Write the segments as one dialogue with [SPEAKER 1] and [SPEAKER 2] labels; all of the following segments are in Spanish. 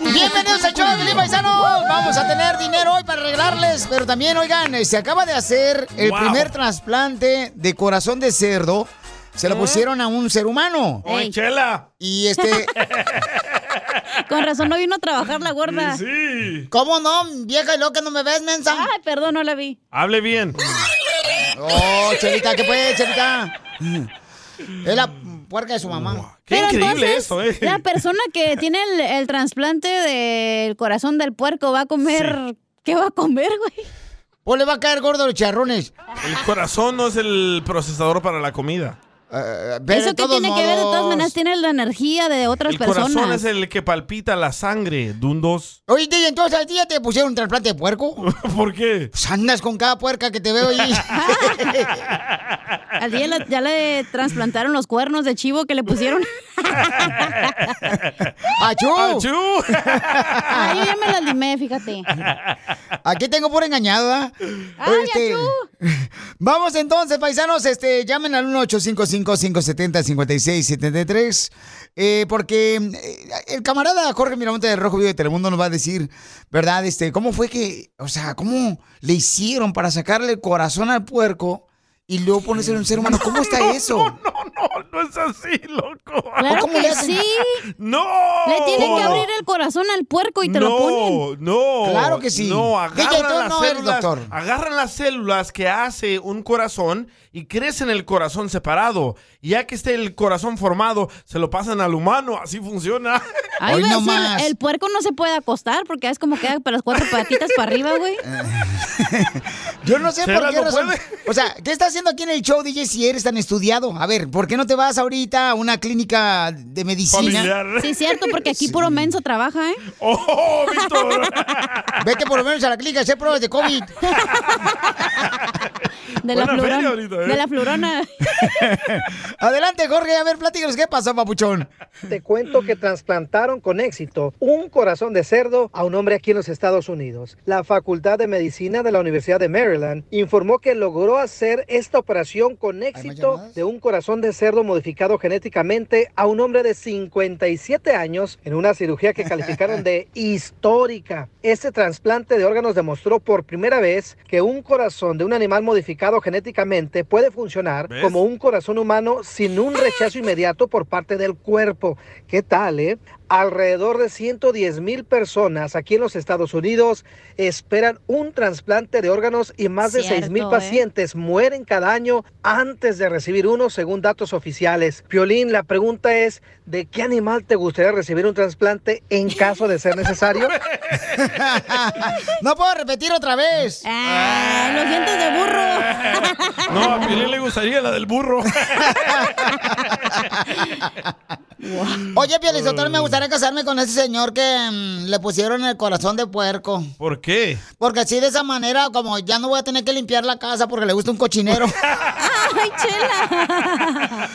[SPEAKER 1] Bienvenidos al show, Felipe Paisanos. Vamos a tener dinero hoy para regalarles, pero también, oigan, eh, se acaba de hacer el
[SPEAKER 2] Wow.
[SPEAKER 1] primer trasplante de corazón de cerdo. Se lo
[SPEAKER 3] ¿Eh?
[SPEAKER 1] pusieron a un ser humano.
[SPEAKER 2] ¡Ay, chela!
[SPEAKER 1] Y este.
[SPEAKER 4] Con razón no vino a trabajar la gorda.
[SPEAKER 1] Sí. ¿Cómo no, vieja y loca, no me ves, mensa?
[SPEAKER 4] Ay, perdón, no la vi.
[SPEAKER 3] Hable bien.
[SPEAKER 1] Oh, chelita, ¿qué puede, chelita? Es la puerca de su mamá.
[SPEAKER 3] Qué increíble eso, ¿eh?
[SPEAKER 4] La persona que tiene el, el trasplante del corazón del puerco va a comer. ¿Qué va a comer, güey?
[SPEAKER 1] ¿O Pues le va a caer gordo los charrones?
[SPEAKER 3] El corazón no es el procesador para la comida.
[SPEAKER 1] Eh,
[SPEAKER 4] Eso que tiene que ver de todas maneras tiene la energía de otras
[SPEAKER 3] El
[SPEAKER 4] personas.
[SPEAKER 3] corazón es el que palpita la sangre de un dos.
[SPEAKER 1] Oye, DJ, entonces a ti ya te pusieron un trasplante de puerco.
[SPEAKER 3] ¿Por qué?
[SPEAKER 1] Pues andas con cada puerca que te veo ahí.
[SPEAKER 4] Al día la- ya le trasplantaron los cuernos de chivo que le pusieron.
[SPEAKER 1] ¡Achú!
[SPEAKER 4] Ay, yo ya me las limé, fíjate.
[SPEAKER 1] Aquí tengo ¿ah? pura engañada. Este, vamos entonces, paisanos, este, llamen al 1-855-570-5673, eh, porque eh, el camarada Jorge Miramonte de Rojo Vivo de Telemundo nos va a decir, ¿verdad? Este, ¿Cómo fue que, o sea, cómo le hicieron para sacarle el corazón al puerco y luego ponerse en un ser humano? ¿Cómo está eso?
[SPEAKER 3] No es pues, así, loco.
[SPEAKER 4] Claro
[SPEAKER 1] ¿Cómo le
[SPEAKER 4] que
[SPEAKER 1] hacen?
[SPEAKER 4] sí.
[SPEAKER 3] ¡No!
[SPEAKER 4] Le tienen que abrir el corazón al puerco y te lo ponen.
[SPEAKER 3] No, no.
[SPEAKER 1] Claro que sí.
[SPEAKER 3] No,
[SPEAKER 1] DJ,
[SPEAKER 3] agarran
[SPEAKER 1] tú
[SPEAKER 3] las
[SPEAKER 1] no eres
[SPEAKER 3] células.
[SPEAKER 1] doctor.
[SPEAKER 3] Agarran las células que hace un corazón y crecen el corazón separado. Y ya que esté el corazón formado, se lo pasan al humano. Así funciona.
[SPEAKER 4] Ahí
[SPEAKER 1] Hoy
[SPEAKER 4] va a
[SPEAKER 1] no
[SPEAKER 4] decir,
[SPEAKER 1] más.
[SPEAKER 4] el puerco no se puede acostar porque es como queda para las cuatro patitas Pues para arriba, güey.
[SPEAKER 1] Yo no sé
[SPEAKER 3] Chela,
[SPEAKER 1] por qué
[SPEAKER 3] no
[SPEAKER 1] razón.
[SPEAKER 3] puede.
[SPEAKER 1] O sea, ¿qué estás haciendo aquí en el show, DJ, si eres tan estudiado? A ver, ¿por qué no te vas ahorita a una clínica de medicina?
[SPEAKER 3] Familiar.
[SPEAKER 4] Sí, cierto, porque aquí puro menso trabaja, ¿eh?
[SPEAKER 3] ¡Oh, Víctor!
[SPEAKER 1] Vete por lo menos a la clínica a hacer pruebas de COVID.
[SPEAKER 4] De la
[SPEAKER 3] Buena feria
[SPEAKER 4] florona.
[SPEAKER 3] ahorita, ¿eh?
[SPEAKER 4] De la florona.
[SPEAKER 1] Adelante, Jorge, a ver, platícanos qué pasó, papuchón.
[SPEAKER 5] Te cuento que trasplantaron con éxito un corazón de cerdo a un hombre aquí en los Estados Unidos. La Facultad de Medicina de la Universidad de Maryland informó que logró hacer esta operación con éxito
[SPEAKER 1] llamadas?
[SPEAKER 5] de un corazón de cerdo modificado genéticamente a un hombre de 57 años en una cirugía que calificaron de histórica. Este trasplante de órganos demostró por primera vez que un corazón de un animal modificado genéticamente puede funcionar
[SPEAKER 3] ¿Ves?
[SPEAKER 5] como un corazón humano sin un rechazo inmediato por parte del cuerpo. ¿Qué tal, eh? Alrededor de 110 mil personas aquí en los Estados Unidos esperan un trasplante de órganos y más de 6 mil
[SPEAKER 4] Cierto, ¿eh?
[SPEAKER 5] pacientes mueren cada año antes de recibir uno, según datos oficiales. Piolín, la pregunta es, ¿de qué animal te gustaría recibir un trasplante en caso de ser necesario?
[SPEAKER 1] no puedo repetir otra vez.
[SPEAKER 4] Ah, los dientes de burro.
[SPEAKER 3] No, a Piolín le gustaría la del burro.
[SPEAKER 1] Oye, Pio Lizotero, me gustaría casarme con ese señor que mm, le pusieron el corazón de puerco.
[SPEAKER 3] ¿Por qué?
[SPEAKER 1] Porque así de esa manera, como ya no voy a tener que limpiar la casa porque le gusta un cochinero.
[SPEAKER 4] Ay, chela.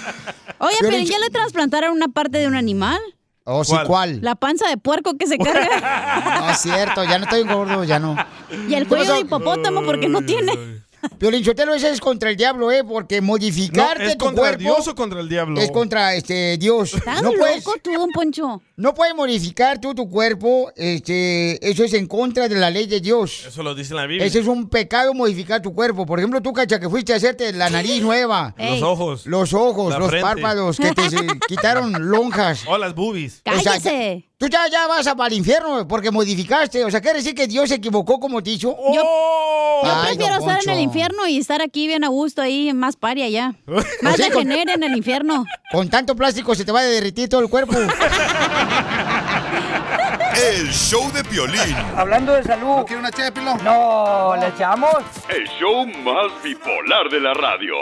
[SPEAKER 4] Oye,
[SPEAKER 1] Yo le
[SPEAKER 4] pero
[SPEAKER 1] echo-
[SPEAKER 4] ya le trasplantaron una parte de un animal.
[SPEAKER 1] Oh, sí,
[SPEAKER 3] ¿Cuál?
[SPEAKER 1] ¿cuál?
[SPEAKER 4] La panza de puerco que se carga.
[SPEAKER 1] No es cierto, ya no estoy gordo, ya no.
[SPEAKER 4] Y el cuello de hipopótamo porque no tiene.
[SPEAKER 1] Piolín Sotelo, ese es contra el diablo, ¿eh? Porque
[SPEAKER 3] No,
[SPEAKER 1] modificarte
[SPEAKER 3] ¿Es
[SPEAKER 1] tu
[SPEAKER 3] contra
[SPEAKER 1] cuerpo
[SPEAKER 3] Dios o contra el diablo?
[SPEAKER 1] es contra este, Dios.
[SPEAKER 4] ¿Estás
[SPEAKER 1] No puedes,
[SPEAKER 4] loco tú, don Poncho?
[SPEAKER 1] no puedes modificar tú tu cuerpo, este, eso es en contra de la ley de Dios.
[SPEAKER 3] Eso lo dice en la Biblia.
[SPEAKER 1] Ese es un pecado modificar tu cuerpo. Por ejemplo, tú, cacha, que fuiste a hacerte la nariz nueva,
[SPEAKER 4] Ey.
[SPEAKER 3] Los ojos.
[SPEAKER 1] los ojos,
[SPEAKER 3] La
[SPEAKER 1] los
[SPEAKER 3] frente.
[SPEAKER 1] párpados, que te eh, quitaron lonjas.
[SPEAKER 3] O las boobies.
[SPEAKER 1] O sea,
[SPEAKER 4] ¡Cállese!
[SPEAKER 1] Tú ya, ya vas a, para el infierno porque modificaste. O sea, quiere decir que Dios se equivocó como te hizo.
[SPEAKER 4] Yo
[SPEAKER 1] Ay,
[SPEAKER 4] prefiero
[SPEAKER 1] don
[SPEAKER 4] estar
[SPEAKER 1] Poncho.
[SPEAKER 4] en el infierno y estar aquí bien a gusto ahí, más paria allá. Más
[SPEAKER 1] Pues Sí, con-
[SPEAKER 4] degenere en el infierno.
[SPEAKER 1] Con tanto plástico se te va a derretir todo el cuerpo.
[SPEAKER 2] El show de Piolín.
[SPEAKER 6] Hablando de salud. ¿No quiere una ché de pilón? No, ¿le echamos?
[SPEAKER 7] El show más bipolar de la radio.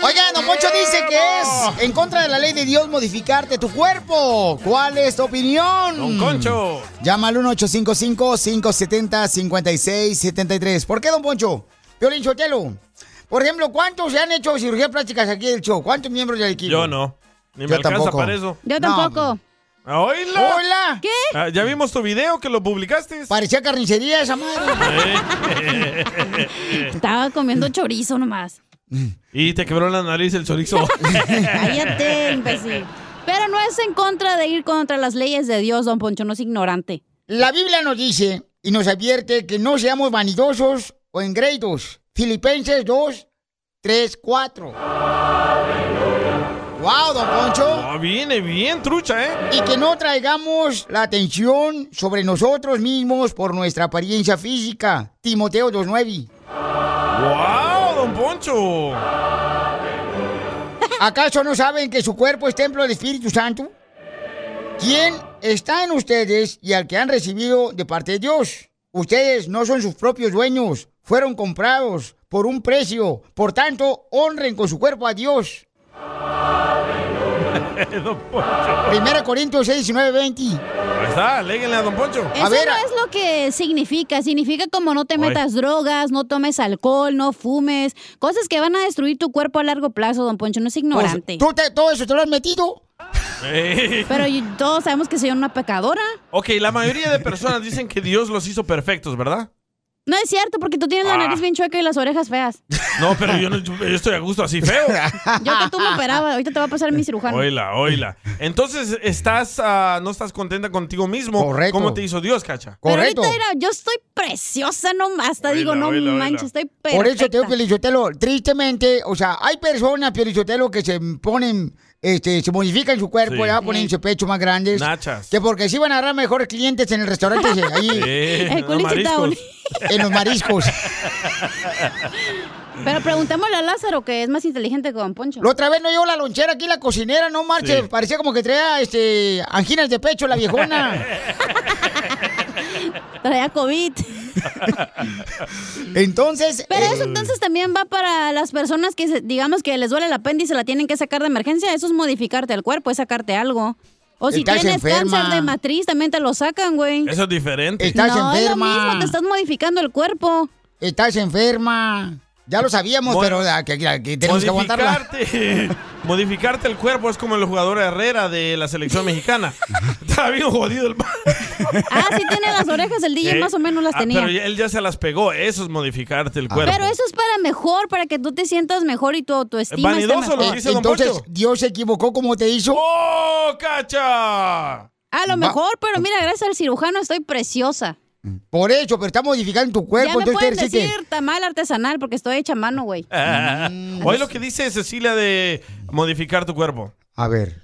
[SPEAKER 1] Oigan, Don Poncho dice que es en contra de la ley de Dios modificarte tu cuerpo. ¿Cuál es tu opinión?
[SPEAKER 3] Don Concho.
[SPEAKER 1] Llama al 1-855-570-5673. ¿Por qué, Don Poncho? Violín Chotelo. Por ejemplo, ¿cuántos se han hecho cirugías plásticas aquí del show? ¿Cuántos miembros del equipo?
[SPEAKER 3] Yo no. Ni me
[SPEAKER 1] Yo
[SPEAKER 3] alcanza
[SPEAKER 1] tampoco.
[SPEAKER 3] para eso.
[SPEAKER 4] Yo tampoco.
[SPEAKER 3] Ah, ¡Oíla!
[SPEAKER 1] ¡Hola! ¿Qué?
[SPEAKER 3] Ah, ya vimos tu video que lo publicaste.
[SPEAKER 1] Parecía carnicería esa madre.
[SPEAKER 3] Eh,
[SPEAKER 4] Estaba comiendo chorizo nomás.
[SPEAKER 3] y te quebró la nariz el chorizo.
[SPEAKER 4] Cállate, imbécil. Pero no es en contra de ir contra las leyes de Dios, don Poncho, no es ignorante.
[SPEAKER 1] La Biblia nos dice y nos advierte que no seamos vanidosos o engreídos. Filipenses 2, 3, 4. ¡Wow, don Poncho!
[SPEAKER 3] Ah, viene bien, trucha, ¿eh?
[SPEAKER 1] Y que no traigamos la atención sobre nosotros mismos por nuestra apariencia física. Timoteo 2.9.
[SPEAKER 3] ¡Wow, don Poncho!
[SPEAKER 1] ¿Acaso no saben que su cuerpo es templo del Espíritu Santo? ¿Quién está en ustedes y al que han recibido de parte de Dios? Ustedes no son sus propios dueños, fueron comprados por un precio, por tanto, honren con su cuerpo a Dios.
[SPEAKER 3] don Poncho.
[SPEAKER 1] 1 Corintios 6, 19, 20.
[SPEAKER 3] Ahí está, léguenle a don Poncho.
[SPEAKER 4] Eso
[SPEAKER 1] ver,
[SPEAKER 4] no
[SPEAKER 1] a-
[SPEAKER 4] es lo que significa. Significa como no te metas drogas, no tomes alcohol, no fumes. Cosas que van a destruir tu cuerpo a largo plazo, don Poncho. No es ignorante.
[SPEAKER 1] pues, ¿Tú te- todo eso te lo has metido?
[SPEAKER 3] Eh,
[SPEAKER 4] Pero y- todos sabemos que soy una pecadora.
[SPEAKER 3] ok, la mayoría de personas dicen que Dios los hizo perfectos, ¿verdad?
[SPEAKER 4] No es cierto, porque tú tienes la
[SPEAKER 3] Ah.
[SPEAKER 4] nariz bien chueca y las orejas feas.
[SPEAKER 3] No, pero yo, no, yo estoy a gusto así feo.
[SPEAKER 4] Yo que tú me operaba, ahorita te va a pasar mi cirujano.
[SPEAKER 3] Oila, oila. Entonces, estás, ah, no estás contenta contigo mismo.
[SPEAKER 1] Correcto.
[SPEAKER 3] ¿Cómo te hizo Dios, Cacha?
[SPEAKER 4] Pero
[SPEAKER 1] Correcto.
[SPEAKER 4] ahorita mira, yo estoy preciosa, no hasta
[SPEAKER 3] Oíla,
[SPEAKER 4] digo, no
[SPEAKER 3] oíla, oíla.
[SPEAKER 4] manches, estoy perfecta.
[SPEAKER 1] Por eso te digo, Pielichotelo, tristemente, o sea, hay personas, Pielichotelo, que se ponen, este, se modifican su
[SPEAKER 3] Sí.
[SPEAKER 1] cuerpo, ya poniéndose pecho más grandes.
[SPEAKER 3] Nachas.
[SPEAKER 1] Que porque sí van a agarrar mejores clientes en el restaurante, se- ahí,
[SPEAKER 3] Eh,
[SPEAKER 4] El culichi está
[SPEAKER 3] mariscos.
[SPEAKER 1] en los mariscos.
[SPEAKER 4] Pero preguntémosle a Lázaro, que es más inteligente que Don Poncho.
[SPEAKER 1] La otra vez no llegó la lonchera aquí, la cocinera, no marche,
[SPEAKER 3] Sí.
[SPEAKER 1] parecía como que traía, este, anginas de pecho la viejona.
[SPEAKER 4] Traía COVID.
[SPEAKER 1] Entonces,
[SPEAKER 4] Pero
[SPEAKER 1] eh,
[SPEAKER 4] eso entonces también va para las personas que, se- digamos, que les duele el apéndice, la tienen que sacar de emergencia. Eso es modificarte el cuerpo, es sacarte algo. O si
[SPEAKER 1] Estás
[SPEAKER 4] tienes
[SPEAKER 1] enferma.
[SPEAKER 4] cáncer de matriz, también te lo sacan, güey.
[SPEAKER 3] Eso es diferente.
[SPEAKER 1] estás
[SPEAKER 4] no,
[SPEAKER 1] enferma,
[SPEAKER 4] es lo mismo, te estás modificando el cuerpo.
[SPEAKER 1] estás enferma. Ya lo sabíamos,
[SPEAKER 3] Mod-
[SPEAKER 1] pero aquí, aquí- aquí tenemos que aguantarla.
[SPEAKER 3] modificarte, modificarte el cuerpo es como el jugador Herrera de la selección mexicana. Estaba bien jodido el pa-
[SPEAKER 4] Ah, sí tiene las orejas, el DJ
[SPEAKER 3] Eh,
[SPEAKER 4] más o menos las
[SPEAKER 3] ah,
[SPEAKER 4] tenía.
[SPEAKER 3] Pero ya- él ya se las pegó. Eso es modificarte
[SPEAKER 1] Ah,
[SPEAKER 3] el cuerpo.
[SPEAKER 4] Pero eso es para mejor, para que tú te sientas mejor y tu autoestima esté
[SPEAKER 3] Vanidoso,
[SPEAKER 4] mejor.
[SPEAKER 3] lo dice Don
[SPEAKER 1] Entonces,
[SPEAKER 3] Poncho.
[SPEAKER 1] Dios se equivocó como te hizo.
[SPEAKER 3] ¡Oh, cacha!
[SPEAKER 4] A lo
[SPEAKER 1] Va-
[SPEAKER 4] mejor, pero mira, gracias al cirujano estoy preciosa.
[SPEAKER 1] Por eso, pero está modificando tu
[SPEAKER 4] Ya
[SPEAKER 1] cuerpo.
[SPEAKER 4] me
[SPEAKER 1] entonces
[SPEAKER 4] pueden
[SPEAKER 1] quiere decir
[SPEAKER 4] decir
[SPEAKER 1] que-
[SPEAKER 4] tamal artesanal porque estoy hecha a mano, güey.
[SPEAKER 3] Hoy lo que dice Cecilia de modificar tu cuerpo.
[SPEAKER 1] A ver.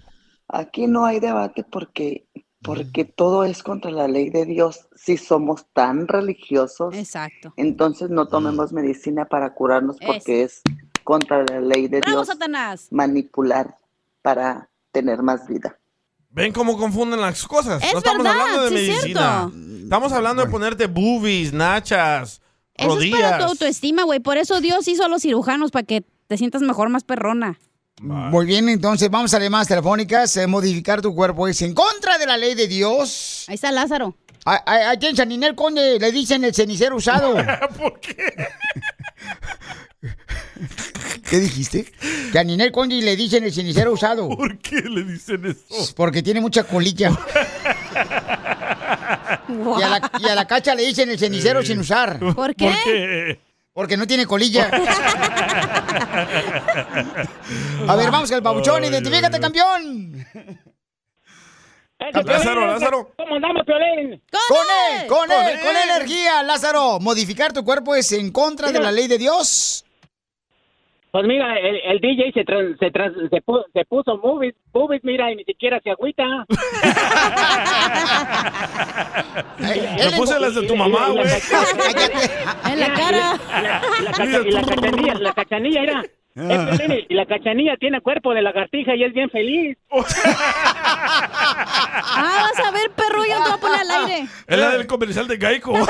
[SPEAKER 8] Aquí no hay debate porque, porque todo es contra la ley de Dios. Si somos tan religiosos,
[SPEAKER 4] Exacto.
[SPEAKER 8] entonces no tomemos medicina para curarnos
[SPEAKER 4] Es.
[SPEAKER 8] porque es contra la ley de
[SPEAKER 4] ¡Bravo,
[SPEAKER 8] Dios
[SPEAKER 4] Satanás!
[SPEAKER 8] manipular para tener más vida.
[SPEAKER 3] ¿Ven cómo confunden las cosas?
[SPEAKER 4] Es
[SPEAKER 3] no estamos
[SPEAKER 4] verdad,
[SPEAKER 3] hablando de
[SPEAKER 4] sí es
[SPEAKER 3] medicina. Estamos hablando de ponerte boobies, nachas,
[SPEAKER 4] Eso
[SPEAKER 3] rodillas.
[SPEAKER 4] es para tu autoestima, güey. Por eso Dios hizo a los cirujanos, para que te sientas mejor, más perrona.
[SPEAKER 1] Muy bien, entonces vamos a las llamadas telefónicas. Eh, modificar tu cuerpo es en contra de la ley de Dios.
[SPEAKER 4] Ahí está Lázaro.
[SPEAKER 1] A- a- Aquí en San Ninel Conde le dicen el cenicero usado.
[SPEAKER 3] ¿Por qué?
[SPEAKER 1] ¿Qué dijiste? Que a Ninel Conde le dicen el cenicero usado. Pues
[SPEAKER 3] ¿Por qué le dicen eso?
[SPEAKER 1] Porque tiene mucha colilla. Y a la, y a la cacha le dicen el cenicero sin usar.
[SPEAKER 4] ¿Por qué?
[SPEAKER 3] ¿Por qué?
[SPEAKER 1] Porque no tiene colilla. A ver, vamos, el babuchón.
[SPEAKER 3] Ay,
[SPEAKER 1] Identifícate,
[SPEAKER 3] ay, ay.
[SPEAKER 1] campeón.
[SPEAKER 3] Lázaro, Lázaro.
[SPEAKER 9] ¿Cómo andamos, Piolín?
[SPEAKER 1] Con él, con
[SPEAKER 3] ¡Con
[SPEAKER 1] él, con
[SPEAKER 3] él!
[SPEAKER 1] energía, Lázaro. Modificar tu cuerpo es en contra de la ley de Dios.
[SPEAKER 10] Pues mira, el, el DJ se, tran- se, tran- se, pu- se puso movies, movies, mira, y ni siquiera se agüita.
[SPEAKER 3] Me puse las de tu mamá, güey.
[SPEAKER 4] En la cara.
[SPEAKER 10] La, la cacha- y la cachanilla, la cachanilla era. es Pelín, Y la cachanilla tiene cuerpo de lagartija y es bien feliz.
[SPEAKER 4] Ah, vas a ver, perro, yo te voy a poner al aire.
[SPEAKER 3] Es la del comercial de Geico.
[SPEAKER 7] Ah,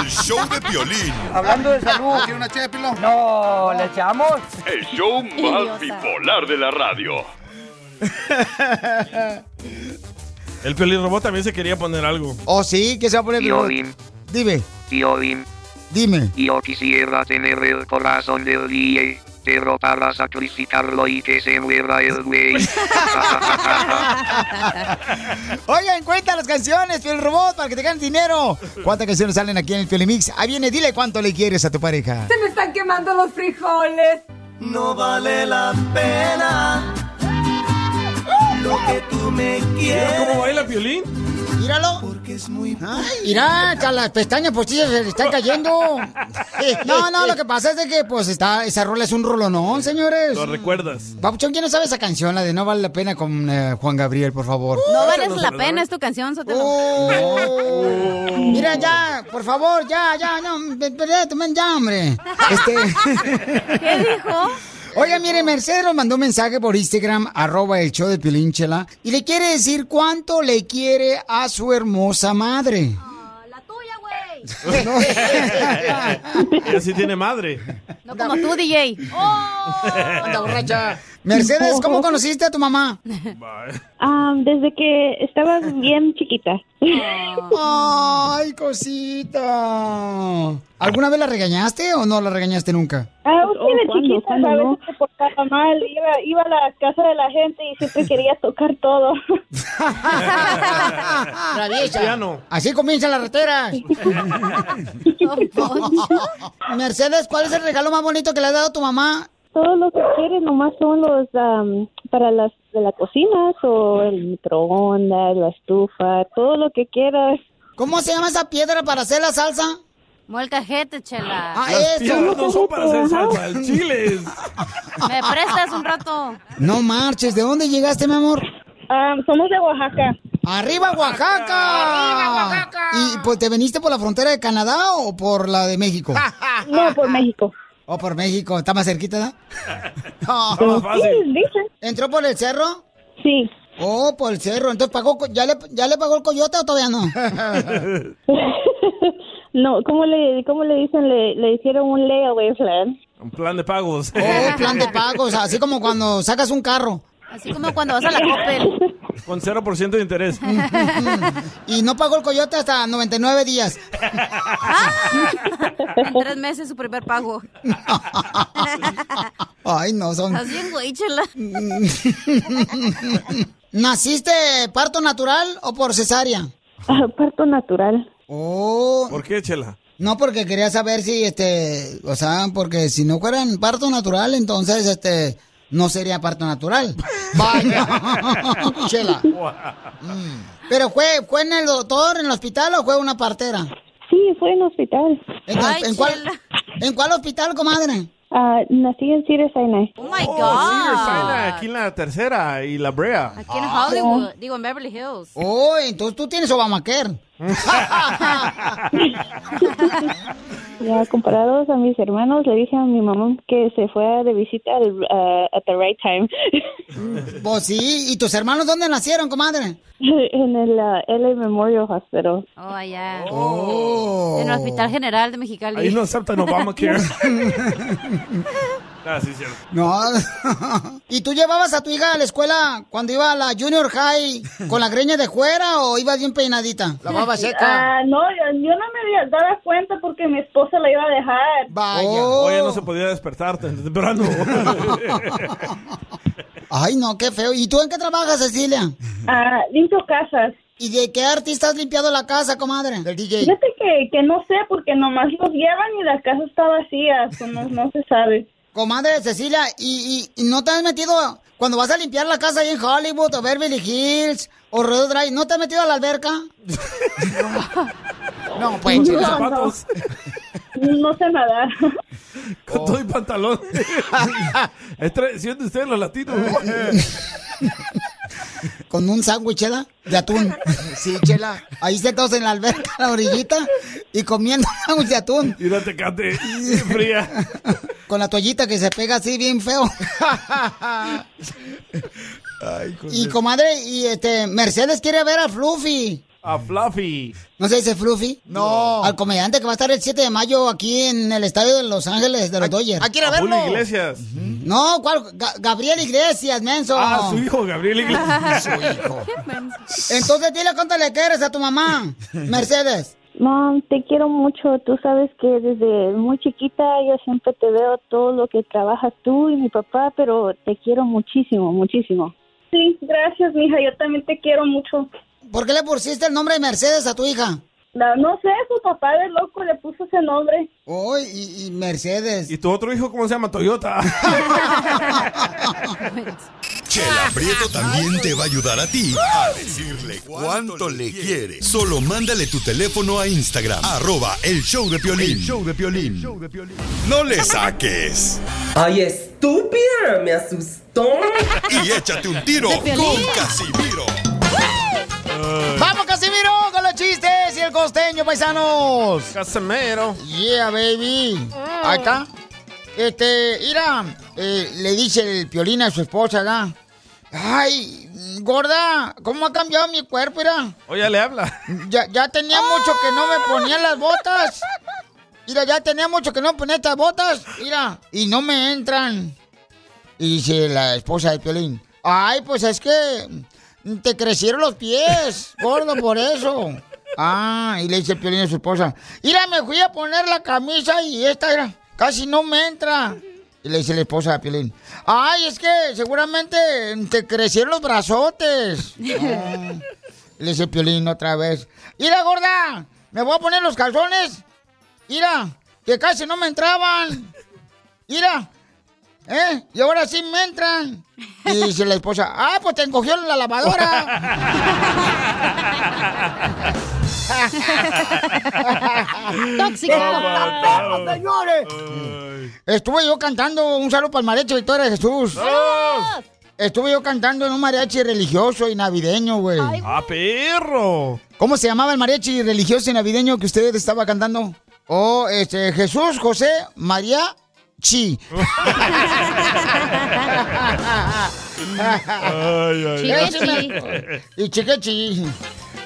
[SPEAKER 11] El show de violín.
[SPEAKER 12] Hablando de salud, ¿quiere una ché, Pilón? No, ¿le echamos?
[SPEAKER 7] El show más bipolar de la radio.
[SPEAKER 3] El pelirrobot también se quería poner algo.
[SPEAKER 8] ¿O Oh, sí? ¿Qué se va a poner?
[SPEAKER 13] Piolín.
[SPEAKER 8] Dime.
[SPEAKER 13] Piolín,
[SPEAKER 8] Dime.
[SPEAKER 13] yo quisiera tener el corazón del DJ, pero para sacrificarlo y que se muera el güey.
[SPEAKER 8] Oigan, cuenta las canciones, Piel Robot, para que te ganes dinero. ¿Cuántas canciones salen aquí en el Piel Mix? Ahí viene, dile cuánto le quieres a tu pareja.
[SPEAKER 14] Se me están quemando los frijoles.
[SPEAKER 1] No vale la pena lo que tú me quieres.
[SPEAKER 3] ¿Cómo baila Piolín?
[SPEAKER 8] Míralo.
[SPEAKER 1] Porque es muy
[SPEAKER 8] Mirá, hasta las pestañas postizas se le están cayendo. No, no, lo que pasa es de que pues está, esa rola es un rolonón, señores.
[SPEAKER 3] ¿Lo recuerdas?
[SPEAKER 8] Papuchón, ¿quién no sabe esa canción? La de No vale la pena con eh, Juan Gabriel, por favor.
[SPEAKER 4] No vales la pena, es tu canción, Sotelo.
[SPEAKER 8] Oh. Mira, ya, por favor, ya, ya, ya, pe- pe- tomen ya, hombre. Este...
[SPEAKER 4] ¿Qué dijo?
[SPEAKER 8] Oiga, mire, Mercedes nos mandó un mensaje por Instagram, arroba el show de Pilinchela, y le quiere decir cuánto le quiere a su hermosa madre.
[SPEAKER 3] y así tiene madre.
[SPEAKER 4] No como tú, DJ.
[SPEAKER 8] Oh. Anda borracha. Mercedes, ¿cómo conociste a tu mamá?
[SPEAKER 15] Ah, desde que estaba bien chiquita.
[SPEAKER 8] Ay, cosita. ¿Alguna vez la regañaste o no la regañaste nunca?
[SPEAKER 15] Ah, sí, de
[SPEAKER 8] ¿cuándo,
[SPEAKER 15] chiquita
[SPEAKER 8] cuándo
[SPEAKER 15] a veces
[SPEAKER 8] no?
[SPEAKER 15] se portaba mal, iba, iba a la casa de la gente y siempre quería tocar todo.
[SPEAKER 8] Ah, Traviesa. Así comienzan las reteras. Mercedes, ¿cuál es el regalo más bonito que le ha dado tu mamá?
[SPEAKER 15] Todos los que quieren nomás son los am, para las de la cocina o el microondas, la estufa, todo lo que quieras.
[SPEAKER 8] ¿Cómo se llama esa piedra para hacer la salsa?
[SPEAKER 4] Molcajete, chela.
[SPEAKER 8] Ah, Las eso.
[SPEAKER 3] piedras no son para hacer salsa, el chile es.
[SPEAKER 4] ¿Me prestas un rato?
[SPEAKER 8] No marches, ¿de dónde llegaste, mi amor?
[SPEAKER 15] somos de Oaxaca.
[SPEAKER 8] ¡Arriba Oaxaca!
[SPEAKER 15] ¡Arriba,
[SPEAKER 8] ¿Y pues, te viniste por la frontera de Canadá o por la de México? No,
[SPEAKER 15] por México.
[SPEAKER 8] O por México, está más cerquita, ¿verdad? No.
[SPEAKER 15] Está más fácil.
[SPEAKER 8] ¿Entró por el cerro?
[SPEAKER 15] Sí.
[SPEAKER 8] Oh, por el cerro. Entonces pagó, co- ¿ya le, ya le pagó el coyote o todavía no?
[SPEAKER 15] No, ¿cómo le, cómo le dicen? Le, le hicieron un layaway plan.
[SPEAKER 3] Un plan de pagos.
[SPEAKER 8] Oh, plan de pagos, así como cuando sacas un carro.
[SPEAKER 4] Así como cuando vas a la
[SPEAKER 3] Ah.
[SPEAKER 4] Coppel.
[SPEAKER 3] Con 0% de interés.
[SPEAKER 8] Y no pagó el coyote hasta 99 días.
[SPEAKER 4] Ah. En tres meses su primer pago.
[SPEAKER 8] Ay, no, son...
[SPEAKER 4] Estás bien, güey, chela.
[SPEAKER 8] ¿Naciste parto natural o por cesárea?
[SPEAKER 15] Parto natural.
[SPEAKER 8] Oh.
[SPEAKER 3] ¿Por qué, Chela?
[SPEAKER 8] No, porque quería saber si, este, o sea, porque si no fueran parto natural, entonces, este, no sería parto natural. Vaya. Chela. Pero fue, fue en el doctor, en el hospital o fue una partera?
[SPEAKER 15] Sí, fue en hospital.
[SPEAKER 8] ¿En,
[SPEAKER 15] Ay,
[SPEAKER 8] en cuál, ¿En cuál hospital, comadre?
[SPEAKER 15] Ah, nací en Cedar Sinai.
[SPEAKER 4] Oh my
[SPEAKER 3] Oh,
[SPEAKER 4] God.
[SPEAKER 3] Cedar Sinai, aquí en la tercera y la brea.
[SPEAKER 4] Aquí en Hollywood. Digo, en Beverly Hills.
[SPEAKER 8] Oh, entonces tú tienes Obamacare.
[SPEAKER 15] Ya comparados a mis hermanos, le dije a mi mamá que se fue de visita al, ah, at the right time.
[SPEAKER 8] Pues sí, ¿y tus hermanos dónde nacieron, comadre?
[SPEAKER 15] en el ah, LA Memorial Hospital.
[SPEAKER 4] Oh, allá.
[SPEAKER 8] Oh.
[SPEAKER 4] En el Hospital General de Mexicali.
[SPEAKER 3] Ahí no aceptan Obamacare. ah, sí, cierto.
[SPEAKER 8] No. ¿Y tú llevabas a tu hija a la escuela cuando iba a la Junior High con la greña de fuera o ibas bien peinadita? La baba seca.
[SPEAKER 15] Ah, no, yo, yo no me había dado cuenta porque mi esposa la iba a dejar.
[SPEAKER 3] Oh, Oye, no se podía despertar tan temprano.
[SPEAKER 8] Ay, no, qué feo. ¿Y tú en qué trabajas, Cecilia?
[SPEAKER 15] Ah, limpio casas.
[SPEAKER 8] ¿Y de qué artista has limpiado la casa, comadre? Del DJ.
[SPEAKER 15] Fíjate que, que no sé porque nomás los llevan y la casa está vacía, so no, no se sabe.
[SPEAKER 8] Comadre Cecilia, ¿y, y, y no te has metido cuando vas a limpiar la casa ahí en Hollywood o Beverly Hills o Rodeo Drive? ¿No te has metido a la alberca? no, pues.
[SPEAKER 15] No, no.
[SPEAKER 16] no sé nadar.
[SPEAKER 3] Con
[SPEAKER 1] Oh.
[SPEAKER 3] todo y pantalón. es tradición de ustedes los latinos.
[SPEAKER 1] Eh, Con un sándwich, chela, de atún. Sí, chela. Ahí sentados en la alberca, en la orillita, y comiendo
[SPEAKER 8] pues,
[SPEAKER 1] sándwich de atún.
[SPEAKER 3] Y la tecate fría.
[SPEAKER 1] Con la toallita que se pega así bien feo.
[SPEAKER 3] Ay, con
[SPEAKER 1] eh. Y
[SPEAKER 3] el-
[SPEAKER 1] comadre, y este, Mercedes quiere ver a Fluffy.
[SPEAKER 3] A Fluffy.
[SPEAKER 1] ¿No se dice Fluffy? No. Al comediante que va a estar el 7 de mayo aquí en el estadio de Los Ángeles de los Dodgers.
[SPEAKER 3] A Julio Iglesias.
[SPEAKER 1] No, ¿cuál? Ga- Gabriel Iglesias, menso.
[SPEAKER 3] Ah, su hijo, Gabriel Iglesias.
[SPEAKER 1] Entonces dile cuánto le quieres a tu mamá, Mercedes.
[SPEAKER 16] Mom, te quiero mucho. Tú sabes que desde muy chiquita yo siempre te veo todo lo que trabajas tú y mi papá, pero te quiero muchísimo, muchísimo.
[SPEAKER 17] Sí, gracias, mija. Yo también te quiero mucho.
[SPEAKER 1] ¿Por qué le pusiste el nombre de Mercedes a tu hija?
[SPEAKER 17] No, sé, su papá de loco le puso ese nombre.
[SPEAKER 1] Oh, y, y Mercedes.
[SPEAKER 3] ¿Y tu otro hijo cómo se llama? Toyota.
[SPEAKER 2] Chela Prieto también te va a ayudar a ti a decirle cuánto le quiere. Solo mándale tu teléfono a Instagram, arroba el show de Piolín. show de Piolín. No le saques.
[SPEAKER 18] ¡Ay, estúpida! Me asustó.
[SPEAKER 2] Y échate un tiro
[SPEAKER 18] De Piolín.
[SPEAKER 2] con Casimiro.
[SPEAKER 1] ¡Vamos, Casimiro! Con los chistes y el costeño, paisanos.
[SPEAKER 3] Casimiro.
[SPEAKER 1] Yeah, baby. Ahí está. Este, mira, eh, le dice el piolín a su esposa, ¿verdad? Ay, gorda, ¿cómo ha cambiado mi cuerpo, mira?
[SPEAKER 3] Oye, le habla.
[SPEAKER 1] Ya, ya tenía mucho que no me ponía las botas. Mira, ya tenía mucho que no me ponía estas botas. Mira, y no me entran. Y dice la esposa de Piolín. Ay, pues es que te crecieron los pies, gordo, por eso. Ah, y le dice Piolín a su esposa. Mira, me fui a poner la camisa y esta era. Casi no me entra. Y le dice la esposa de Piolín. Ay, es que seguramente te crecieron los brazotes. Ah. Le dice Piolín otra vez. ¡Ira, gorda! ¡Me voy a poner los calzones! ¡Ira! ¡Que casi no me entraban! ¡Ira! ¿Eh? Y ahora sí me entran. Y dice la esposa, ¡ah, pues te encogió la lavadora!
[SPEAKER 13] Tóxica. No, no, no.
[SPEAKER 1] señores! Estuve yo cantando un saludo para el mariachi Victoria de Jesús. Estuve yo cantando en un mariachi religioso y navideño, güey.
[SPEAKER 3] ¡Ah, perro!
[SPEAKER 1] ¿Cómo se llamaba el mariachi religioso y navideño que usted estaba cantando? Oh, este, Jesús, José, María, Chi. Y chiquechi.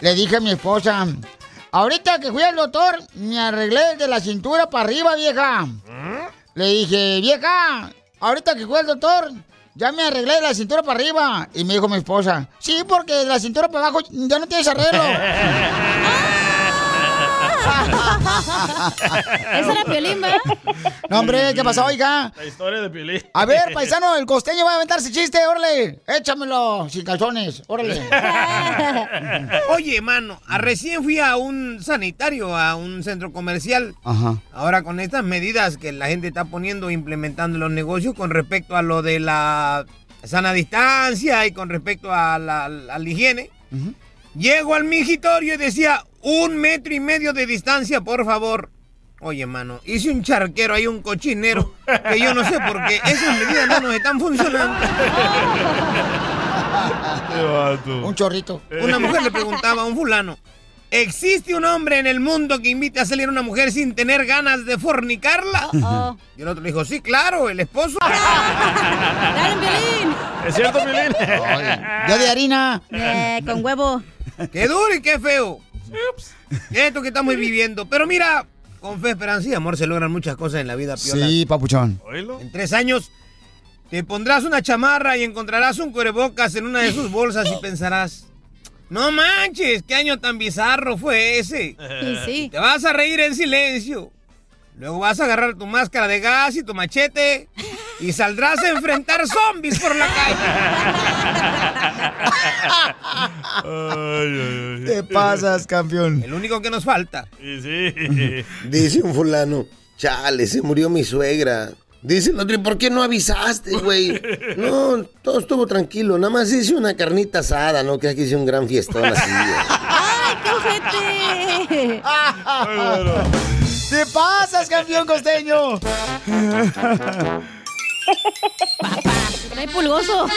[SPEAKER 1] Le dije a mi esposa, ahorita que fui al doctor, me arreglé de la cintura para arriba, vieja. Le dije, vieja, ahorita que fui al doctor, ya me arreglé de la cintura para arriba. Y me dijo mi esposa, sí, porque de la cintura para abajo ya no tienes arreglo.
[SPEAKER 4] Ah. Esa era Piolín, ¿verdad?
[SPEAKER 1] No, hombre, ¿qué pasó, oiga?
[SPEAKER 3] La historia de Piolín.
[SPEAKER 1] A ver, paisano, el costeño va a aventarse chiste, órale. Échamelo, sin calzones, órale.
[SPEAKER 19] Oye, mano, a- recién fui a un sanitario, a un centro comercial.
[SPEAKER 1] Ajá.
[SPEAKER 19] Ahora con estas medidas que la gente está poniendo, implementando en los negocios con respecto a lo de la sana distancia y con respecto a la, a la higiene, llego al mingitorio y decía un metro y medio de distancia, por favor. Oye, mano, hice un charquero, hay un cochinero, que yo no sé por qué esas medidas no nos están funcionando.
[SPEAKER 1] Un chorrito.
[SPEAKER 3] Eh.
[SPEAKER 19] Una mujer le preguntaba a un fulano, ¿existe un hombre en el mundo que invite a salir a una mujer sin tener ganas de fornicarla? Y el otro le dijo, sí, claro, el esposo.
[SPEAKER 3] ¿Es cierto, Piolín?
[SPEAKER 1] Ya de harina.
[SPEAKER 19] Eh, con huevo. Qué duro y qué feo. Esto que estamos viviendo. Pero mira, con fe, esperanza y amor se logran muchas cosas en la vida, Piola.
[SPEAKER 1] Sí, papuchón.
[SPEAKER 19] En tres años te pondrás una chamarra y encontrarás un cubrebocas en una de sus bolsas y pensarás, no manches, qué año tan bizarro fue ese.
[SPEAKER 13] Y sí.
[SPEAKER 19] Te vas a reír en silencio. Luego vas a agarrar tu máscara de gas y tu machete y saldrás a enfrentar zombies por la calle.
[SPEAKER 1] Te pasas, campeón.
[SPEAKER 19] El único que nos falta.
[SPEAKER 20] Dice un fulano, chale, se murió mi suegra. Dice el otro, ¿y por qué no avisaste, güey? No, todo estuvo tranquilo, nada más hice una carnita asada, ¿no? Que aquí hice un gran fiestón así.
[SPEAKER 4] ¡Ay, qué ojete!
[SPEAKER 1] ¡Te pasas, campeón costeño!
[SPEAKER 4] ¡Ay, pulgoso!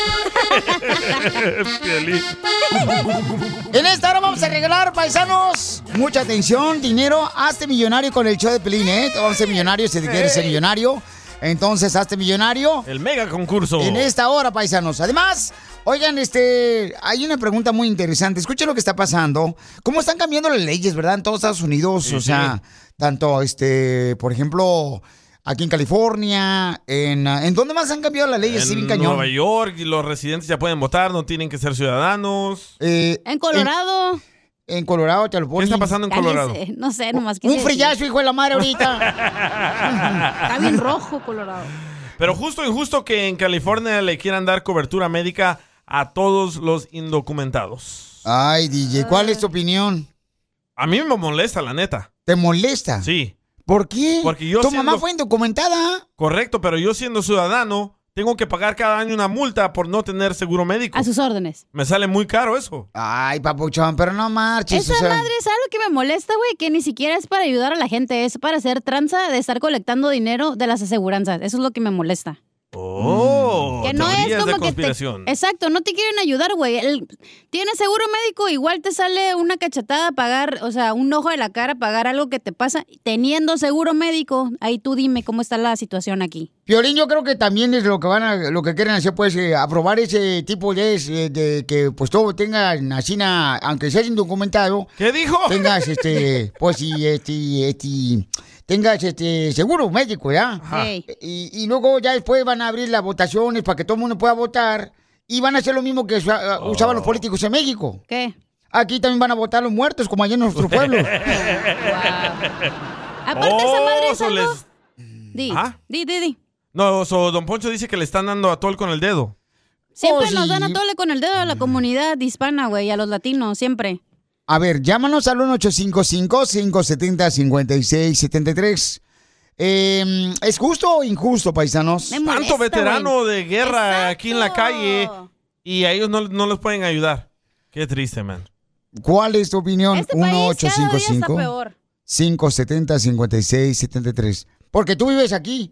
[SPEAKER 1] En esta hora vamos a regalar, paisanos, mucha atención, dinero. Hazte millonario con el show de Pelín, ¿eh? Te vamos a ser millonario si te quieres ser millonario. Entonces, hazte millonario.
[SPEAKER 3] El mega concurso.
[SPEAKER 1] En esta hora, paisanos. Además, oigan, este, hay una pregunta muy interesante. Escuchen lo que está pasando. ¿Cómo están cambiando las leyes, verdad? En todos Estados Unidos.
[SPEAKER 3] Sí,
[SPEAKER 1] o sea, tanto, este, por ejemplo, aquí en California, en, ah, ¿en dónde más han cambiado las leyes? sí, bien
[SPEAKER 3] en
[SPEAKER 1] cañón.
[SPEAKER 3] Nueva York y los residentes ya pueden votar, no tienen que ser ciudadanos.
[SPEAKER 1] Eh,
[SPEAKER 4] En Colorado.
[SPEAKER 1] En, en Colorado, te lo ponen.
[SPEAKER 3] ¿Qué está pasando en Colorado?
[SPEAKER 4] Cállense, No sé, nomás
[SPEAKER 1] Un
[SPEAKER 4] quise
[SPEAKER 1] frillazo,
[SPEAKER 4] decir.
[SPEAKER 1] hijo de la madre, ahorita.
[SPEAKER 4] Está bien rojo, Colorado.
[SPEAKER 3] Pero justo injusto que en California le quieran dar cobertura médica a todos los indocumentados.
[SPEAKER 1] Ay, DJ, ¿cuál es tu opinión?
[SPEAKER 3] A mí me molesta, la neta.
[SPEAKER 1] ¿Te molesta?
[SPEAKER 3] Sí.
[SPEAKER 1] ¿Por qué?
[SPEAKER 3] Porque yo
[SPEAKER 1] tu
[SPEAKER 3] siendo-
[SPEAKER 1] mamá fue indocumentada.
[SPEAKER 3] Correcto, pero yo siendo ciudadano tengo que pagar cada año una multa por no tener seguro médico.
[SPEAKER 4] A sus órdenes.
[SPEAKER 3] Me sale muy caro eso.
[SPEAKER 1] Ay, papuchón, pero no marches.
[SPEAKER 4] Esa
[SPEAKER 1] o sea.
[SPEAKER 4] madre es algo que me molesta, güey, que ni siquiera es para ayudar a la gente, es para hacer tranza de estar colectando dinero de las aseguranzas. Eso es lo que me molesta.
[SPEAKER 3] Oh,
[SPEAKER 4] que no es
[SPEAKER 3] teorías de
[SPEAKER 4] como que te,
[SPEAKER 3] conspiración.
[SPEAKER 4] Exacto, no te quieren ayudar, güey. El- Tienes seguro médico, igual te sale una cachetada a pagar, o sea, un ojo de la cara a pagar algo que te pasa teniendo seguro médico. Ahí tú dime cómo está la situación aquí.
[SPEAKER 1] Piolín, yo creo que también es lo que van a, lo que quieren hacer, pues, eh, aprobar ese tipo de, eh, de que, pues, todo tenga nacina, aunque seas indocumentado.
[SPEAKER 3] ¿Qué dijo?
[SPEAKER 1] Tengas, este, pues, y, este, este, tengas, este, seguro médico, ¿ya?
[SPEAKER 13] Ajá. Ey.
[SPEAKER 1] Y, y luego ya después van a abrir las votaciones para que todo el mundo pueda votar y van a hacer lo mismo que usa- usaban
[SPEAKER 3] Oh.
[SPEAKER 1] los políticos en México.
[SPEAKER 4] ¿Qué?
[SPEAKER 1] Aquí también van a votar los muertos, como allá en nuestro pueblo.
[SPEAKER 4] Aparte, esa madre es
[SPEAKER 3] so
[SPEAKER 4] algo-
[SPEAKER 3] Oh, les-
[SPEAKER 4] Di,
[SPEAKER 3] ¿Ah?
[SPEAKER 4] di, di, di.
[SPEAKER 3] No, so, don Poncho dice que le están dando a Tol con el dedo.
[SPEAKER 4] Siempre
[SPEAKER 3] Oh,
[SPEAKER 4] nos dan a tole con el dedo a la comunidad hispana, güey, y a los latinos, siempre.
[SPEAKER 1] A ver, llámanos al 1-855-570-5673. Eh, ¿Es justo o injusto, paisanos?
[SPEAKER 3] Tanto veterano de guerra aquí en la calle y a ellos no, no los pueden ayudar. Qué triste, man.
[SPEAKER 1] ¿Cuál es tu opinión?
[SPEAKER 4] Este peor.
[SPEAKER 1] 1-855-570-5673. Porque tú vives aquí.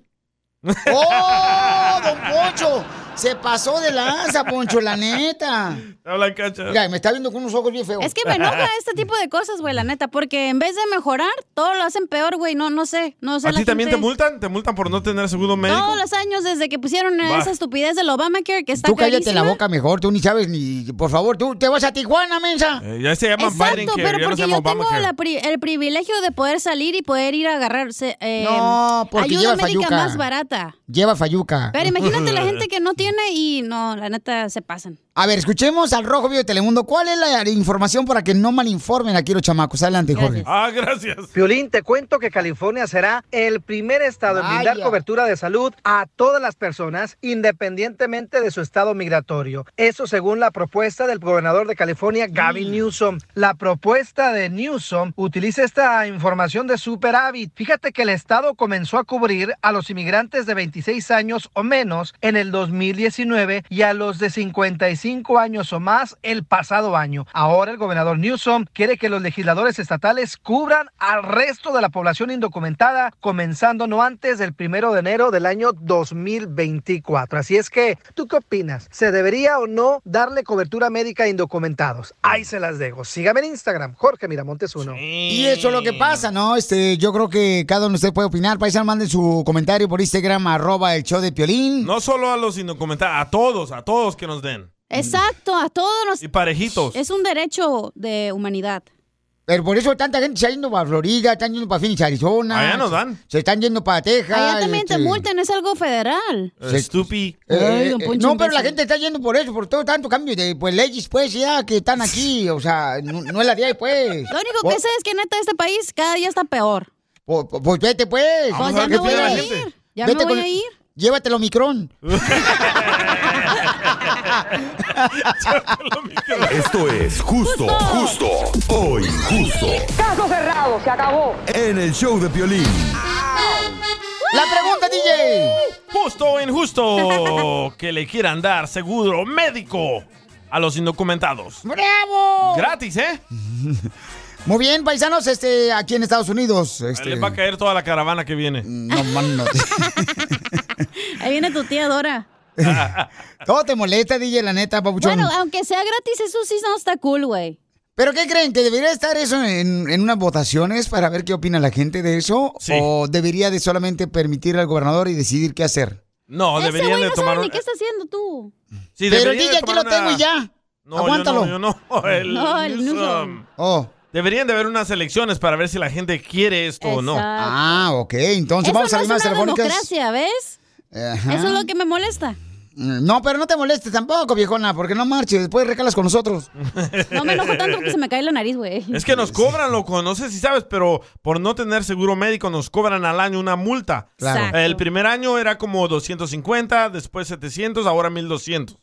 [SPEAKER 1] ¡Oh, don Poncho! Se pasó de lanza, Poncho, la neta.
[SPEAKER 3] Habla, cacha.
[SPEAKER 1] Mira, me está viendo con unos ojos bien feos.
[SPEAKER 4] Es que me enoja este tipo de cosas, güey, la neta, porque en vez de mejorar, todo lo hacen peor, güey. No, no sé, no sé.
[SPEAKER 3] ¿A
[SPEAKER 4] la
[SPEAKER 3] ti también te
[SPEAKER 4] gente-
[SPEAKER 3] multan? ¿Te multan por no tener seguro médico?
[SPEAKER 4] Todos los años desde que pusieron
[SPEAKER 3] Va.
[SPEAKER 4] esa estupidez del Obamacare que está
[SPEAKER 1] Tú cállate la
[SPEAKER 4] carísima.
[SPEAKER 1] boca mejor, tú ni sabes ni... Por favor, tú te vas a Tijuana, mensa.
[SPEAKER 3] Eh, ya se llama Biden
[SPEAKER 4] Exacto,
[SPEAKER 3] que
[SPEAKER 4] pero
[SPEAKER 3] ya no se
[SPEAKER 4] porque
[SPEAKER 3] llama
[SPEAKER 4] yo tengo
[SPEAKER 3] Obamacare.
[SPEAKER 4] la pri- el privilegio de poder salir y poder ir a agarrarse eh,
[SPEAKER 1] No, porque
[SPEAKER 4] ayuda
[SPEAKER 1] lleva
[SPEAKER 4] médica
[SPEAKER 1] fayuca.
[SPEAKER 4] más barata.
[SPEAKER 1] Lleva Fayuca.
[SPEAKER 4] Pero imagínate la gente que no tiene y no, la neta se pasan.
[SPEAKER 1] A ver, escuchemos al Rojo Vivo de Telemundo. ¿Cuál es la información para que no malinformen aquí los chamacos? Adelante, Jorge.
[SPEAKER 3] Ah, gracias.
[SPEAKER 5] Violín, te cuento que California será el primer estado en brindar
[SPEAKER 1] Vaya.
[SPEAKER 5] cobertura de salud a todas las personas, independientemente de su estado migratorio. Eso según la propuesta del gobernador de California, Gavin Newsom. La propuesta de Newsom utiliza esta información de superávit. Fíjate que el estado comenzó a cubrir a los inmigrantes de 26 años o menos en el 2019 y a los de 55 años o más el pasado año. Ahora el gobernador Newsom quiere que los legisladores estatales cubran al resto de la población indocumentada, comenzando no antes del primero de enero del año 2024. Así es que, ¿tú qué opinas? ¿Se debería o no darle cobertura médica a indocumentados? Ahí se las dejo. Sígame en Instagram, Jorge Miramontes uno.
[SPEAKER 1] Y eso es lo que pasa, ¿no? Este, yo creo que cada uno de ustedes puede opinar. Paisano, manden su comentario por Instagram, arroba el show de Piolín.
[SPEAKER 3] No solo a los indocumentados, a todos, a todos que nos den.
[SPEAKER 4] Exacto, a todos Eh, nos...
[SPEAKER 3] Y parejitos.
[SPEAKER 4] Es un derecho de humanidad.
[SPEAKER 1] Pero por eso tanta gente se está yendo para Florida, están yendo para Phoenix, Arizona.
[SPEAKER 4] Allá
[SPEAKER 1] no
[SPEAKER 4] no
[SPEAKER 3] dan.
[SPEAKER 1] Se están yendo para Texas.
[SPEAKER 4] Allá también te
[SPEAKER 1] este,
[SPEAKER 4] multan, es algo federal.
[SPEAKER 1] Se-
[SPEAKER 3] Stupi.
[SPEAKER 1] Eh,
[SPEAKER 4] Ay, don
[SPEAKER 1] eh,
[SPEAKER 4] Poncho,
[SPEAKER 1] no, pero la
[SPEAKER 4] imbécil.
[SPEAKER 1] gente está yendo por eso, por todo tanto cambio de pues, leyes, pues, ya que están aquí. O sea, no, no es la de ahí, pues.
[SPEAKER 4] Lo único que sé es que neta este país cada día está peor.
[SPEAKER 1] Pues, pues vete, pues.
[SPEAKER 4] Pues ya me voy a ir. Ya me voy a ir.
[SPEAKER 1] Llévatelo, Micrón.
[SPEAKER 2] Esto es justo, justo o injusto.
[SPEAKER 21] Caso cerrado, se acabó.
[SPEAKER 2] En el show de Piolín.
[SPEAKER 1] La pregunta, DJ.
[SPEAKER 3] Justo o injusto que le quieran dar seguro médico a los indocumentados. ¿eh?
[SPEAKER 1] ¡Bravo! Mm,
[SPEAKER 3] Gratis, ¿eh?
[SPEAKER 1] Muy bien, paisanos, este, aquí en Estados Unidos. Este,
[SPEAKER 3] Les va a caer toda la caravana que viene.
[SPEAKER 1] No, man, no.
[SPEAKER 4] Ahí viene tu tía Dora.
[SPEAKER 1] Todo te molesta, DJ, la neta, papuchón.
[SPEAKER 4] Bueno, aunque sea gratis, eso sí no está cool, güey.
[SPEAKER 1] ¿Pero qué creen? ¿Que debería estar eso en, en unas votaciones para ver qué opina la gente de eso? ¿O debería de solamente permitir al gobernador y decidir qué hacer?
[SPEAKER 3] No,
[SPEAKER 4] Ese
[SPEAKER 3] deberían
[SPEAKER 4] güey
[SPEAKER 3] de
[SPEAKER 4] no
[SPEAKER 3] tomar
[SPEAKER 4] sabe
[SPEAKER 3] un...
[SPEAKER 4] ni qué está haciendo tú.
[SPEAKER 3] Sí,
[SPEAKER 1] Pero el
[SPEAKER 3] deberían
[SPEAKER 1] DJ
[SPEAKER 3] de
[SPEAKER 1] aquí lo
[SPEAKER 3] tomar
[SPEAKER 1] tengo
[SPEAKER 3] una-
[SPEAKER 1] y ya.
[SPEAKER 3] No,
[SPEAKER 1] Aguántalo.
[SPEAKER 3] Yo no, yo no. El
[SPEAKER 1] No, el
[SPEAKER 3] Newsom.
[SPEAKER 1] Newsom. Oh.
[SPEAKER 3] Deberían de haber unas elecciones para ver si la gente quiere esto o no.
[SPEAKER 4] Exacto.
[SPEAKER 1] Ah, ok. Entonces
[SPEAKER 4] Eso
[SPEAKER 1] vamos a
[SPEAKER 4] no
[SPEAKER 1] las más
[SPEAKER 4] es una
[SPEAKER 1] telefónicas.
[SPEAKER 4] democracia, ¿ves?
[SPEAKER 1] Ajá. Mm,
[SPEAKER 4] Eso es lo que me molesta.
[SPEAKER 1] No, pero no te molestes tampoco, viejona, porque no marches. Después recalas con nosotros.
[SPEAKER 4] No me enojo tanto que se me cae la nariz, güey.
[SPEAKER 3] Es que nos cobran, loco. No sé si sabes, pero por no tener seguro médico nos cobran al año una multa.
[SPEAKER 4] Claro. Exacto.
[SPEAKER 3] El primer año era como 250, después 700, ahora 1200.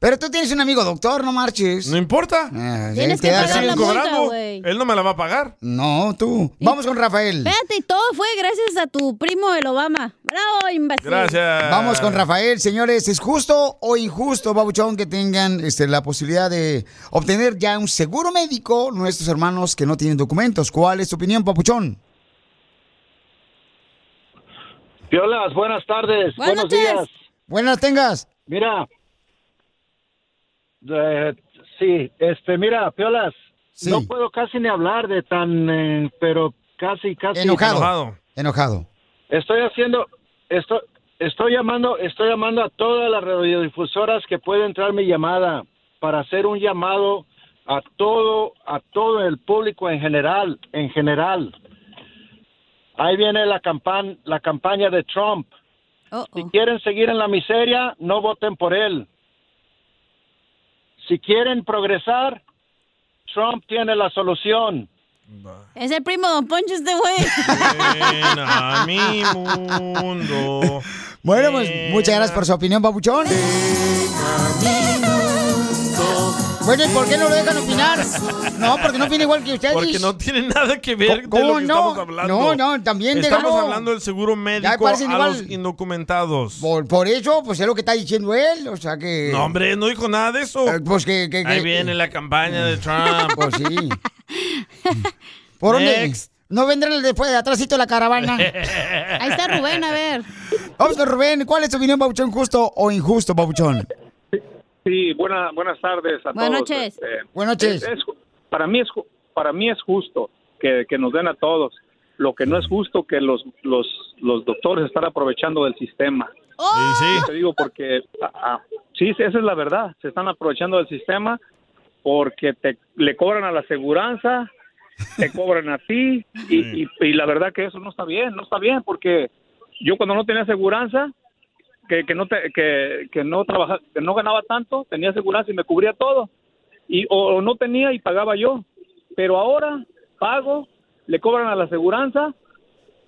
[SPEAKER 1] Pero tú tienes un amigo doctor, no marches. Ah, No
[SPEAKER 3] importa.
[SPEAKER 4] Tienes que pagar la multa, Ah, güey.
[SPEAKER 3] Él no me la va a pagar.
[SPEAKER 1] No, tú. Vamos con Rafael.
[SPEAKER 4] Espérate, y todo fue gracias a tu primo el Obama. ¡Bravo, imbécil!
[SPEAKER 1] Vamos con Rafael, señores. ¿Es justo o injusto, Babuchón, que tengan este, la posibilidad de obtener ya un seguro médico nuestros hermanos que no tienen documentos? ¿Cuál es tu opinión, Papuchón?
[SPEAKER 22] Piolas, buenas tardes.
[SPEAKER 1] Buenas
[SPEAKER 22] Buenos días.
[SPEAKER 1] Buenas tengas.
[SPEAKER 22] Mira. eh, sí, este, mira, Piolas. No puedo casi ni hablar de tan, eh, pero casi,
[SPEAKER 3] Ah,
[SPEAKER 22] casi.
[SPEAKER 1] Enojado. Enojado.
[SPEAKER 22] Estoy haciendo, estoy, estoy llamando, estoy llamando a todas las radiodifusoras que puede entrar mi llamada para hacer un llamado a todo, a todo el público en general, en general. Ahí viene la campan- la campaña de Trump. Si quieren seguir en la miseria, no voten por él. Si quieren progresar, Trump tiene la solución.
[SPEAKER 4] Es el primo Don Poncho este güey. Eh,
[SPEAKER 3] a mi mundo.
[SPEAKER 1] Bueno, pues muchas gracias por su opinión, Papuchón. Bueno, ¿y por qué no lo dejan opinar? No, porque no opina igual que ustedes.
[SPEAKER 3] Porque no tiene nada que ver de lo
[SPEAKER 1] ¿Cómo
[SPEAKER 3] que
[SPEAKER 1] no?
[SPEAKER 3] estamos hablando.
[SPEAKER 1] No, no, también
[SPEAKER 3] Estamos
[SPEAKER 1] déjalo.
[SPEAKER 3] hablando del seguro médico a
[SPEAKER 1] parecen igual.
[SPEAKER 3] los indocumentados.
[SPEAKER 1] Por, por eso, pues es lo que está diciendo él, o sea que...
[SPEAKER 3] No, hombre, no dijo nada de eso.
[SPEAKER 1] Eh, pues que, que- que-
[SPEAKER 3] Ahí viene la campaña de Trump.
[SPEAKER 1] Pues sí. ¿Por dónde?
[SPEAKER 3] Next.
[SPEAKER 1] No vendrán el después, atrásito de la caravana.
[SPEAKER 4] Ahí está Rubén, a ver.
[SPEAKER 1] Vamos con Rubén, ¿cuál es tu opinión, Papuchón, justo o injusto, Papuchón?
[SPEAKER 23] Sí, buena, buenas tardes a
[SPEAKER 4] Buenas
[SPEAKER 23] todos. este,
[SPEAKER 4] noches.
[SPEAKER 1] Buenas
[SPEAKER 23] es-
[SPEAKER 1] noches.
[SPEAKER 23] es ju- para, mí es, ju- para mí es justo que, que nos den a todos. Lo que no es justo que los, los, los doctores están aprovechando del sistema.
[SPEAKER 4] ¡Oh!
[SPEAKER 3] Sí,
[SPEAKER 23] Te digo porque, a- a- sí, sí, esa es la verdad. Se están aprovechando del sistema porque te, le cobran a la aseguranza, te cobran a ti y, y- y la verdad que eso no está bien, no está bien porque yo cuando no tenía aseguranza que, que no te- que, que no trabaja, que no ganaba tanto, tenía aseguranza y me cubría todo. Y o, o no tenía y pagaba yo. Pero ahora pago, le cobran a la aseguranza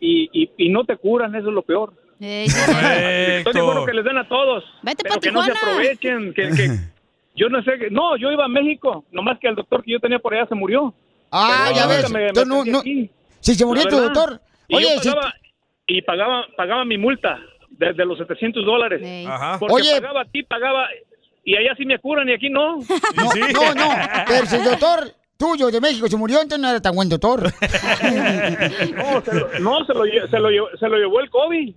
[SPEAKER 23] y, y, y no te curan, eso es lo peor. Estoy de acuerdo que les den a todos. pero que no se
[SPEAKER 4] Tijuana.
[SPEAKER 23] aprovechen, que, que- yo no sé, que- no, yo iba a México, nomás que el doctor que yo tenía por allá se murió.
[SPEAKER 1] Ah,
[SPEAKER 23] Pero
[SPEAKER 1] ya
[SPEAKER 23] nunca
[SPEAKER 1] ves.
[SPEAKER 23] me- me
[SPEAKER 1] Tú no-
[SPEAKER 23] atendí
[SPEAKER 1] no-
[SPEAKER 23] aquí.
[SPEAKER 1] Si se murió
[SPEAKER 23] La
[SPEAKER 1] tu
[SPEAKER 23] verdad.
[SPEAKER 1] doctor.
[SPEAKER 23] Y
[SPEAKER 1] Oye,
[SPEAKER 23] yo
[SPEAKER 1] si-
[SPEAKER 23] pagaba, y pagaba, pagaba mi multa desde los 700 dólares. Porque
[SPEAKER 1] Oye.
[SPEAKER 23] pagaba aquí, pagaba, y allá sí me curan y aquí no.
[SPEAKER 1] No, no, no. Pero si el doctor tuyo de México se murió, entonces no era tan buen doctor.
[SPEAKER 23] No, se lo, no, se lo lle- se lo llevó, se lo llevó el COVID.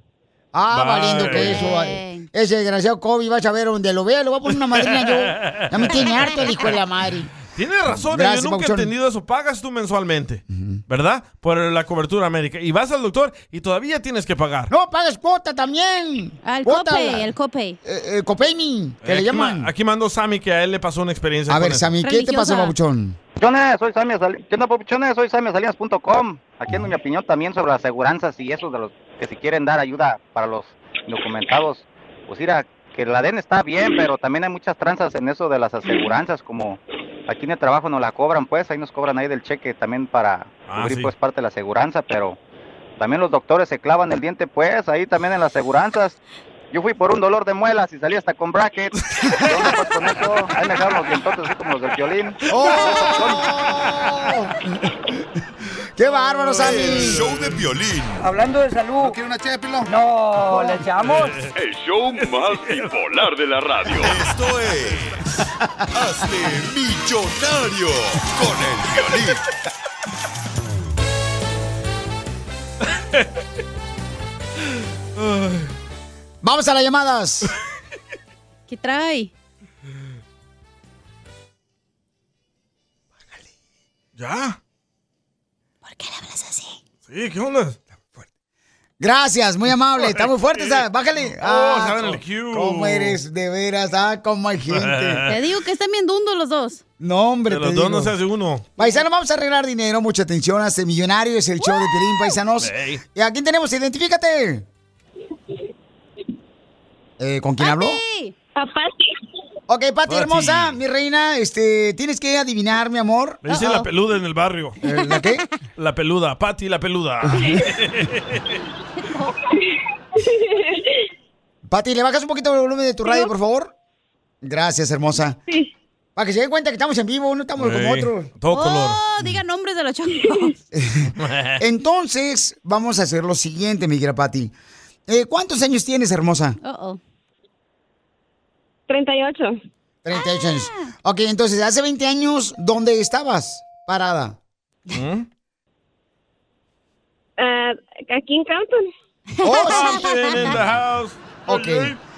[SPEAKER 1] Ah,
[SPEAKER 23] Vale.
[SPEAKER 1] valiendo que eso. vale. Ese desgraciado Kobe, vas a ver donde lo vea, lo voy a poner una madrina yo. Ya me tiene harto el hijo de la madre.
[SPEAKER 3] Tienes razón,
[SPEAKER 1] Gracias,
[SPEAKER 3] yo nunca
[SPEAKER 1] Papuchón.
[SPEAKER 3] he entendido eso. Pagas tú mensualmente, ¿verdad? Por la cobertura médica. Y vas al doctor y todavía tienes que pagar.
[SPEAKER 1] No, pagas cuota también.
[SPEAKER 4] Al
[SPEAKER 1] Cuota,
[SPEAKER 4] copay,
[SPEAKER 1] la-
[SPEAKER 4] el copay.
[SPEAKER 1] Eh, eh, Copaymin, que
[SPEAKER 3] Eh,
[SPEAKER 1] le
[SPEAKER 3] aquí
[SPEAKER 1] llaman.
[SPEAKER 3] ma- Aquí mandó Sammy que a él le pasó una experiencia.
[SPEAKER 1] A ver, Sammy, ¿qué te pasó, babuchón?
[SPEAKER 6] Papuchones, soy Sammy, Sal- ¿qué onda, papuchones? Soy Sammy Salinas.com. Aquí ando mi opinión también sobre las aseguranzas y esos de los que si quieren dar ayuda para los documentados. Pues mira, que la den está bien, pero también hay muchas tranzas en eso de las aseguranzas, como aquí en el trabajo nos la cobran, pues ahí nos cobran ahí del cheque también para
[SPEAKER 24] Ah,
[SPEAKER 6] cubrir
[SPEAKER 24] sí.
[SPEAKER 6] pues parte de la aseguranza, pero también los doctores se clavan el diente, pues ahí también en las aseguranzas. Yo fui por un dolor de muelas y salí hasta con brackets. ¿Qué onda, pues, con eso? Ahí me dejaron los dientotes así como los del violín.
[SPEAKER 1] ¡Qué bárbaro,
[SPEAKER 6] Sammy!
[SPEAKER 2] Show de violín.
[SPEAKER 6] Hablando de salud.
[SPEAKER 24] ¿Quiere una ché,
[SPEAKER 6] No, le echamos.
[SPEAKER 7] El show más bipolar de la radio.
[SPEAKER 2] Esto es. Hazte millonario con el violín.
[SPEAKER 1] Vamos a las llamadas.
[SPEAKER 4] ¿Qué trae?
[SPEAKER 3] ¿Ya?
[SPEAKER 4] ¿Por qué le hablas así?
[SPEAKER 3] Sí, ¿qué onda?
[SPEAKER 1] Gracias, muy amable. Está muy fuerte, ¿sabes? Bájale.
[SPEAKER 3] Oh,
[SPEAKER 1] Ah,
[SPEAKER 3] saben el cue.
[SPEAKER 1] ¿Cómo eres? De veras. Ah, cómo hay
[SPEAKER 4] Te
[SPEAKER 1] gente.
[SPEAKER 4] digo que están bien dundos los dos.
[SPEAKER 1] No, hombre,
[SPEAKER 3] De los
[SPEAKER 1] te
[SPEAKER 3] dos
[SPEAKER 1] digo.
[SPEAKER 3] no se hace uno.
[SPEAKER 1] Paisano, vamos a arreglar dinero. Mucha atención. Hace millonario es el show de Piolín, paisanos.
[SPEAKER 3] Ey.
[SPEAKER 1] ¿Y a quién tenemos? Identifícate. Eh, ¿Con quién habló?
[SPEAKER 17] A Pati.
[SPEAKER 1] Ok, Pati
[SPEAKER 3] Pati.
[SPEAKER 1] hermosa, mi reina, este, tienes que adivinar, mi amor.
[SPEAKER 3] Me dice
[SPEAKER 1] Uh-oh.
[SPEAKER 3] la peluda en el barrio.
[SPEAKER 1] ¿Eh, ¿La qué?
[SPEAKER 3] La peluda, Pati la peluda.
[SPEAKER 1] Pati, ¿le bajas un poquito el volumen de tu radio, por favor? Gracias, hermosa. Sí. Para que se den cuenta que estamos en vivo, no estamos como
[SPEAKER 3] Ey,
[SPEAKER 1] otros.
[SPEAKER 3] Todo color.
[SPEAKER 4] Oh,
[SPEAKER 17] Mm.
[SPEAKER 4] digan nombres de los chongos.
[SPEAKER 1] Entonces, vamos a hacer lo siguiente, mi querida Pati. Eh, ¿Cuántos años tienes, hermosa?
[SPEAKER 4] Oh, oh.
[SPEAKER 17] 38.
[SPEAKER 1] 38 años. Ok, entonces, hace 20 años, ¿dónde estabas parada?
[SPEAKER 3] ¿Mm?
[SPEAKER 17] Ah, aquí en Campton.
[SPEAKER 1] Oh, Ok.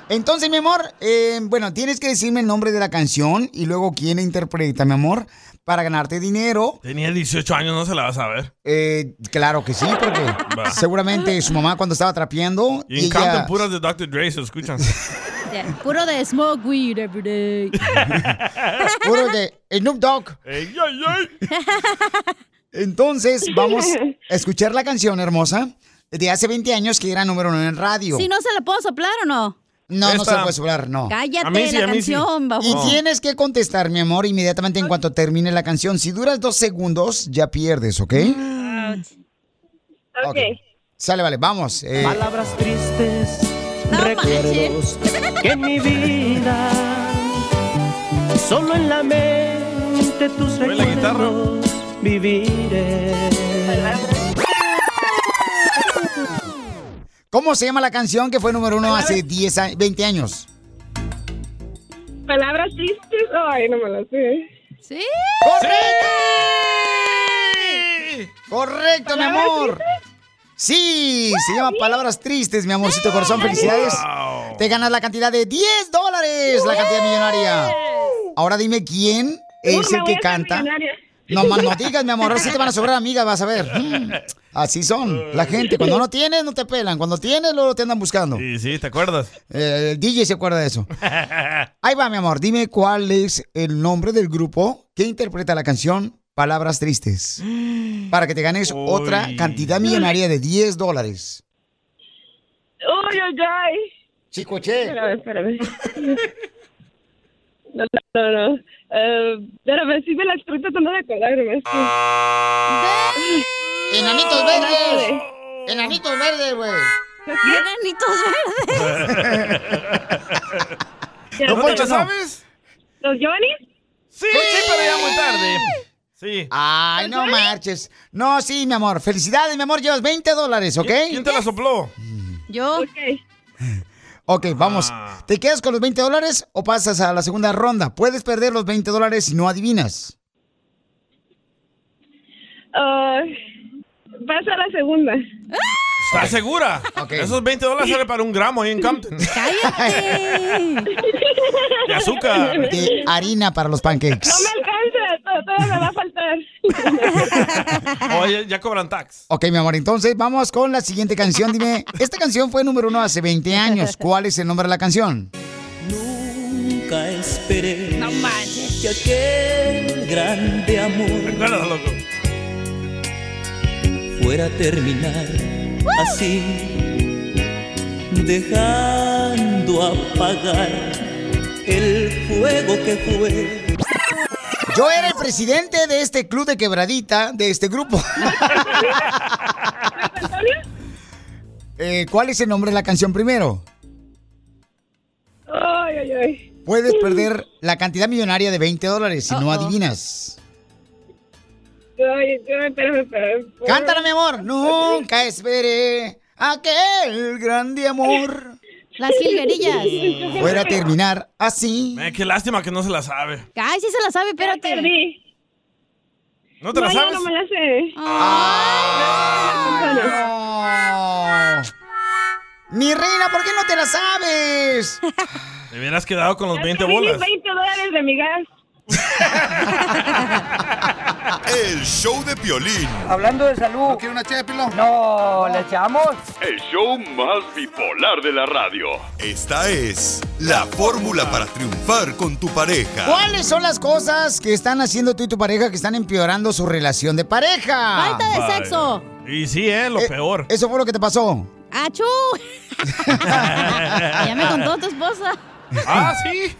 [SPEAKER 1] Entonces, mi amor, eh, bueno, tienes que decirme el nombre de la canción y luego quién la interpreta, mi amor, para ganarte dinero.
[SPEAKER 3] Tenía 18 años, no se la vas a ver.
[SPEAKER 1] Eh, claro que sí, porque
[SPEAKER 3] Va.
[SPEAKER 1] seguramente su mamá cuando estaba trapeando.
[SPEAKER 3] Ah. Y en
[SPEAKER 1] ella-
[SPEAKER 3] Compton, puras de Dr. Dre se escuchan.
[SPEAKER 4] Yeah, Puro de smoke weed every day.
[SPEAKER 1] Puro de Snoop Dogg.
[SPEAKER 3] pues. Ey, ey, ey.
[SPEAKER 1] Entonces, vamos a escuchar la canción hermosa de hace 20 años que era número uno en radio.
[SPEAKER 4] Si no se la puedo soplar o no.
[SPEAKER 1] No, no se puede soplar, no.
[SPEAKER 4] Cállate, la canción,
[SPEAKER 1] Y
[SPEAKER 4] baboso.
[SPEAKER 1] tienes que contestar, mi amor, inmediatamente en cuanto termine la canción. Si duras dos segundos, ya pierdes, ¿ok?
[SPEAKER 3] Mm.
[SPEAKER 17] Ok.
[SPEAKER 1] Sale, vale, vamos. eh,
[SPEAKER 13] Palabras tristes, recuerdos que en mi vida solo en la mente tus recuerdos viviré.
[SPEAKER 1] ¿Cómo se llama la canción que fue número uno hace 10 a- 20 años?
[SPEAKER 17] Palabras tristes. Ay, no me las sé.
[SPEAKER 4] Sí.
[SPEAKER 1] Correcto, mi
[SPEAKER 17] ¿Palabras
[SPEAKER 1] amor. Sí, se llama Palabras Tristes, mi amorcito corazón. Felicidades. Te ganas la cantidad de 10 dólares, la cantidad millonaria. Ahora dime quién es
[SPEAKER 17] Uh, me
[SPEAKER 1] el
[SPEAKER 17] voy
[SPEAKER 1] que
[SPEAKER 17] a hacer
[SPEAKER 1] canta.
[SPEAKER 17] millonaria.
[SPEAKER 1] No más no digas, mi amor. Ahora sí te van a sobrar amigas, vas a ver. Mm, Así son la gente. Cuando no tienes, no te pelan. Cuando tienes, luego te andan buscando.
[SPEAKER 3] Sí, sí, ¿te acuerdas?
[SPEAKER 1] Eh, el DJ se acuerda de eso. Ahí va, mi amor. Dime cuál es el nombre del grupo que interpreta la canción Palabras Tristes. Para que te ganes otra cantidad millonaria de 10 dólares.
[SPEAKER 17] Uy, uy, ay.
[SPEAKER 1] Chico, che.
[SPEAKER 17] Espérame, espérame. No, no, no. no. Eh, espérame, sí me las estoy tratando de acordar, nomás. que-
[SPEAKER 1] ¡Enanitos
[SPEAKER 17] No,
[SPEAKER 1] verdes!
[SPEAKER 17] no,
[SPEAKER 1] ¡Enanitos verdes, güey!
[SPEAKER 4] ¡Enanitos
[SPEAKER 17] Ya,
[SPEAKER 1] Don
[SPEAKER 17] no
[SPEAKER 1] Poncho,
[SPEAKER 17] te
[SPEAKER 1] no.
[SPEAKER 17] lo sabes? ¿Los Johnny?
[SPEAKER 3] Sí, pero ya muy tarde. Sí.
[SPEAKER 1] Ay, no marches. No, sí, mi amor. Felicidades, mi amor. Llevas 20 dólares, ¿ok?
[SPEAKER 3] ¿Quién te la sopló?
[SPEAKER 4] Yo.
[SPEAKER 1] Ok, vamos.
[SPEAKER 3] Ah.
[SPEAKER 1] ¿Te quedas con los 20 dólares o pasas a la segunda ronda? Puedes perder los 20 dólares si no adivinas.
[SPEAKER 17] Ah, pasa a la segunda.
[SPEAKER 3] ¿Estás segura? Esos 20 dólares sale para un gramo ahí en Compton.
[SPEAKER 4] ¡Cállate!
[SPEAKER 3] De azúcar.
[SPEAKER 1] De harina para los pancakes.
[SPEAKER 17] No me alcanza, to- todavía me va a faltar.
[SPEAKER 3] Oye, ya cobran tax.
[SPEAKER 1] Ok, mi amor, entonces vamos con la siguiente canción. Dime, esta canción fue número uno hace 20 años. ¿Cuál es el nombre de la canción?
[SPEAKER 13] Nunca esperé que aquel grande amor
[SPEAKER 3] loco.
[SPEAKER 13] fuera a terminar así, dejando apagar el fuego que fue.
[SPEAKER 1] Yo era el presidente de este club de quebradita, de este grupo. Eh, ¿Cuál es el nombre de la canción primero?
[SPEAKER 17] Ay, ay, ay.
[SPEAKER 1] Puedes perder la cantidad millonaria de 20 dólares si no adivinas.
[SPEAKER 17] Ay, espérame, espérame, espérame.
[SPEAKER 1] Cántala, mi amor. Nunca esperé aquel grande amor.
[SPEAKER 4] Las jilguerillas.
[SPEAKER 1] Fuera a terminar Ah, así.
[SPEAKER 3] Eh, qué lástima que no se la sabe.
[SPEAKER 4] Ay, sí se la sabe, espérate.
[SPEAKER 17] perdí.
[SPEAKER 3] ¿No te la
[SPEAKER 17] yo
[SPEAKER 3] sabes?
[SPEAKER 17] no me la sé.
[SPEAKER 1] Mi reina, ¿por qué no te la sabes?
[SPEAKER 3] Te hubieras quedado con los 20
[SPEAKER 17] Perdí mis
[SPEAKER 3] bolas.
[SPEAKER 17] 20 dólares de mi gas.
[SPEAKER 2] El show de Piolín.
[SPEAKER 25] Hablando de salud. ¿No quiere una ché No, ¿le echamos?
[SPEAKER 7] El show más bipolar de la radio.
[SPEAKER 2] Esta es la fórmula para triunfar con tu pareja.
[SPEAKER 1] ¿Cuáles son las cosas que están haciendo tú y tu pareja que están empeorando su relación de pareja?
[SPEAKER 4] Falta de Vale. sexo.
[SPEAKER 3] Y sí, ¿eh? Lo peor.
[SPEAKER 1] Eso fue lo que te pasó.
[SPEAKER 4] ¡Achú! ya me contó tu esposa.
[SPEAKER 3] Ah, sí.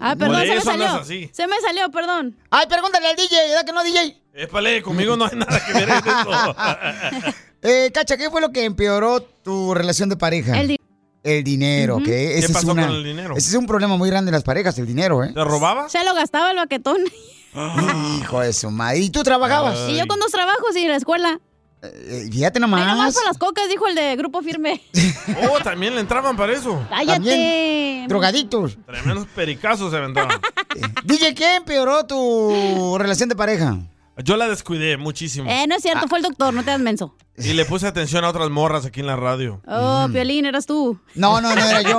[SPEAKER 4] Ah, perdón,
[SPEAKER 3] Por
[SPEAKER 4] se me
[SPEAKER 3] eso andas
[SPEAKER 4] salió.
[SPEAKER 3] así.
[SPEAKER 4] Se me salió, perdón.
[SPEAKER 1] Ay, pregúntale al DJ, ¿verdad que no, DJ?
[SPEAKER 3] Épale, conmigo no hay nada que ver en eso.
[SPEAKER 1] Eh, Cacha, ¿qué fue lo que empeoró tu relación de pareja?
[SPEAKER 3] El di-
[SPEAKER 1] El dinero,
[SPEAKER 4] Ujú.
[SPEAKER 1] ¿ok?
[SPEAKER 4] ¿Qué
[SPEAKER 1] Ese es
[SPEAKER 4] pasó
[SPEAKER 1] una-
[SPEAKER 4] con el dinero?
[SPEAKER 1] Ese es un problema muy grande en las parejas, el dinero, ¿eh?
[SPEAKER 3] ¿Te robaba?
[SPEAKER 4] Se lo gastaba el baquetón.
[SPEAKER 1] Hijo de su madre. ¿Y tú trabajabas?
[SPEAKER 4] Y yo con dos trabajos y la escuela.
[SPEAKER 1] Eh, fíjate
[SPEAKER 4] Ahí nomás
[SPEAKER 1] nomás.
[SPEAKER 4] para las cocas, dijo el de Grupo Firme.
[SPEAKER 3] Oh, también le entraban para eso.
[SPEAKER 4] ¡Cállate!
[SPEAKER 1] También, drogadictos.
[SPEAKER 3] Tremendos pericazos se aventaban.
[SPEAKER 1] DJ, ¿qué empeoró tu relación de pareja?
[SPEAKER 3] Yo la descuidé muchísimo. Ah,
[SPEAKER 4] Eh, no es
[SPEAKER 1] Ah.
[SPEAKER 4] cierto, fue el doctor, no te das menso.
[SPEAKER 3] Y le puse atención a otras morras aquí en la radio.
[SPEAKER 4] Oh, Piolín, eras tú.
[SPEAKER 1] Mm. No, no, no era yo.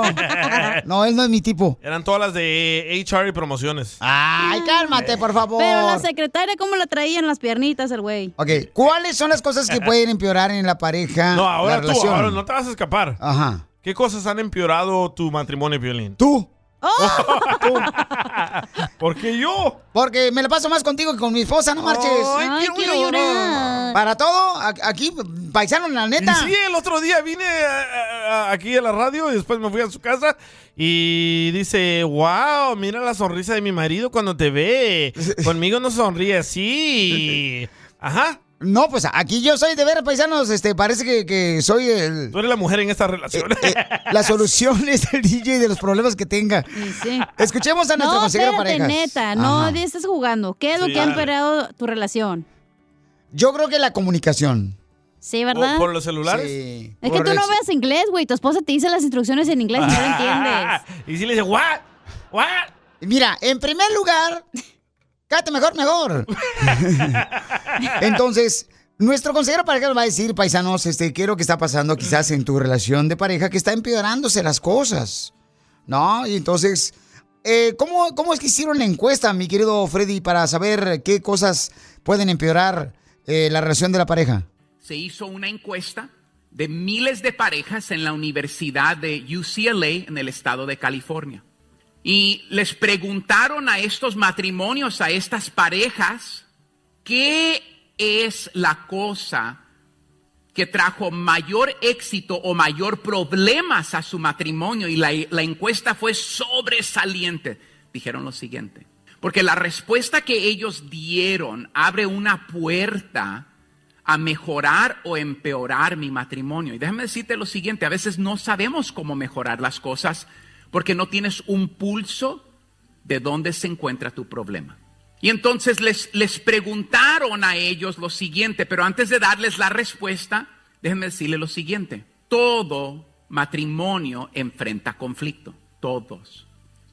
[SPEAKER 1] No, él no es mi tipo.
[SPEAKER 3] Eran todas las de HR y promociones.
[SPEAKER 1] Ay, cálmate, por favor.
[SPEAKER 4] Pero la secretaria, ¿cómo la traía en las piernitas el güey?
[SPEAKER 1] Ok, ¿cuáles son las cosas que pueden empeorar en la pareja?
[SPEAKER 3] No, ahora
[SPEAKER 1] la
[SPEAKER 3] tú,
[SPEAKER 1] relación?
[SPEAKER 3] ahora no te vas a escapar.
[SPEAKER 1] Ajá.
[SPEAKER 3] ¿Qué cosas han empeorado tu matrimonio, Violín?
[SPEAKER 1] ¿Tú?
[SPEAKER 4] ¡Oh!
[SPEAKER 3] ¿Por qué yo?
[SPEAKER 1] Porque me la paso más contigo que con mi esposa, no marches.
[SPEAKER 3] Ay, Ay, quiero quiero llorar. llorar.
[SPEAKER 1] Para todo, a- aquí, paisano, la
[SPEAKER 3] Y
[SPEAKER 1] neta.
[SPEAKER 3] sí, el otro día vine a- a- a- aquí a la radio y después me fui a su casa y dice, wow, mira la sonrisa de mi marido cuando te ve. Conmigo no sonríe así. Ajá.
[SPEAKER 1] No, pues aquí yo soy de veras, paisanos, este, parece que, que soy el... Eh,
[SPEAKER 3] Tú eres la mujer en esta relación.
[SPEAKER 1] La solución es el DJ de los problemas que tenga. Escuchemos a nuestro
[SPEAKER 4] No,
[SPEAKER 1] consejero
[SPEAKER 4] espérate,
[SPEAKER 1] parejas.
[SPEAKER 4] neta, no
[SPEAKER 1] Ajá.
[SPEAKER 4] di- estés jugando. ¿Qué es lo
[SPEAKER 1] Sí,
[SPEAKER 4] que ha
[SPEAKER 1] dale.
[SPEAKER 4] empeorado tu relación?
[SPEAKER 1] Yo creo que la comunicación.
[SPEAKER 4] Sí, ¿verdad?
[SPEAKER 3] ¿Por los celulares?
[SPEAKER 1] Sí.
[SPEAKER 4] Es que tú no veas inglés, güey. Tu esposa te dice las instrucciones en inglés y no lo entiendes.
[SPEAKER 3] Y si le dice, what? What?
[SPEAKER 1] Mira, en primer lugar, cállate mejor, mejor. Entonces, nuestro consejero pareja nos va a decir, paisanos, este, ¿qué es lo que está pasando quizás en tu relación de pareja que está empeorándose las cosas? ¿No? Y entonces, eh, ¿cómo, ¿cómo es que hicieron la encuesta, mi querido Freddy, para saber qué cosas pueden empeorar eh, la relación de la pareja?
[SPEAKER 24] se hizo una encuesta de miles de parejas en la Universidad de UCLA en el estado de California. Y les preguntaron a estos matrimonios, a estas parejas, ¿qué es la cosa que trajo mayor éxito o mayor problemas a su matrimonio? Y la, la encuesta fue sobresaliente. Dijeron lo siguiente, porque la respuesta que ellos dieron abre una puerta a mejorar o empeorar mi matrimonio. Y déjame decirte lo siguiente, a veces no sabemos cómo mejorar las cosas porque no tienes un pulso de dónde se encuentra tu problema. Y entonces les, les preguntaron a ellos lo siguiente, pero antes de darles la respuesta, déjenme decirle lo siguiente. Todo matrimonio enfrenta conflicto, todos.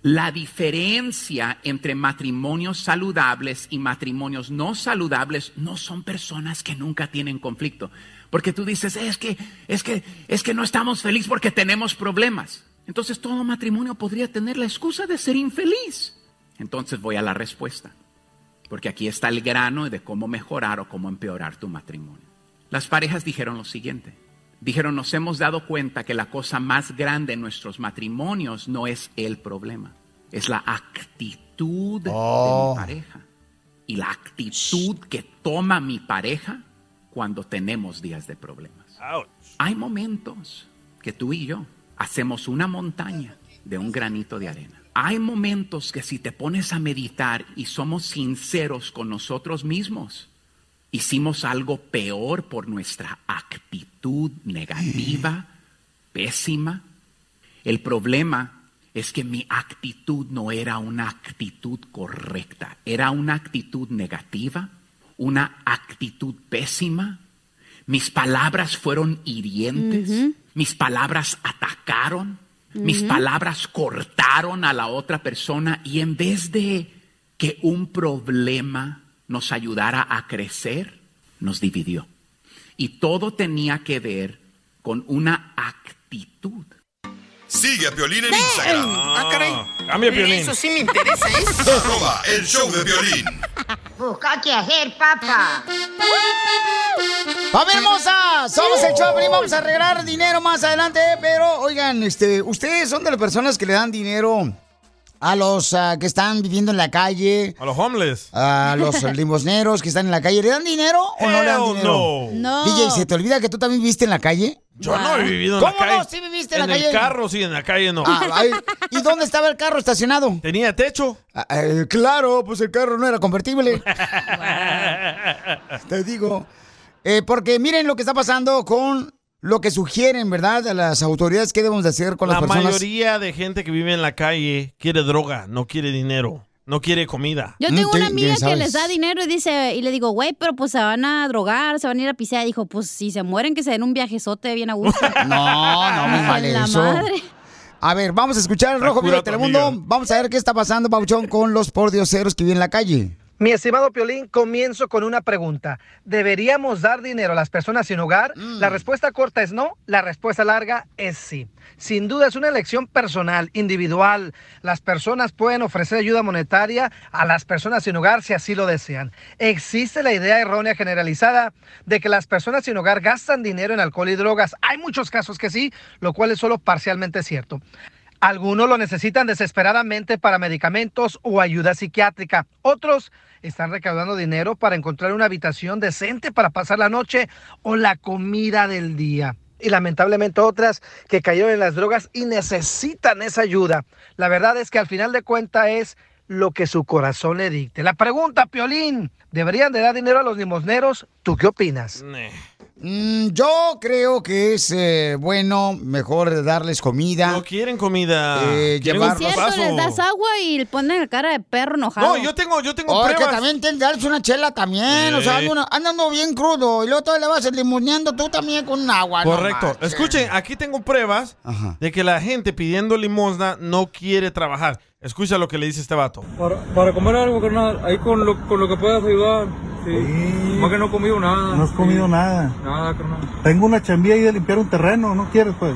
[SPEAKER 24] La diferencia entre matrimonios saludables y matrimonios no saludables no son personas que nunca tienen conflicto. Porque tú dices, es que, es que, es que no estamos felices porque tenemos problemas. Entonces todo matrimonio podría tener la excusa de ser infeliz. Entonces voy a la respuesta. Porque aquí está el grano de cómo mejorar o cómo empeorar tu matrimonio. Las parejas dijeron lo siguiente. Dijeron, nos hemos dado cuenta que la cosa más grande en nuestros matrimonios no es el problema, es la actitud de mi pareja. Y la actitud que toma mi pareja cuando tenemos días de problemas. Hay momentos que tú y yo hacemos una montaña de un granito de arena. Hay momentos que si te pones a meditar y somos sinceros con nosotros mismos, hicimos algo peor por nuestra actitud negativa, pésima. El problema es que mi actitud no era una actitud correcta, era una actitud negativa, una actitud pésima. Mis palabras fueron hirientes, mis palabras atacaron, mis
[SPEAKER 26] Ujú.
[SPEAKER 24] palabras cortaron a la otra persona y en vez de que un problema nos ayudara a crecer, nos dividió. Y todo tenía que ver con una actitud.
[SPEAKER 2] Sigue a Piolín en Instagram.
[SPEAKER 24] Ah, caray. Cambia, Piolín. Eso
[SPEAKER 27] sí me interesa, ¿eh? eso.
[SPEAKER 2] Arroba el show de Piolín.
[SPEAKER 27] Busca qué hacer, papá.
[SPEAKER 1] ¡Familia hermosa! Somos el show, de Piolín, vamos a arreglar dinero más adelante, pero oigan, este, ustedes son de las personas que le dan dinero a los ah, que están viviendo en la calle,
[SPEAKER 3] A los homeless.
[SPEAKER 1] a los limosneros que están en la calle, ¿le dan dinero o no le dan
[SPEAKER 3] Hell
[SPEAKER 1] dinero?
[SPEAKER 3] no. No.
[SPEAKER 1] DJ, ¿se te olvida que tú también viviste en la calle? Ah.
[SPEAKER 3] Yo no he vivido en la
[SPEAKER 1] ¿Cómo
[SPEAKER 3] calle.
[SPEAKER 1] no? Sí viviste en la calle.
[SPEAKER 3] el carro, sí, en la calle no.
[SPEAKER 1] Ah, ay, ¿Y dónde estaba el carro estacionado? Ah,
[SPEAKER 3] ¿Tenía techo?
[SPEAKER 1] claro, pues el carro no era convertible. Te digo. Eh, porque miren lo que está pasando con lo que sugieren, ¿verdad? A las autoridades qué debemos de hacer con
[SPEAKER 3] La
[SPEAKER 1] las personas.
[SPEAKER 3] mayoría de gente que vive en la calle quiere droga, no quiere dinero, no quiere comida.
[SPEAKER 4] Yo
[SPEAKER 1] Mm,
[SPEAKER 4] tengo una amiga que les da dinero y dice, y le digo, güey, pero pues se van a drogar, se van a ir a pisear. Dijo, pues si se mueren, que se den un viajezote bien a gusto.
[SPEAKER 1] No, no, muy mal
[SPEAKER 4] La
[SPEAKER 1] eso.
[SPEAKER 4] madre.
[SPEAKER 1] A ver, vamos a escuchar el rojo vivo
[SPEAKER 5] curado,
[SPEAKER 1] de Telemundo.
[SPEAKER 5] amiga.
[SPEAKER 1] Vamos a ver qué está pasando, Pauchón, con los pordioseros que viven en la calle.
[SPEAKER 5] Mi estimado Piolín, comienzo con una pregunta. ¿Deberíamos dar dinero a las personas sin hogar? La respuesta corta es no, la respuesta larga es sí. Sin duda es una elección personal, individual. Las personas pueden ofrecer ayuda monetaria a las personas sin hogar si así lo desean. Existe la idea errónea generalizada de que las personas sin hogar gastan dinero en alcohol y drogas. Hay muchos casos que sí, lo cual es solo parcialmente cierto. Algunos lo necesitan desesperadamente para medicamentos o ayuda psiquiátrica. Otros están recaudando dinero para encontrar una habitación decente para pasar la noche o la comida del día. Y lamentablemente otras que cayeron en las drogas y necesitan esa ayuda. La verdad es que al final de cuentas es lo que su corazón le dicte. La pregunta, Piolín, ¿deberían de dar dinero a los limosneros? ¿Tú qué opinas?
[SPEAKER 1] Mm, yo creo que es eh, bueno, mejor darles comida. No
[SPEAKER 3] quieren comida.
[SPEAKER 1] Eh,
[SPEAKER 4] Y
[SPEAKER 1] llevarlos-
[SPEAKER 4] si eso les das agua y ponen la cara de perro enojado.
[SPEAKER 1] No, yo
[SPEAKER 3] tengo, yo
[SPEAKER 1] Porque también te darse una chela también, o sea,
[SPEAKER 3] Sí.
[SPEAKER 1] alguna- andando bien crudo y luego todavía le vas limoneando tú también con agua. no
[SPEAKER 3] Correcto.
[SPEAKER 1] marches.
[SPEAKER 3] Escuchen, aquí tengo pruebas de que la gente pidiendo limosna no quiere trabajar. Escucha lo que le dice este vato.
[SPEAKER 8] Para, para comer algo, carnal, ahí con lo, con lo que puedas ayudar. Sí. Más que no he comido nada.
[SPEAKER 26] No has comido
[SPEAKER 8] Sí.
[SPEAKER 26] nada.
[SPEAKER 8] Nada, carnal.
[SPEAKER 26] Tengo una chambilla ahí de limpiar un terreno, ¿no quieres pues?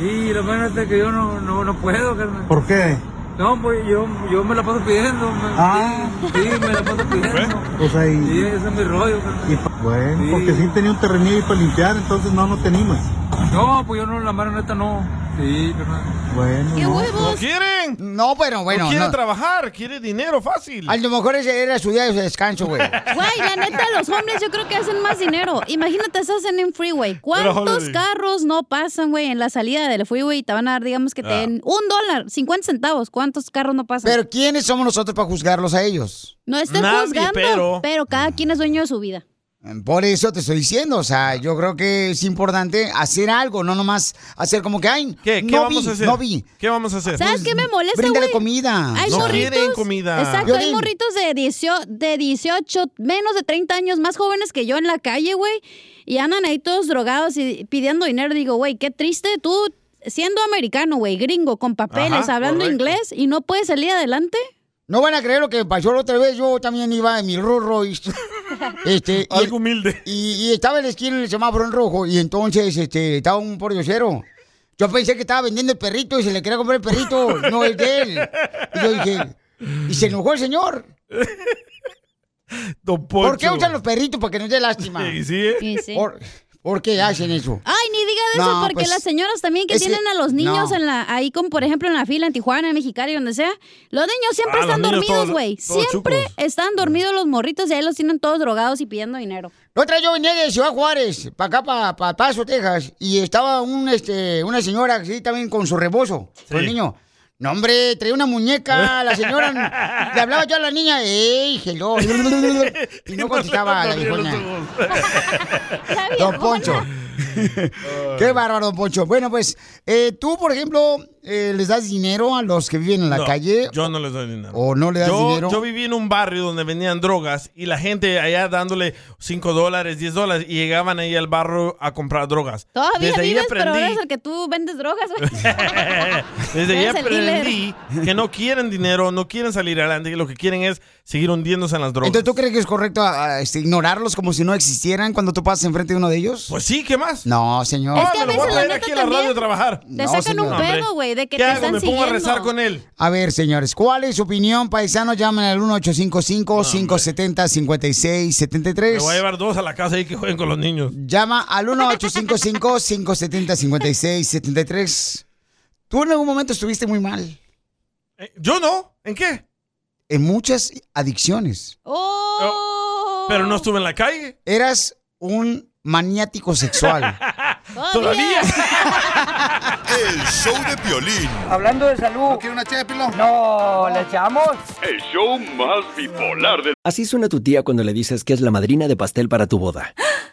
[SPEAKER 8] Y la verdad es que yo no, no, no puedo, carnal.
[SPEAKER 26] ¿Por qué?
[SPEAKER 8] No, pues yo, yo me la paso pidiendo. me-
[SPEAKER 26] Ah.
[SPEAKER 8] Sí, sí, me la paso pidiendo.
[SPEAKER 26] Pues ahí.
[SPEAKER 8] Sí, ese es mi rollo, carnal.
[SPEAKER 26] Y pa- bueno, porque sí tenía un terrenillo ahí para limpiar, entonces no, no te animas.
[SPEAKER 8] No, pues yo no, la mano neta no. Sí, carnal.
[SPEAKER 26] Bueno. no.
[SPEAKER 3] ¿No quieren?
[SPEAKER 1] No, pero bueno.
[SPEAKER 3] No quieren
[SPEAKER 1] no.
[SPEAKER 3] trabajar, quieren dinero fácil.
[SPEAKER 1] A lo mejor ese era su día de descanso, güey.
[SPEAKER 4] Güey, la neta, los hombres yo creo que hacen más dinero. Imagínate, estás en un freeway. ¿Cuántos
[SPEAKER 1] Órale.
[SPEAKER 4] carros no pasan, güey, en la salida del freeway y te van a dar, digamos, que te
[SPEAKER 1] Ah.
[SPEAKER 4] den un dólar, 50 centavos? ¿Cuántos carros no pasan?
[SPEAKER 1] Pero ¿quiénes somos nosotros para juzgarlos a ellos?
[SPEAKER 4] no estén
[SPEAKER 1] Nadie,
[SPEAKER 4] juzgando,
[SPEAKER 1] pero-
[SPEAKER 4] pero... cada quien es dueño de su vida.
[SPEAKER 1] Por eso te estoy diciendo, o sea, yo creo que es importante hacer algo, no nomás hacer como que, ay,
[SPEAKER 3] ¿Qué, qué
[SPEAKER 1] no
[SPEAKER 3] vamos
[SPEAKER 1] vi,
[SPEAKER 3] a hacer?
[SPEAKER 1] no vi. Pues
[SPEAKER 3] ¿Qué vamos a hacer?
[SPEAKER 4] ¿Sabes qué me molesta, güey?
[SPEAKER 1] Bríndale comida.
[SPEAKER 4] Hay
[SPEAKER 3] No
[SPEAKER 4] morritos.
[SPEAKER 3] quieren comida.
[SPEAKER 4] Exacto, hay
[SPEAKER 3] Violín.
[SPEAKER 4] morritos de 18, de 18, menos de 30 años, más jóvenes que yo en la calle, güey. Y andan ahí todos drogados y pidiendo dinero. Digo, güey, qué triste tú siendo americano, güey, gringo, con papeles,
[SPEAKER 1] Ajá,
[SPEAKER 4] hablando
[SPEAKER 1] correcto.
[SPEAKER 4] inglés y no puedes salir adelante.
[SPEAKER 1] No van a creer lo que pasó la otra vez. Yo también iba en mi Rolls Royce. Este, Algo
[SPEAKER 3] humilde.
[SPEAKER 1] Y, y estaba en la esquina el semáforo en rojo. Y entonces este, estaba un pordiosero. Yo pensé que estaba vendiendo el perrito y se le quería comprar el perrito. No es de él. Y yo dije. Y se enojó el señor. ¿Por qué usan los perritos? Para que nos dé lástima.
[SPEAKER 3] Sí, sí, ¿eh? Sí, Ah, sí.
[SPEAKER 1] ¿Por, por qué hacen eso?
[SPEAKER 4] Ay, ni diga de
[SPEAKER 1] No,
[SPEAKER 4] eso, porque
[SPEAKER 1] pues,
[SPEAKER 4] las señoras también que
[SPEAKER 1] es que-
[SPEAKER 4] tienen a los niños
[SPEAKER 1] no.
[SPEAKER 4] en la, ahí con, por ejemplo, en la fila en Tijuana, en Mexicali, donde sea, los niños siempre
[SPEAKER 1] Ah, los
[SPEAKER 4] están
[SPEAKER 1] niños
[SPEAKER 4] dormidos,
[SPEAKER 1] todos-
[SPEAKER 4] güey.
[SPEAKER 1] todos
[SPEAKER 4] Siempre
[SPEAKER 1] chucos.
[SPEAKER 4] están dormidos los morritos y ahí los tienen todos drogados y pidiendo dinero.
[SPEAKER 1] La otra yo venía de Ciudad Juárez, para acá, para Paso, Texas, y estaba un, este, una señora así también con su rebozo, con el niño. No, hombre, traía una muñeca, la señora, le hablaba yo a la niña, ¡ey, hello! Y no contestaba la viejona. Don Poncho. Qué bárbaro, Don Poncho. Bueno, pues, eh, tú, por ejemplo, eh, les das dinero a los que viven en la
[SPEAKER 3] No,
[SPEAKER 1] calle?
[SPEAKER 3] Yo no les doy dinero.
[SPEAKER 1] ¿O no le das
[SPEAKER 3] yo,
[SPEAKER 1] dinero?
[SPEAKER 3] yo viví en un barrio donde vendían drogas y la gente allá dándole 5 dólares, 10 dólares y llegaban ahí al barrio a comprar drogas.
[SPEAKER 4] Todavía
[SPEAKER 3] Desde ahí
[SPEAKER 4] vives, pero
[SPEAKER 3] aprendí-
[SPEAKER 4] ahora es el que tú vendes drogas, güey.
[SPEAKER 3] Desde ahí
[SPEAKER 4] Eres el dealer.
[SPEAKER 3] aprendí que no quieren dinero, no quieren salir adelante, que lo que quieren es seguir hundiéndose en las drogas.
[SPEAKER 1] Entonces, ¿tú crees que es correcto ah, ah, este, ignorarlos como si no existieran cuando tú pasas enfrente de uno de ellos?
[SPEAKER 3] Pues sí, ¿qué más?
[SPEAKER 1] No, señor.
[SPEAKER 4] Es que a veces la neta
[SPEAKER 3] aquí a la radio
[SPEAKER 4] también
[SPEAKER 3] a trabajar.
[SPEAKER 4] Te
[SPEAKER 1] No,
[SPEAKER 4] sacan un
[SPEAKER 1] señor.
[SPEAKER 4] pedo, güey, de que
[SPEAKER 3] ¿Qué
[SPEAKER 4] te
[SPEAKER 3] hago?
[SPEAKER 4] están
[SPEAKER 3] ¿Me
[SPEAKER 4] siguiendo.
[SPEAKER 3] pongo a rezar con él?
[SPEAKER 1] A ver, señores, ¿cuál es su opinión, paisano? Llamen al 1-855-570-5673.
[SPEAKER 3] Me voy a llevar dos a la casa ahí que jueguen con los niños.
[SPEAKER 1] Llama al 1-855-570-5673. ¿Tú en algún momento estuviste muy mal?
[SPEAKER 3] Eh, ¿Yo no? ¿En qué?
[SPEAKER 1] En muchas adicciones.
[SPEAKER 27] Oh.
[SPEAKER 3] Pero no estuve en la calle.
[SPEAKER 1] Eras un maniático sexual.
[SPEAKER 3] Todavía.
[SPEAKER 2] El show de Piolín.
[SPEAKER 25] Hablando de salud. ¿No quiere una ché de pilón? No, ¿le echamos?
[SPEAKER 7] El show más bipolar de
[SPEAKER 9] Así suena tu tía cuando le dices que es la madrina de pastel para tu boda.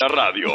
[SPEAKER 7] la radio.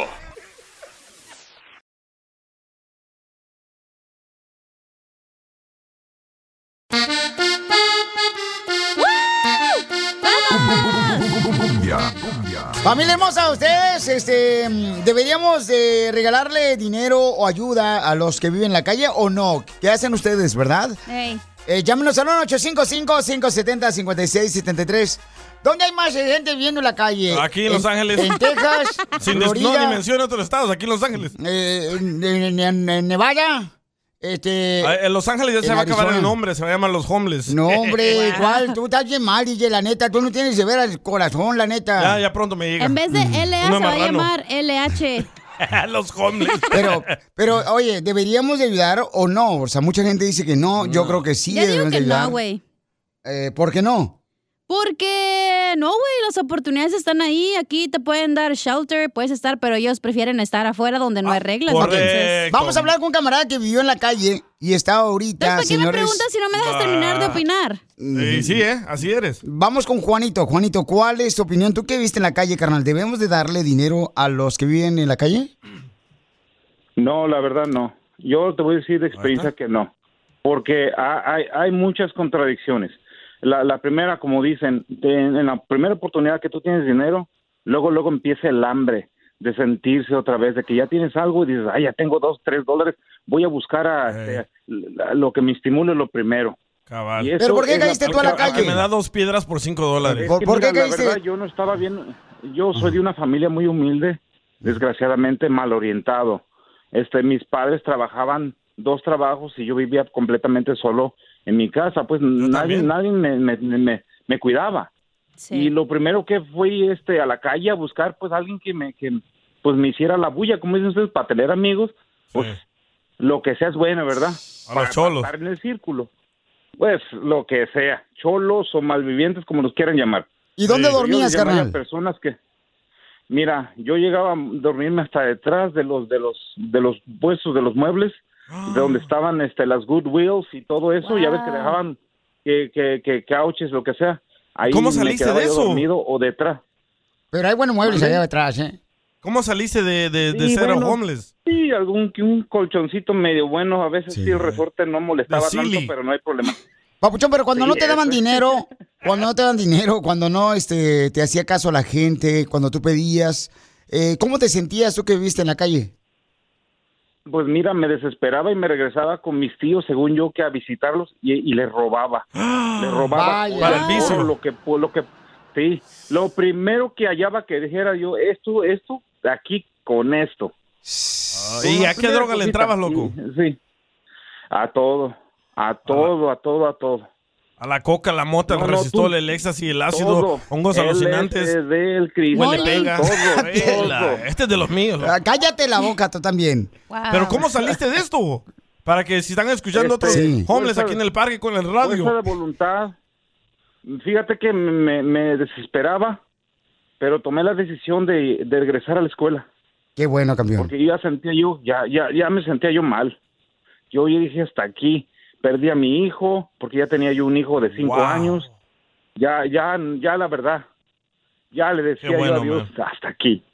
[SPEAKER 1] Familia hermosa, ustedes este, mm, deberíamos de regalarle dinero o ayuda a los que viven en la calle o no. ¿Qué hacen ustedes, verdad?
[SPEAKER 4] Ey.
[SPEAKER 1] Eh, llámenos al 1-855-570-5673. ¿Dónde hay más gente viviendo en la calle?
[SPEAKER 3] Aquí en Los Ángeles.
[SPEAKER 1] eh, En Texas.
[SPEAKER 3] Sin des- no,
[SPEAKER 1] Florida,
[SPEAKER 3] ni menciona otros estados, aquí en Los Ángeles.
[SPEAKER 1] eh, en, en- en- en Nevada. Este,
[SPEAKER 3] Ah, en Los Ángeles ya se
[SPEAKER 1] en
[SPEAKER 3] va a acabar
[SPEAKER 1] Arizona.
[SPEAKER 3] el nombre, se va a llamar Los Homeless.
[SPEAKER 1] No, hombre, ¿cuál? Tú estás bien mal, DJ, la neta. Tú no tienes de ver al corazón, la neta.
[SPEAKER 3] Ya, ya pronto me llega.
[SPEAKER 1] Em-
[SPEAKER 4] En vez de LA
[SPEAKER 3] Uno
[SPEAKER 4] se va a
[SPEAKER 3] marrano.
[SPEAKER 4] llamar LH.
[SPEAKER 3] los Homeless.
[SPEAKER 1] Pero, pero, oye, ¿deberíamos de ayudar o no? O sea, mucha gente dice que no. Yo creo que sí
[SPEAKER 4] Ya digo
[SPEAKER 1] debemos de
[SPEAKER 4] que
[SPEAKER 1] ayudar.
[SPEAKER 4] no, güey.
[SPEAKER 1] Eh, ¿Por qué no?
[SPEAKER 4] Porque no, güey, las oportunidades están ahí. Aquí te pueden dar shelter, puedes estar, pero ellos prefieren estar afuera donde
[SPEAKER 3] Ah,
[SPEAKER 4] no hay reglas. entonces.
[SPEAKER 1] Vamos a hablar con un camarada que vivió en la calle y está ahorita,
[SPEAKER 4] Pues, ¿Para qué me
[SPEAKER 1] señores.
[SPEAKER 4] preguntas si no me dejas terminar de opinar?
[SPEAKER 3] Sí, sí, ¿eh? Así eres.
[SPEAKER 1] Vamos con Juanito. Juanito, ¿cuál es tu opinión? ¿Tú qué viste en la calle, carnal? ¿Debemos de darle dinero a los que viven en la calle?
[SPEAKER 28] No, la verdad no. Yo te voy a decir de experiencia que no, porque ha- hay, hay muchas contradicciones. La, la primera, como dicen, te- en la primera oportunidad que tú tienes dinero, luego, luego empieza el hambre de sentirse otra vez, de que ya tienes algo y dices, ah, ya tengo dos, tres dólares, voy a buscar a, este, la- lo que me estimule lo primero.
[SPEAKER 3] Cabal.
[SPEAKER 28] Y eso es
[SPEAKER 3] Al que- al que Me da dos piedras por cinco dólares.
[SPEAKER 28] Es que, mira, La verdad, yo no estaba bien. Yo soy de una familia muy humilde, desgraciadamente mal orientado. Este, mis padres trabajaban dos trabajos y yo vivía completamente solo en mi casa. Pues nadie, nadie me, me, me- me cuidaba. Y lo primero que fui este, a la calle a buscar, pues alguien que me, que, pues, me hiciera la bulla, como dicen ustedes, para tener amigos, pues lo que sea es bueno, ¿verdad?
[SPEAKER 3] A
[SPEAKER 28] Para-
[SPEAKER 3] los cholos.
[SPEAKER 28] para estar en el círculo. Pues lo que sea, cholos o malvivientes, como los quieran llamar.
[SPEAKER 1] ¿Y dónde dormías,
[SPEAKER 28] yo le llamaba
[SPEAKER 1] carnal?
[SPEAKER 28] a personas que, mira, yo llegaba a dormirme hasta detrás de los de los de los puestos de los muebles, de donde estaban este las Goodwills y todo eso. Ya ves que
[SPEAKER 29] Wow.
[SPEAKER 28] dejaban que que que couches lo que sea. Ahí
[SPEAKER 3] ¿Cómo
[SPEAKER 28] me
[SPEAKER 3] saliste
[SPEAKER 28] quedaba
[SPEAKER 3] de
[SPEAKER 28] yo
[SPEAKER 3] eso?
[SPEAKER 28] Dormido o detrás.
[SPEAKER 1] Pero hay buenos muebles allá atrás, ¿eh?
[SPEAKER 3] ¿Cómo saliste de, de, de
[SPEAKER 28] Sí,
[SPEAKER 3] ser
[SPEAKER 28] bueno,
[SPEAKER 3] homeless?
[SPEAKER 28] Sí, algún que un colchoncito medio bueno, a veces sí, el resorte no molestaba
[SPEAKER 3] De
[SPEAKER 28] tanto,
[SPEAKER 3] Silly.
[SPEAKER 28] pero no hay problema.
[SPEAKER 1] Papuchón, pero cuando
[SPEAKER 28] Sí,
[SPEAKER 1] no te daban
[SPEAKER 28] eso.
[SPEAKER 1] dinero, cuando no te daban dinero, cuando no este, te hacía caso la gente, cuando tú pedías, eh, ¿cómo te sentías tú que viviste en la calle?
[SPEAKER 28] pues mira, me desesperaba y me regresaba con mis tíos, según yo, que a visitarlos y, y les robaba. les robaba
[SPEAKER 3] ¡Ah! Vaya.
[SPEAKER 28] todo
[SPEAKER 3] Para el vicio.
[SPEAKER 28] lo que pu- lo que sí, lo primero que hallaba que dijera yo esto esto aquí con esto.
[SPEAKER 3] ¿Y
[SPEAKER 28] Una
[SPEAKER 3] a qué
[SPEAKER 28] primera
[SPEAKER 3] droga le
[SPEAKER 28] cosita.
[SPEAKER 3] entrabas, loco?
[SPEAKER 28] Sí, sí. A todo, a todo, a todo, a todo.
[SPEAKER 3] A la coca, la mota,
[SPEAKER 28] No,
[SPEAKER 3] el
[SPEAKER 28] no,
[SPEAKER 3] resistol,
[SPEAKER 28] tú-
[SPEAKER 3] el éxtasis, el ácido,
[SPEAKER 28] Todo.
[SPEAKER 3] hongos alucinantes.
[SPEAKER 28] LSD, el cristal,
[SPEAKER 3] Huele pega.
[SPEAKER 28] todo,
[SPEAKER 3] Vela,
[SPEAKER 28] todo.
[SPEAKER 3] Este es de los míos.
[SPEAKER 1] Ah, Cállate la boca tú también.
[SPEAKER 3] Pero ¿cómo saliste de esto? Para que si están escuchando otros
[SPEAKER 28] Este, sí.
[SPEAKER 3] homeless
[SPEAKER 28] Fuerza-
[SPEAKER 3] aquí en el parque con el
[SPEAKER 28] Fuerza de
[SPEAKER 3] radio.
[SPEAKER 28] voluntad. Fíjate que me, me desesperaba, pero tomé la decisión de, de regresar a la escuela,
[SPEAKER 1] Qué bueno, campeón.
[SPEAKER 28] porque yo ya sentía yo, ya, ya, ya me sentía yo mal. Yo ya dije hasta aquí, perdí a mi hijo, porque ya tenía yo un hijo de cinco
[SPEAKER 3] Wow.
[SPEAKER 28] años. Ya, ya, ya la verdad, ya le decía yo
[SPEAKER 3] bueno,
[SPEAKER 28] a Dios, hasta aquí.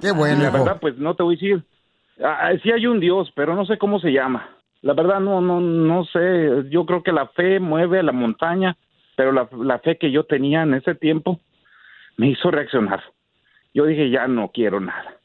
[SPEAKER 1] Qué bueno.
[SPEAKER 28] La verdad, pues no te voy a decir. Ah, ah, sí hay un Dios, pero no sé cómo se llama. La verdad, no, no, no sé. Yo creo que la fe mueve la montaña, pero la, la fe que yo tenía en ese tiempo me hizo reaccionar. Yo dije, ya no quiero nada.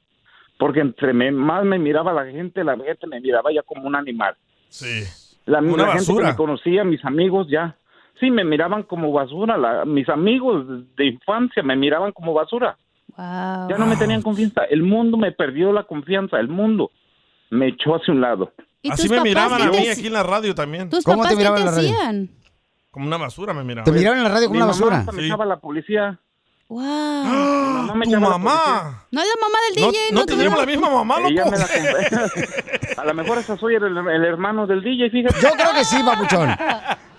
[SPEAKER 28] Porque entre me- más me miraba la gente, la gente me miraba ya como un animal.
[SPEAKER 3] Sí.
[SPEAKER 28] La,
[SPEAKER 3] Una
[SPEAKER 28] la gente que
[SPEAKER 3] basura.
[SPEAKER 28] me conocía, mis amigos ya, sí, me miraban como basura. La- mis amigos de infancia me miraban como basura. Ya no me tenían confianza. El mundo me perdió la confianza. El mundo me echó hacia un lado.
[SPEAKER 4] ¿Y
[SPEAKER 3] Así
[SPEAKER 4] tus
[SPEAKER 3] me
[SPEAKER 4] papás
[SPEAKER 3] miraban
[SPEAKER 4] qué
[SPEAKER 3] a
[SPEAKER 4] te
[SPEAKER 3] mí
[SPEAKER 4] hacían?
[SPEAKER 3] aquí en la radio también.
[SPEAKER 4] ¿Tus papás qué te hacían?
[SPEAKER 3] Como una basura me miraban.
[SPEAKER 1] Te miraban en la radio como
[SPEAKER 28] Mi
[SPEAKER 1] una
[SPEAKER 28] mamá
[SPEAKER 1] basura.
[SPEAKER 28] hasta me echaba la policía.
[SPEAKER 3] ¡Ah!
[SPEAKER 4] Wow.
[SPEAKER 28] me
[SPEAKER 3] ¡Tu
[SPEAKER 28] llama la
[SPEAKER 3] mamá!
[SPEAKER 4] No es la mamá del
[SPEAKER 3] No-
[SPEAKER 4] DJ.
[SPEAKER 3] no tendríamos la misma mamá,
[SPEAKER 28] Ella
[SPEAKER 3] loco.
[SPEAKER 28] me la conven- A lo mejor hasta soy el, el hermano del DJ, fíjate.
[SPEAKER 1] Yo creo que sí, papuchón.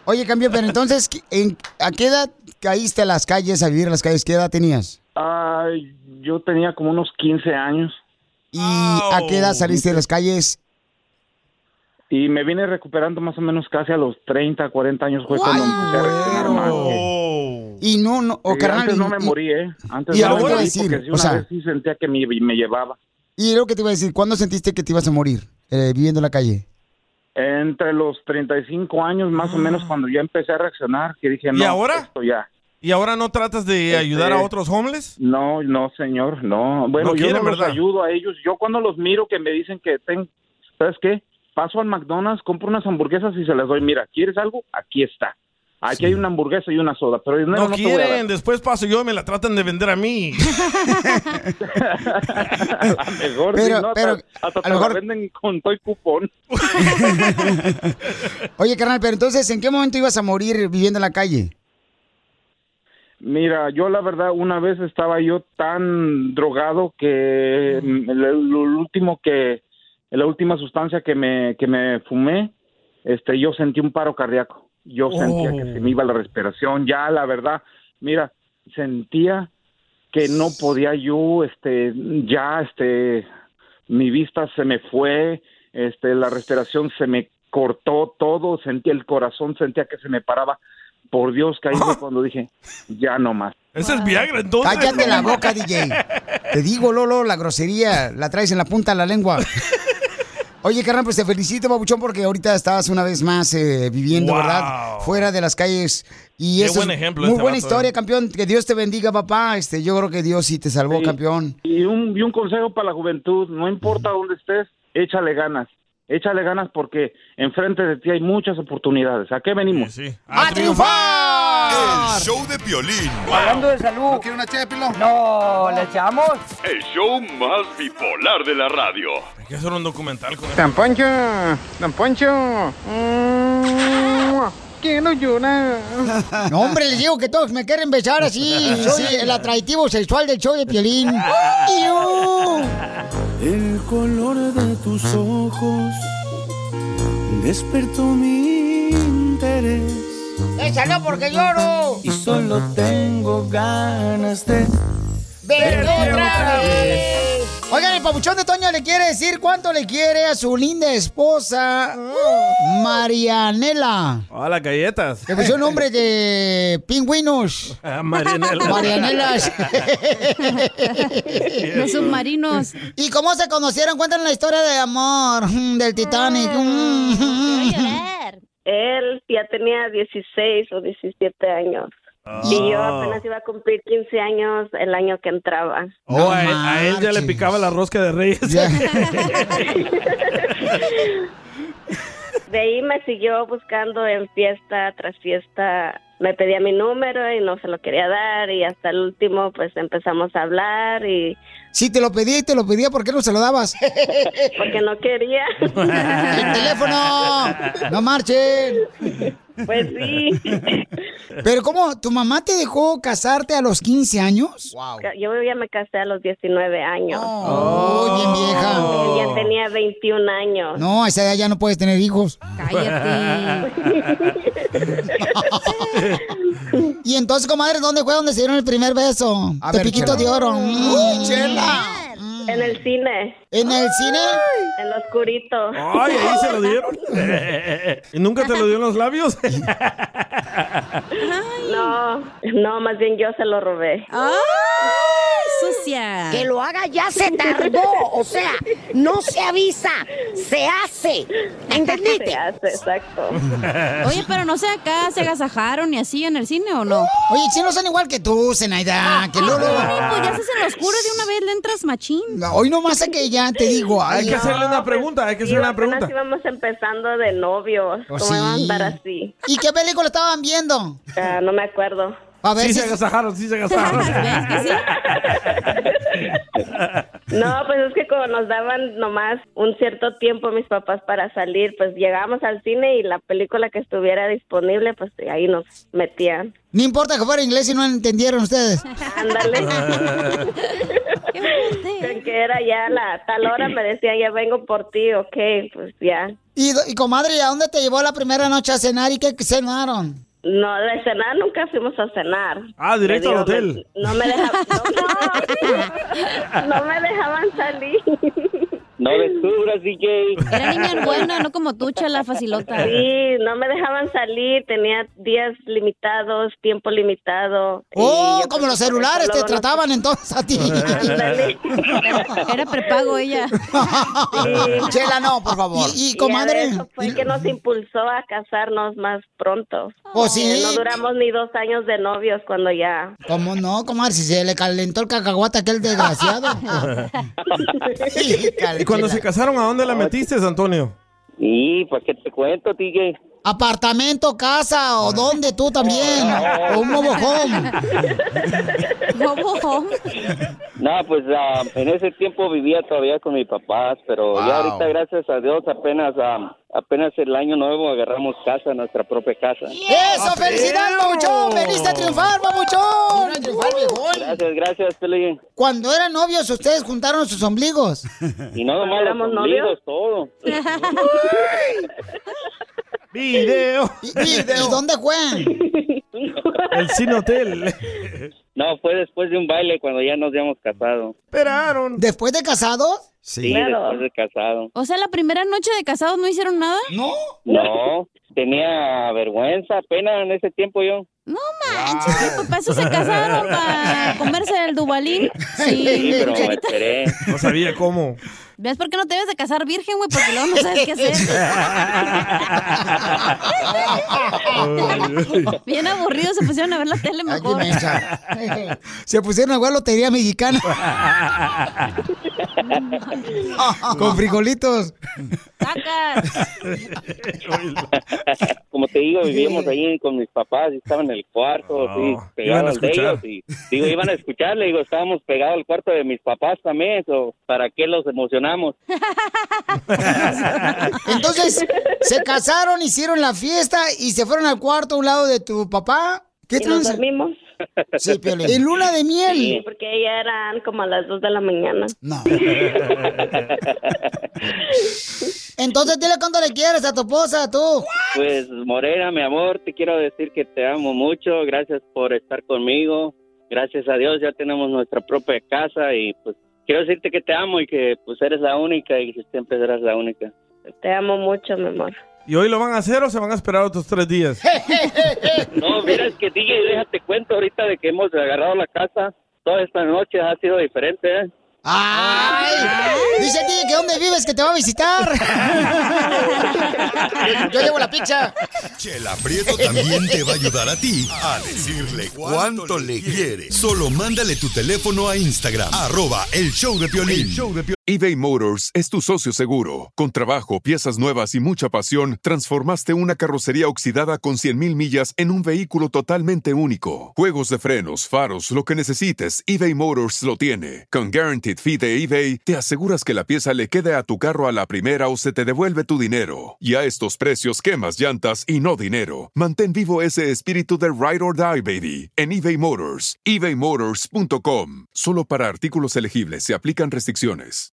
[SPEAKER 1] Oye, campeón, pero entonces, ¿qué- en- ¿a qué edad caíste a las calles, a vivir en las calles? ¿Qué edad tenías?
[SPEAKER 28] Ay, yo tenía como unos 15 años
[SPEAKER 1] ¿Y a qué edad saliste de las calles?
[SPEAKER 28] y me vine recuperando más o menos casi a los 30, 40 años. Fue cuando empecé a reaccionar más.
[SPEAKER 1] Y no, no, o
[SPEAKER 28] Sí,
[SPEAKER 1] carnal,
[SPEAKER 28] antes
[SPEAKER 1] y-
[SPEAKER 28] no me
[SPEAKER 1] y-
[SPEAKER 28] morí, ¿eh? Antes
[SPEAKER 1] y
[SPEAKER 28] no
[SPEAKER 1] ahora
[SPEAKER 28] me morí
[SPEAKER 1] te voy a
[SPEAKER 28] porque
[SPEAKER 1] decir,
[SPEAKER 28] sí,
[SPEAKER 1] o
[SPEAKER 28] una
[SPEAKER 1] sea-
[SPEAKER 28] vez sí sentía que me, me llevaba.
[SPEAKER 1] Y lo que te iba a decir, ¿cuándo sentiste que te ibas a morir eh, viviendo en la calle?
[SPEAKER 28] Entre los 35 años más o menos cuando ya empecé a reaccionar, que dije,
[SPEAKER 3] Ah. ¿Y
[SPEAKER 28] no,
[SPEAKER 3] ahora?
[SPEAKER 28] esto ya.
[SPEAKER 3] ¿Y ahora no tratas de ayudar a otros homeless?
[SPEAKER 28] No, no, señor, no. Bueno,
[SPEAKER 3] No
[SPEAKER 28] yo
[SPEAKER 3] quieren,
[SPEAKER 28] no los
[SPEAKER 3] ¿verdad?
[SPEAKER 28] ayudo a ellos. Yo cuando los miro que me dicen que tengo, ¿sabes qué? Paso al McDonald's, compro unas hamburguesas y se las doy. Mira, ¿quieres algo? Aquí está. Aquí hay una hamburguesa y una soda, pero dinero
[SPEAKER 3] No,
[SPEAKER 28] no, te voy a dar.
[SPEAKER 3] quieren, después paso yo y me la tratan de vender a mí.
[SPEAKER 28] A lo mejor,
[SPEAKER 3] Pero-
[SPEAKER 28] sí, no,
[SPEAKER 3] pero,
[SPEAKER 28] hasta, hasta
[SPEAKER 3] a
[SPEAKER 28] te
[SPEAKER 3] lo
[SPEAKER 28] la
[SPEAKER 3] mejor-
[SPEAKER 28] venden con todo y cupón.
[SPEAKER 1] Oye, carnal, pero entonces, ¿en qué momento ibas a morir viviendo en la calle?
[SPEAKER 28] Mira, yo la verdad una vez estaba yo tan drogado que mm, el, el último que la última sustancia que me que me fumé, este yo sentí un paro cardíaco. Yo sentía que se me iba la respiración, ya la verdad, mira, sentía que no podía yo este ya este mi vista se me fue, este la respiración se me cortó todo, sentía el corazón, sentía que se me paraba. Por Dios, caí
[SPEAKER 1] Oh.
[SPEAKER 28] yo cuando dije, ya no más.
[SPEAKER 3] Ese es Viagra, entonces.
[SPEAKER 1] Cállate la boca, DJ. Te digo, Lolo, la grosería la traes en la punta de la lengua. Oye, carnal, pues te felicito, babuchón, porque ahorita estabas una vez más eh, viviendo,
[SPEAKER 3] Wow.
[SPEAKER 1] ¿verdad? Fuera de las calles. Y
[SPEAKER 3] Qué
[SPEAKER 1] eso
[SPEAKER 3] buen
[SPEAKER 1] es
[SPEAKER 3] ejemplo
[SPEAKER 1] Muy
[SPEAKER 3] este
[SPEAKER 1] buena
[SPEAKER 3] vato,
[SPEAKER 1] historia,
[SPEAKER 3] eh.
[SPEAKER 1] campeón. Que Dios te bendiga, papá. Este, yo creo que Dios sí te salvó, campeón.
[SPEAKER 28] Y un, y un consejo para la juventud, no importa dónde estés, échale ganas. Échale ganas porque enfrente de ti hay muchas oportunidades. ¿A qué venimos?
[SPEAKER 25] ¡A triunfar!
[SPEAKER 28] El show de Piolín.
[SPEAKER 25] Ah. Hablando de salud. ¿No quiere una ché de pilón? No, ¿le echamos?
[SPEAKER 7] El show más bipolar de la radio.
[SPEAKER 3] Hay que hacer un documental con
[SPEAKER 21] Don Poncho, Don Poncho. Mm, Quiero llorar.
[SPEAKER 1] No, hombre, les digo que todos me quieren besar así. Soy el atractivo sexual del show de Piolín. ¡Iu!
[SPEAKER 18] El color de tus ojos despertó mi interés
[SPEAKER 1] ¡Esa no porque lloro!
[SPEAKER 18] y solo tengo ganas de
[SPEAKER 1] ¡Vete
[SPEAKER 18] otra vez!
[SPEAKER 1] Oigan, el papuchón de Toño le quiere decir cuánto le quiere a su linda esposa, Marianela. pues
[SPEAKER 3] Ah, las galletas.
[SPEAKER 1] Le pusieron nombre de pingüinos.
[SPEAKER 3] Ah, Marianela.
[SPEAKER 1] Marianelas.
[SPEAKER 4] De submarinos.
[SPEAKER 1] ¿Y cómo se conocieron? Cuentan la historia de amor mm, del Titanic. Mm.
[SPEAKER 19] Él ya tenía 16 o 17 años.
[SPEAKER 1] Ah.
[SPEAKER 3] Oh.
[SPEAKER 17] Y yo apenas iba a cumplir 15 años el año que entraba.
[SPEAKER 3] Oh, a, él, a él ya le picaba la rosca de Reyes.
[SPEAKER 17] De ahí me siguió buscando en fiesta tras fiesta. Me pedía mi número y no se lo quería dar y hasta el último pues empezamos a hablar y
[SPEAKER 1] Si te lo pedía y te lo pedía, ¿por qué no se lo dabas?
[SPEAKER 17] porque no quería.
[SPEAKER 1] ¡El teléfono! ¡No marchen!
[SPEAKER 17] Pues sí.
[SPEAKER 1] Pero ¿cómo? ¿Tu mamá te dejó casarte a los 15 años?
[SPEAKER 17] Ca- Yo ya me casé a los 19 años.
[SPEAKER 1] Oh, bien vieja.
[SPEAKER 17] Ya tenía 21 años.
[SPEAKER 1] No, a esa edad ya no puedes tener hijos. Y entonces, comadre, ¿dónde fue donde se dieron el primer beso?
[SPEAKER 17] A
[SPEAKER 1] Te
[SPEAKER 17] ver,
[SPEAKER 1] piquito
[SPEAKER 17] Chela.
[SPEAKER 1] de oro. Mm.
[SPEAKER 17] En el cine.
[SPEAKER 1] ¿En el cine?
[SPEAKER 17] En lo oscurito.
[SPEAKER 3] Ay, ahí se lo dieron.
[SPEAKER 20] Eh,
[SPEAKER 3] ¿Y nunca te lo dio en los labios?
[SPEAKER 17] No, no, más bien yo se lo robé.
[SPEAKER 4] sucia!
[SPEAKER 19] Que lo haga ya se tardó. O sea, no se avisa, se hace. ¿Entendiste? Se
[SPEAKER 17] hace, exacto.
[SPEAKER 4] Oye, pero no sé, acá se agasajaron y así en el cine o no.
[SPEAKER 1] Oye, chinos son igual que tú, Zenaida,
[SPEAKER 3] Ah,
[SPEAKER 1] que luego-
[SPEAKER 4] pues ya se hace en lo oscuro de una vez le entras machín.
[SPEAKER 1] Hoy no más a que ya te digo.
[SPEAKER 3] Hay
[SPEAKER 1] ay,
[SPEAKER 3] que hacerle una pregunta, hay que hacerle
[SPEAKER 17] Iba-
[SPEAKER 3] una pregunta.
[SPEAKER 17] Apenas íbamos empezando de novios.
[SPEAKER 3] Oh,
[SPEAKER 17] ¿Cómo iba a
[SPEAKER 3] sí.
[SPEAKER 17] andar así?
[SPEAKER 1] ¿Y qué película estaban viendo?
[SPEAKER 17] Ah, no me acuerdo.
[SPEAKER 3] sí se agasajaron, sí se agasajaron.
[SPEAKER 17] No, pues es que como nos daban nomás un cierto tiempo mis papás para salir, pues llegábamos al cine y la película que estuviera disponible, pues ahí nos metían.
[SPEAKER 1] No importa que fuera inglés y no entendieron ustedes.
[SPEAKER 17] Ándale. Con que era ya la tal hora me decían, ya vengo por ti, ok, pues ya.
[SPEAKER 1] Y, do- y comadre, ¿y ¿a dónde te llevó la primera noche a cenar y qué cenaron?
[SPEAKER 17] No, de cenar nunca fuimos a cenar.
[SPEAKER 3] Ah, directo
[SPEAKER 17] Te
[SPEAKER 3] al
[SPEAKER 17] digo,
[SPEAKER 3] hotel.
[SPEAKER 17] me- No me dejaban, no, no, no me dejaban salir.
[SPEAKER 20] No descubras, DJ.
[SPEAKER 4] Era niña buena, no como tú, chela facilota.
[SPEAKER 17] Sí, no me dejaban salir, tenía días limitados, tiempo limitado. y
[SPEAKER 1] Oh,
[SPEAKER 17] yo
[SPEAKER 1] como
[SPEAKER 17] creo
[SPEAKER 1] los
[SPEAKER 17] que por
[SPEAKER 1] celulares
[SPEAKER 17] eso
[SPEAKER 1] te
[SPEAKER 17] luego no-
[SPEAKER 1] trataban entonces a ti.
[SPEAKER 4] Era prepago ella.
[SPEAKER 1] Chela, no, por favor. Y, y,
[SPEAKER 17] de
[SPEAKER 1] comadre.
[SPEAKER 17] eso pues. fue que nos impulsó a casarnos más pronto.
[SPEAKER 1] Pues sí.
[SPEAKER 17] Eh, No duramos ni dos años de novios cuando ya.
[SPEAKER 1] ¿Cómo no, comadre? Si se le calentó el cacahuate a aquel desgraciado.
[SPEAKER 3] ¿Y cuando se casaron, a dónde la metiste, Antonio?
[SPEAKER 20] Y pues que te cuento, DJ.
[SPEAKER 1] ¿Apartamento, casa o dónde tú también?
[SPEAKER 20] Oh.
[SPEAKER 1] ¿O un mobile home?
[SPEAKER 20] No, pues ah, en ese tiempo vivía todavía con mis papás, pero ya
[SPEAKER 22] Wow.
[SPEAKER 20] ahorita, gracias a Dios, apenas ah, apenas el año nuevo agarramos casa, nuestra propia casa.
[SPEAKER 1] ¡Eso, felicidad, babuchón! ¡Veniste a triunfar, babuchón!
[SPEAKER 20] Gracias, gracias, Peli.
[SPEAKER 1] Cuando eran novios, ustedes juntaron sus ombligos.
[SPEAKER 20] Y no nomás los
[SPEAKER 1] ¿Éramos novios?
[SPEAKER 20] ombligos, todo.
[SPEAKER 3] Video.
[SPEAKER 1] ¿Y, y- y dónde fue?
[SPEAKER 3] El Cine Hotel.
[SPEAKER 20] No, fue después de un baile cuando ya nos habíamos casado.
[SPEAKER 3] Esperaron.
[SPEAKER 1] ¿Después de casados?
[SPEAKER 20] Sí, después de casado.
[SPEAKER 4] O sea, la primera noche de casados no hicieron nada.
[SPEAKER 1] No.
[SPEAKER 20] No, tenía vergüenza apenas en ese tiempo yo.
[SPEAKER 4] No manches, mi papá eso se casaron para comerse el Dubalín. Sí.
[SPEAKER 20] pero me esperé.
[SPEAKER 3] No sabía cómo.
[SPEAKER 4] ¿Ves por qué no te debes de casar virgen, güey? Porque luego no sabes qué hacer. Bien aburridos se pusieron a ver la tele mejor.
[SPEAKER 1] Se pusieron a jugar lotería mexicana. Con frijolitos.
[SPEAKER 20] Como te digo, vivíamos ahí con mis papás, y estaban en el cuarto, Oh, sí,
[SPEAKER 3] Oh, iban a
[SPEAKER 20] pegados de
[SPEAKER 3] escuchar.
[SPEAKER 20] ellos. Y, digo, iban a escuchar, le digo, estábamos pegados al cuarto de mis papás también, so, ¿para qué los emocionamos?
[SPEAKER 1] Entonces, se casaron, hicieron la fiesta y se fueron al cuarto a un lado de tu papá. ¿Qué
[SPEAKER 17] Y nos
[SPEAKER 1] tranza?
[SPEAKER 17] dormimos.
[SPEAKER 1] Sí, Piolín. En luna de miel.
[SPEAKER 17] Sí, porque ya eran como a las 2 de la mañana.
[SPEAKER 1] No. Entonces, dile cuánto le quieres a tu esposa, tú.
[SPEAKER 20] Pues Morena, mi amor, te quiero decir que te amo mucho, gracias por estar conmigo, gracias a Dios ya tenemos nuestra propia casa y pues quiero decirte que te amo y que pues eres la única y que siempre serás la única.
[SPEAKER 17] Te amo mucho, mi amor.
[SPEAKER 3] ¿Y hoy lo van a hacer o se van a esperar otros tres días?
[SPEAKER 20] No, mira, es que DJ, déjate cuento ahorita de que hemos agarrado la casa. Todas estas noches ha sido diferente, ¿eh?
[SPEAKER 1] ¡Ay! Dice a ti que dónde vives que te va a visitar. Yo llevo la pizza.
[SPEAKER 2] Chela Prieto también te va a ayudar a ti a decirle cuánto le quiere. Solo mándale tu teléfono a Instagram, arroba el show de Piolín.
[SPEAKER 16] eBay Motors es tu socio seguro. Con trabajo, piezas nuevas y mucha pasión, transformaste una carrocería oxidada con 100.000 millas en un vehículo totalmente único. Juegos de frenos, faros, lo que necesites, eBay Motors lo tiene. Con Guaranteed Fee de eBay, te aseguras que la pieza le quede a tu carro a la primera o se te devuelve tu dinero. Y a estos precios, quemas llantas y no dinero. Mantén vivo ese espíritu de Ride or Die, baby, en eBay Motors. ebaymotors.com. Solo para artículos elegibles se aplican restricciones.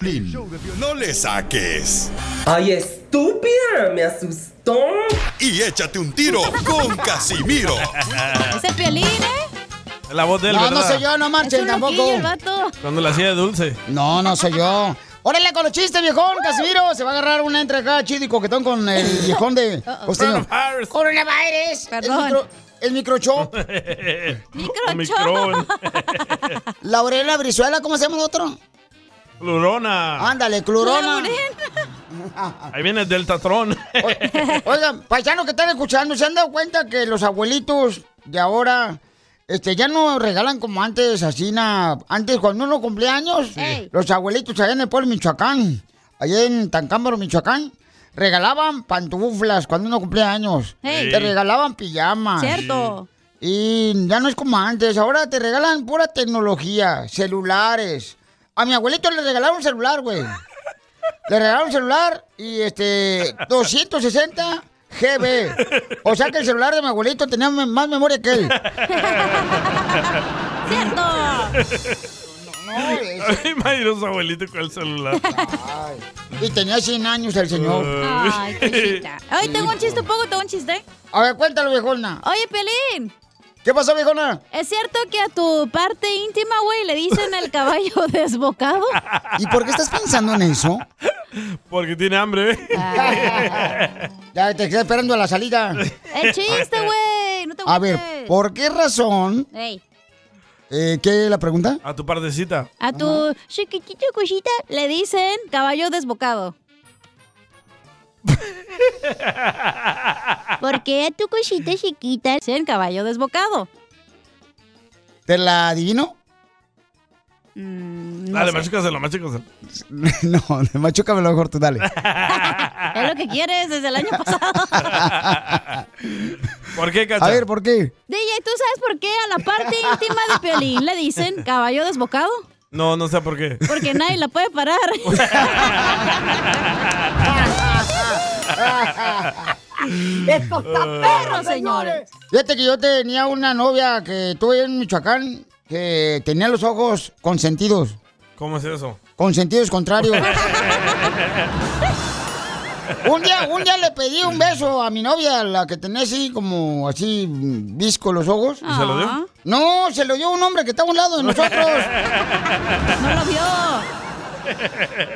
[SPEAKER 2] Piolín. No le saques.
[SPEAKER 13] ¡Ay, estúpida! ¡Me asustó!
[SPEAKER 2] Y échate un tiro con Casimiro.
[SPEAKER 4] Ese piolín, ¿eh?
[SPEAKER 3] La voz de él,
[SPEAKER 1] No, no
[SPEAKER 3] ¿verdad?
[SPEAKER 1] soy yo, no marchen tampoco.
[SPEAKER 4] El vato.
[SPEAKER 3] Cuando la hacía de dulce.
[SPEAKER 1] No, no soy yo. Órale con los chistes, viejón, Casimiro. Se va a agarrar una entre acá, chido y coquetón con el viejón de costeño. Coronavirus.
[SPEAKER 4] Perdón.
[SPEAKER 1] El, micro, el microchop.
[SPEAKER 4] Microchop.
[SPEAKER 3] Omicron.
[SPEAKER 1] Laurela Brizuela, ¿cómo se llama el otro?
[SPEAKER 3] Lurona.
[SPEAKER 1] Ándale, Clurona.
[SPEAKER 4] ¿eh?
[SPEAKER 3] Ahí viene el Deltatron.
[SPEAKER 1] Oigan, paisanos que están escuchando, ¿se han dado cuenta que los abuelitos de ahora este, ya no regalan como antes, así na- Antes, cuando uno cumplía años,
[SPEAKER 4] Sí.
[SPEAKER 1] los abuelitos allá en el pueblo de Michoacán, allá en Tancámbaro, Michoacán, regalaban pantuflas cuando uno cumplía años.
[SPEAKER 4] Ey.
[SPEAKER 1] Te regalaban pijamas.
[SPEAKER 4] Cierto.
[SPEAKER 1] Y ya no es como antes, ahora te regalan pura tecnología, celulares. A mi abuelito le regalaron un celular, güey. Le regalaron un celular y este 260 GB. O sea que el celular de mi abuelito tenía me- más memoria que él.
[SPEAKER 3] Ay, Mayros, abuelito, con el celular.
[SPEAKER 1] Y tenía 100 años el señor.
[SPEAKER 4] Ay, cosita. Ay, tengo un chiste, poco, tengo un chiste.
[SPEAKER 1] A ver, cuéntalo, viejona.
[SPEAKER 4] Oye, Pelín.
[SPEAKER 1] ¿Qué pasó, viejona?
[SPEAKER 4] ¿Es cierto que a tu parte íntima, güey, le dicen el caballo desbocado?
[SPEAKER 1] ¿Y por qué estás pensando en eso? Ah.
[SPEAKER 3] Porque tiene hambre, ¿eh?
[SPEAKER 1] Ya te estoy esperando a la salida.
[SPEAKER 4] El chiste, güey. No te
[SPEAKER 1] A ver,
[SPEAKER 4] agüites.
[SPEAKER 1] ¿por qué razón?
[SPEAKER 4] Ey,
[SPEAKER 1] eh, ¿Qué es la pregunta?
[SPEAKER 3] A tu partecita.
[SPEAKER 4] a tu chiquitita cosita le dicen caballo desbocado. ¿Por qué a tu cosita chiquita le dicen caballo desbocado?
[SPEAKER 1] ¿Te la adivino?
[SPEAKER 4] Mm, no
[SPEAKER 3] Dale,
[SPEAKER 4] sé.
[SPEAKER 1] pues
[SPEAKER 3] machícaselo, machícaselo.
[SPEAKER 1] No, machúcame lo mejor tú, dale.
[SPEAKER 4] Es lo que quieres desde el año pasado.
[SPEAKER 3] ¿Por qué, Cacha?
[SPEAKER 1] A ver, ¿por qué?
[SPEAKER 4] DJ, ¿tú sabes por qué a la parte íntima de Piolín le dicen caballo desbocado?
[SPEAKER 3] No, no sé por qué.
[SPEAKER 4] Porque nadie la puede parar.
[SPEAKER 1] ¡Esto está
[SPEAKER 4] perro, señores!
[SPEAKER 1] Fíjate que yo tenía una novia que tuve en Michoacán que tenía los ojos consentidos,
[SPEAKER 3] ¿Cómo es eso?
[SPEAKER 1] con sentidos contrarios. un día, un día le pedí un beso a mi novia, la que tenía así como así mm, visco los ojos.
[SPEAKER 3] ¿Y se lo dio? Ah.
[SPEAKER 1] No, se lo dio un hombre que estaba a un lado de nosotros.
[SPEAKER 4] No lo vio.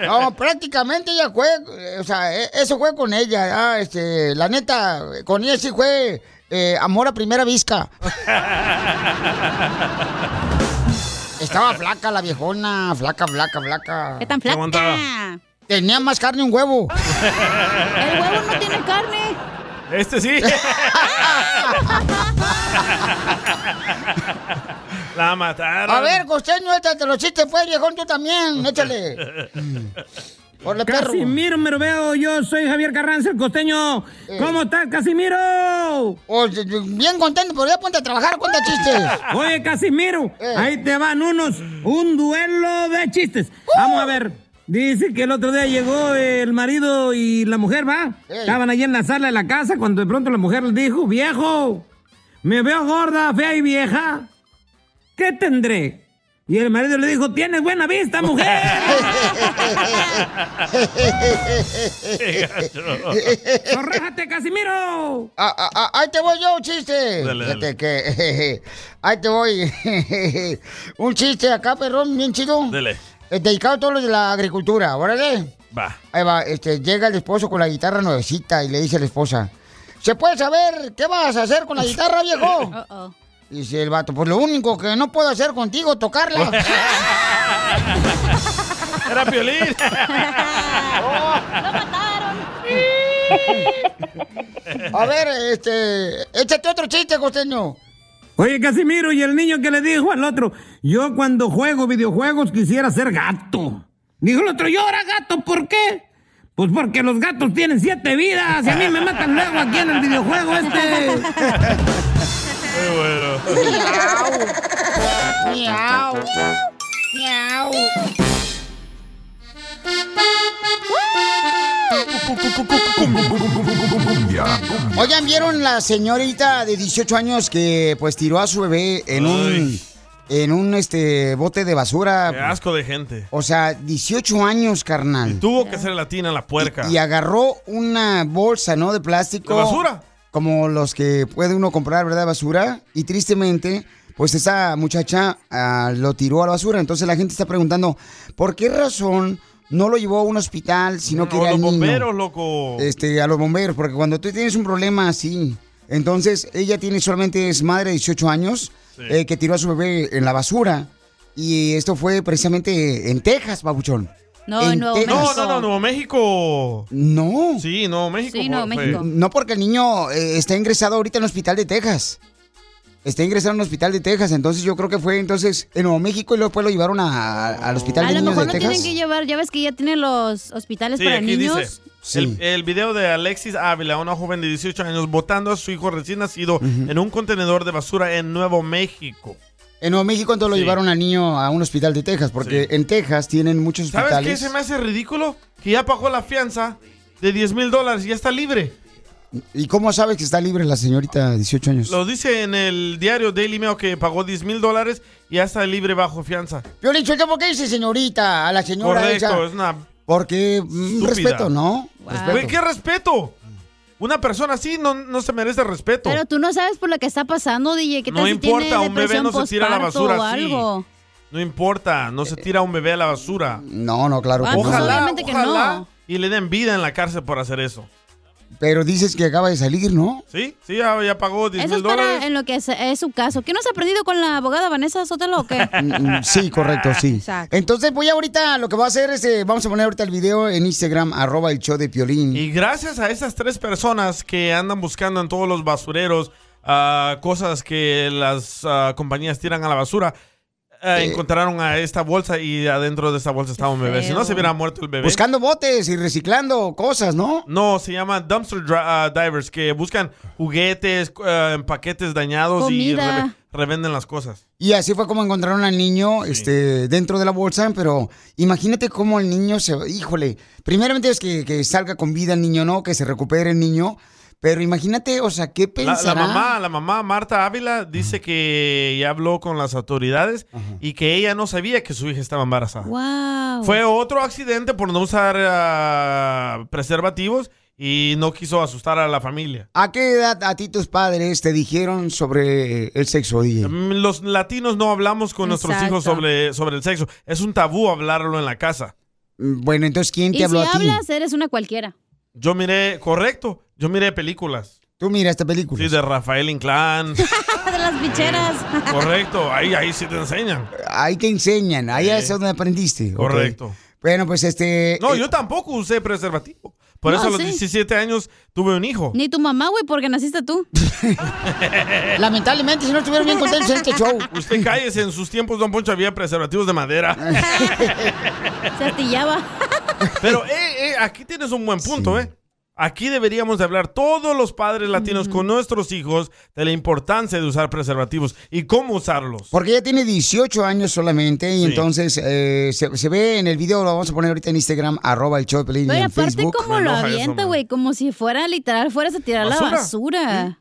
[SPEAKER 1] No, prácticamente ella fue, eh, o sea, e- eso fue con ella, ah, este, la neta, con ella sí fue eh, amor a primera visca. Estaba flaca la viejona, flaca, flaca, flaca.
[SPEAKER 4] ¿Qué tan flaca?
[SPEAKER 1] Tenía más carne un huevo.
[SPEAKER 4] El huevo no tiene carne.
[SPEAKER 3] Este sí. La mataron.
[SPEAKER 1] A ver, costeño, échate los chistes, pues, viejón, tú también, échale. Por perro.
[SPEAKER 22] Casimiro, me lo veo. Yo soy Javier Carranza, el costeño. ¿Cómo estás, Casimiro?
[SPEAKER 1] Eh. bien contento, pero ya ponte a trabajar, cuenta chistes. Eh.
[SPEAKER 22] Oye, Casimiro, ahí te van unos, un duelo de chistes.
[SPEAKER 1] Uh.
[SPEAKER 22] Vamos a ver. Dice que el otro día llegó el marido y la mujer, ¿va?
[SPEAKER 23] Ey.
[SPEAKER 22] Estaban allí en la sala de la casa cuando de pronto la mujer le dijo, viejo, me veo gorda, fea y vieja. ¿Qué tendré? Y el marido le dijo, tienes buena vista, mujer. ¡Corréjate, Casimiro!
[SPEAKER 1] Ah, ah, ah, ahí te voy yo, un chiste.
[SPEAKER 22] Dale, dale.
[SPEAKER 1] Eh, Fíjate que. eh, ahí te voy. un chiste acá, perrón, bien chido.
[SPEAKER 3] Dele.
[SPEAKER 1] Eh, Dedicado a todos los de la agricultura, órale.
[SPEAKER 3] Va.
[SPEAKER 1] Ahí va, este, llega el esposo con la guitarra nuevecita y le dice a la esposa: ¿Se puede saber qué vas a hacer con la guitarra, viejo?
[SPEAKER 4] Uh-oh.
[SPEAKER 1] Dice el vato: Pues lo único que no puedo hacer contigo, es tocarla.
[SPEAKER 3] Era Piolín.
[SPEAKER 1] A ver, este, échate otro chiste, costeño.
[SPEAKER 22] Oye, Casimiro, y el niño que le dijo al otro, yo cuando juego videojuegos quisiera ser gato. Dijo el otro, llora gato, ¿por qué? Pues porque los gatos tienen siete vidas y a mí me matan luego aquí en el videojuego este.
[SPEAKER 3] Muy bueno.
[SPEAKER 1] Miau. Miau. Oigan, ¿vieron la señorita de 18 años que pues tiró a su bebé en un en un este bote de basura?
[SPEAKER 3] Qué asco de gente.
[SPEAKER 1] O sea, 18 años, carnal.
[SPEAKER 3] Tuvo que ser latina la puerca.
[SPEAKER 1] Y agarró una bolsa, ¿no? De plástico.
[SPEAKER 3] ¿De basura?
[SPEAKER 1] Como los que puede uno comprar, ¿verdad? Basura. Y tristemente, pues esa muchacha ah, lo tiró a la basura. Entonces la gente está preguntando, ¿por qué razón no lo llevó a un hospital si no
[SPEAKER 3] O
[SPEAKER 1] quería
[SPEAKER 3] los
[SPEAKER 1] al niño?
[SPEAKER 3] bomberos, loco.
[SPEAKER 1] Este, a los bomberos, porque cuando tú tienes un problema así, entonces ella tiene solamente, es madre de 18 años,
[SPEAKER 3] Sí.
[SPEAKER 1] eh, que tiró a su bebé en la basura. Y esto fue precisamente en Texas, babuchón.
[SPEAKER 4] No, en Nuevo
[SPEAKER 1] Texas.
[SPEAKER 4] México.
[SPEAKER 3] No, no, no, Nuevo México.
[SPEAKER 1] No.
[SPEAKER 3] Sí, Nuevo México.
[SPEAKER 4] Sí, Nuevo
[SPEAKER 3] fue.
[SPEAKER 4] México.
[SPEAKER 1] No porque el niño eh, está ingresado ahorita en el hospital de Texas. Está ingresado en el hospital de Texas, entonces yo creo que fue entonces en Nuevo México y luego después lo llevaron a- al hospital
[SPEAKER 4] A
[SPEAKER 1] de
[SPEAKER 4] lo
[SPEAKER 1] niños de
[SPEAKER 4] mejor lo
[SPEAKER 1] Texas.
[SPEAKER 4] tienen que llevar, ya ves que ya tienen los hospitales
[SPEAKER 3] Sí,
[SPEAKER 4] para
[SPEAKER 3] aquí
[SPEAKER 4] niños.
[SPEAKER 3] dice. El, el video de Alexis Ávila, una joven de 18 años, botando a su hijo recién nacido en un contenedor de basura en Nuevo México.
[SPEAKER 1] En Nuevo México entonces
[SPEAKER 3] Sí.
[SPEAKER 1] lo llevaron al niño a un hospital de Texas, porque en Texas tienen muchos
[SPEAKER 3] ¿Sabes qué
[SPEAKER 1] hospitales.
[SPEAKER 3] se me hace ridículo? Que ya pagó la fianza de 10 mil dólares y ya está libre.
[SPEAKER 1] ¿Y cómo sabes que está libre la señorita de 18 años?
[SPEAKER 3] Lo dice en el diario Daily Mail que pagó 10 mil dólares y ya está libre bajo fianza.
[SPEAKER 1] Piolín, Sotelo, ¿por qué dice señorita a la señora
[SPEAKER 3] Correcto,
[SPEAKER 1] esa?
[SPEAKER 3] es una...
[SPEAKER 1] Porque mm,
[SPEAKER 3] Estúpida.
[SPEAKER 1] respeto, ¿no? Respeto.
[SPEAKER 3] Güey, ¿Qué respeto? Una persona así no, no se merece respeto.
[SPEAKER 4] Pero tú no sabes por lo que está pasando, DJ. ¿Qué
[SPEAKER 3] No
[SPEAKER 4] tal si
[SPEAKER 3] importa,
[SPEAKER 4] tiene
[SPEAKER 3] un bebé
[SPEAKER 4] depresión
[SPEAKER 3] no se tira a la
[SPEAKER 4] posparto
[SPEAKER 3] basura
[SPEAKER 4] o
[SPEAKER 3] así.
[SPEAKER 4] algo?
[SPEAKER 3] No importa, no se tira a un bebé a la basura.
[SPEAKER 1] No, no, claro que no.
[SPEAKER 3] Ojalá,
[SPEAKER 4] obviamente que
[SPEAKER 3] ojalá
[SPEAKER 4] no.
[SPEAKER 3] y le den vida en la cárcel por hacer eso.
[SPEAKER 1] Pero dices que acaba de salir, ¿no?
[SPEAKER 3] ¿Sí? Sí, ya, ya pagó 10
[SPEAKER 4] Eso
[SPEAKER 3] mil
[SPEAKER 4] es para
[SPEAKER 3] dólares.
[SPEAKER 4] en lo que es, es su caso. ¿Qué nos ha aprendido con la abogada Vanessa Sotelo o qué?
[SPEAKER 1] Mm, Sí, correcto, sí.
[SPEAKER 4] Exacto.
[SPEAKER 1] Entonces, voy ahorita, lo que voy a hacer es, eh, vamos a poner ahorita el video en Instagram, arroba el show de Piolín.
[SPEAKER 3] Y gracias a esas tres personas que andan buscando en todos los basureros ah, cosas que las ah, compañías tiran a la basura, ah, encontraron a esta bolsa y adentro de esa bolsa estaba un bebé. Si no,
[SPEAKER 1] feo.
[SPEAKER 3] se hubiera muerto el bebé.
[SPEAKER 1] Buscando botes y reciclando cosas, ¿no?
[SPEAKER 3] No, se llama dumpster dri- ah, divers, que buscan juguetes, ah, paquetes dañados y
[SPEAKER 1] Comida.
[SPEAKER 3] reve- revenden las cosas.
[SPEAKER 1] Y así fue como encontraron al niño este, dentro de la bolsa, pero imagínate cómo el niño se... Híjole, primeramente es que, que salga con vida el niño, ¿no? Que se recupere el niño, pero imagínate, o sea, ¿qué
[SPEAKER 3] La, la
[SPEAKER 1] pensará?
[SPEAKER 3] mamá, la mamá Marta Ávila dice que ya habló con las autoridades y que ella no sabía que su hija estaba embarazada.
[SPEAKER 4] ¡Wow!
[SPEAKER 3] Fue otro accidente por no usar ah, preservativos y no quiso asustar a la familia.
[SPEAKER 1] ¿A qué edad a ti tus padres te dijeron sobre el sexo, DJ?
[SPEAKER 3] Mm, Los latinos no hablamos con nuestros
[SPEAKER 1] Exacto.
[SPEAKER 3] hijos sobre, sobre el sexo. Es un tabú hablarlo en la casa.
[SPEAKER 1] Mm, Bueno, entonces, ¿quién
[SPEAKER 4] Y si
[SPEAKER 1] te habló a ti?
[SPEAKER 4] hablas, eres una cualquiera.
[SPEAKER 3] Yo miré, correcto, yo miré películas.
[SPEAKER 1] Tú miraste películas.
[SPEAKER 3] Sí, de Rafael Inclán.
[SPEAKER 4] de las bicheras.
[SPEAKER 3] correcto, ahí, ahí sí te enseñan.
[SPEAKER 1] Ahí te enseñan, ahí es donde aprendiste. ok.
[SPEAKER 3] Correcto.
[SPEAKER 1] Bueno, pues este...
[SPEAKER 3] No,
[SPEAKER 1] eh,
[SPEAKER 3] yo tampoco usé preservativo. Por
[SPEAKER 4] No,
[SPEAKER 3] eso a los
[SPEAKER 4] sí.
[SPEAKER 3] 17 años tuve un hijo.
[SPEAKER 4] Ni tu mamá, güey, porque naciste tú.
[SPEAKER 1] Lamentablemente, si no estuvieron bien contentos en este show.
[SPEAKER 3] Usted cállese, en sus tiempos, Don Poncho, había preservativos de madera.
[SPEAKER 4] Se astillaba.
[SPEAKER 3] Pero eh, eh, aquí tienes un buen punto, ¿eh? Aquí deberíamos de hablar todos los padres latinos con nuestros hijos de la importancia de usar preservativos y cómo usarlos.
[SPEAKER 1] Porque ella tiene 18 años solamente y entonces eh, se, se ve en el video, lo vamos a poner ahorita en Instagram, arroba el show de Pelín y
[SPEAKER 4] Pero
[SPEAKER 1] en
[SPEAKER 4] aparte,
[SPEAKER 1] Facebook.
[SPEAKER 4] ¿cómo lo avienta, güey? Como si fuera literal, fueras a tirar la
[SPEAKER 1] ¿Basura?
[SPEAKER 4] basura.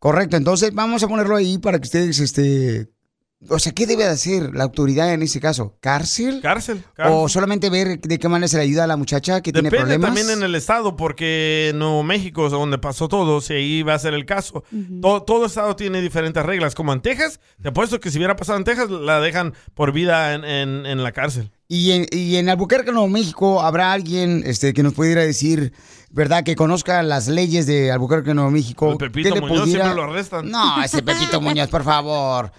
[SPEAKER 1] Correcto, entonces vamos a ponerlo ahí para que ustedes este, O sea, ¿qué debe de hacer la autoridad en ese caso? ¿Cárcel?
[SPEAKER 3] Cárcel. cárcel.
[SPEAKER 1] ¿O solamente ver de qué manera se le ayuda a la muchacha que tiene
[SPEAKER 3] Depende
[SPEAKER 1] problemas?
[SPEAKER 3] también en el estado, porque en Nuevo México es donde pasó todo, si ahí va a ser el caso. todo, todo estado tiene diferentes reglas. Como en Texas, te apuesto que si hubiera pasado en Texas, la dejan por vida en, en- en la cárcel.
[SPEAKER 1] Y en, y en Albuquerque, Nuevo México, ¿habrá alguien este, que nos pudiera decir, verdad, que conozca las leyes de Albuquerque, Nuevo México?
[SPEAKER 3] El Pues Pepito
[SPEAKER 1] que le
[SPEAKER 3] Muñoz
[SPEAKER 1] pudiera-
[SPEAKER 3] siempre lo arrestan.
[SPEAKER 1] No, ese Pepito Muñoz, por favor.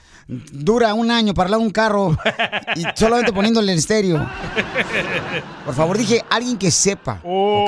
[SPEAKER 1] Dura un año para hablar un carro y solamente poniéndole el estéreo. Por favor, dije alguien que sepa.
[SPEAKER 4] Eh,
[SPEAKER 3] Oh.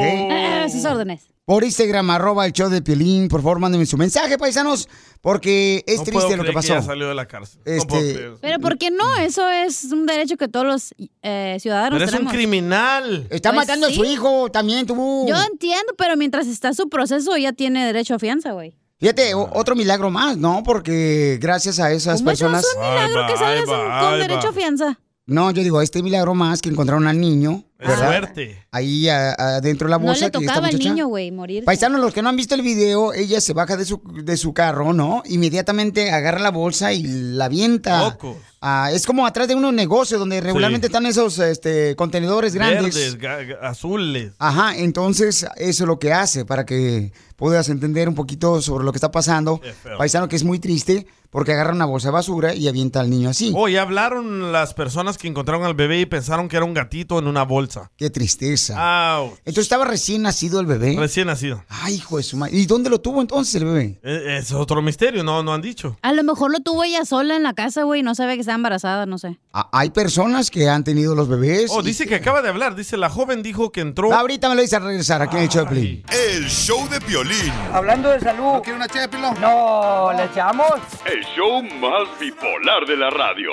[SPEAKER 1] ¿ok?
[SPEAKER 4] sus órdenes.
[SPEAKER 1] Por Instagram, arroba el show de Piolín. Por favor, mándenme su mensaje, paisanos, porque es
[SPEAKER 3] No puedo
[SPEAKER 1] triste lo
[SPEAKER 3] creer
[SPEAKER 1] que pasó.
[SPEAKER 3] ya salió de la cárcel. No
[SPEAKER 1] Este-
[SPEAKER 3] puedo creer.
[SPEAKER 4] Pero ¿por qué no? Eso es un derecho que todos los eh, ciudadanos
[SPEAKER 3] Pero es un
[SPEAKER 4] tenemos.
[SPEAKER 3] criminal.
[SPEAKER 1] Está
[SPEAKER 4] Pues
[SPEAKER 1] matando
[SPEAKER 4] sí.
[SPEAKER 1] a su hijo, también tuvo...
[SPEAKER 4] Yo entiendo, pero mientras está su proceso, ella tiene derecho a fianza, güey.
[SPEAKER 1] Fíjate, o- otro milagro más, ¿no? Porque gracias a esas
[SPEAKER 4] ¿Cómo eso no
[SPEAKER 1] personas...
[SPEAKER 4] es un milagro que salgas un- con derecho a fianza?
[SPEAKER 1] No, yo digo, este milagro más que encontraron al niño. ¿verdad?
[SPEAKER 3] suerte.
[SPEAKER 1] Ahí a- adentro de la
[SPEAKER 4] No
[SPEAKER 1] bolsa.
[SPEAKER 4] le
[SPEAKER 1] que esta
[SPEAKER 4] tocaba al
[SPEAKER 1] muchacha- Pues
[SPEAKER 4] niño, güey, morir.
[SPEAKER 1] Paisanos, los que no han visto el video, ella se baja de su, de su carro, ¿no? Inmediatamente agarra la bolsa y la avienta.
[SPEAKER 3] Locos.
[SPEAKER 1] Ah, es como atrás de unos negocios donde regularmente están esos este, contenedores grandes.
[SPEAKER 3] Verdes, ga- ga- azules.
[SPEAKER 1] Ajá, entonces eso es lo que hace para que puedas entender un poquito sobre lo que está pasando.
[SPEAKER 3] Qué feo.
[SPEAKER 1] Paisano que es muy triste porque agarra una bolsa de basura y avienta al niño así.
[SPEAKER 3] Oh, ya hablaron las personas que encontraron al bebé y pensaron que era un gatito en una bolsa.
[SPEAKER 1] Qué tristeza.
[SPEAKER 3] Au.
[SPEAKER 1] Entonces estaba recién nacido el bebé.
[SPEAKER 3] Recién nacido.
[SPEAKER 1] Ay, hijo de su madre. ¿Y dónde lo tuvo entonces el bebé?
[SPEAKER 3] Eh, Es otro misterio, no, no han dicho.
[SPEAKER 4] A lo mejor lo tuvo ella sola en la casa, güey, y no sabe que está embarazada, no sé.
[SPEAKER 1] A- hay personas que han tenido los bebés.
[SPEAKER 3] Oh,
[SPEAKER 1] y-
[SPEAKER 3] dice que acaba de hablar. Dice, la joven dijo que entró.
[SPEAKER 1] Ahorita me lo dice al regresar aquí
[SPEAKER 3] Ah,
[SPEAKER 1] en el show de Piolín.
[SPEAKER 2] El show de Piolín.
[SPEAKER 25] Hablando de salud. ¿No quiere una ché No, ¿le echamos?
[SPEAKER 7] El show más bipolar de la radio.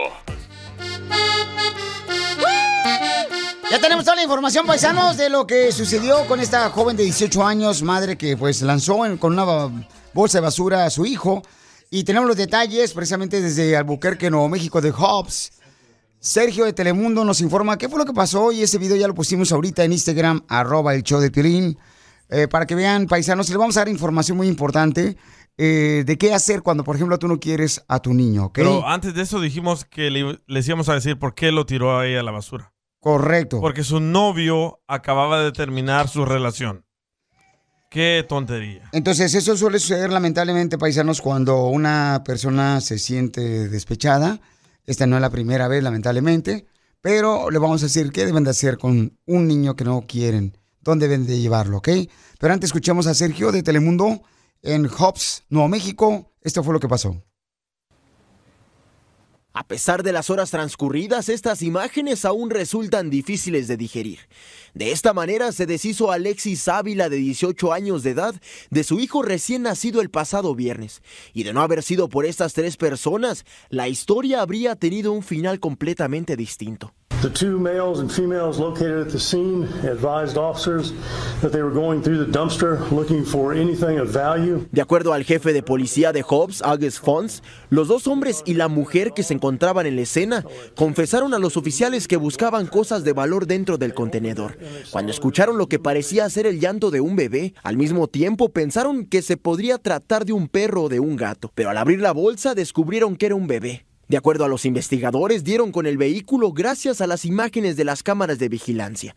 [SPEAKER 1] Ya tenemos toda la información, paisanos, de lo que sucedió con esta joven de 18 años, madre que pues lanzó en- con una ba- bolsa de basura a su hijo. Y tenemos los detalles precisamente desde Albuquerque, Nuevo México, de Hobbs. Sergio de Telemundo nos informa qué fue lo que pasó y ese video ya lo pusimos ahorita en Instagram, arroba el show de Piolín, eh, para que vean, paisanos, y le vamos a dar información muy importante eh, de qué hacer cuando, por ejemplo, tú no quieres a tu niño, ¿ok?
[SPEAKER 3] Pero antes de eso dijimos que le- les íbamos a decir por qué lo tiró a ella a la basura.
[SPEAKER 1] Correcto.
[SPEAKER 3] Porque su novio acababa de terminar su relación. Qué tontería.
[SPEAKER 1] Entonces, eso suele suceder lamentablemente, paisanos, cuando una persona se siente despechada. Esta no es la primera vez, lamentablemente. Pero le vamos a decir qué deben de hacer con un niño que no quieren. Dónde deben de llevarlo, ¿ok? Pero antes escuchamos a Sergio de Telemundo en Hobbs, Nuevo México. Esto fue lo que pasó.
[SPEAKER 27] A pesar de las horas transcurridas, estas imágenes aún resultan difíciles de digerir. De esta manera se deshizo Alexis Ávila, de 18 años de edad, de su hijo recién nacido el pasado viernes. Y de no haber sido por estas tres personas, la historia habría tenido un final completamente distinto.
[SPEAKER 5] The two males and females located at the scene advised officers that they were going through the dumpster looking for anything of value.
[SPEAKER 27] De acuerdo al jefe de policía de Hobbs, August Fons, los dos hombres y la mujer que se encontraban en la escena confesaron a los oficiales que buscaban cosas de valor dentro del contenedor. Cuando escucharon lo que parecía ser el llanto de un bebé, al mismo tiempo pensaron que se podría tratar de un perro o de un gato, pero al abrir la bolsa descubrieron que era un bebé. De acuerdo a los investigadores, dieron con el vehículo gracias a las imágenes de las cámaras de vigilancia.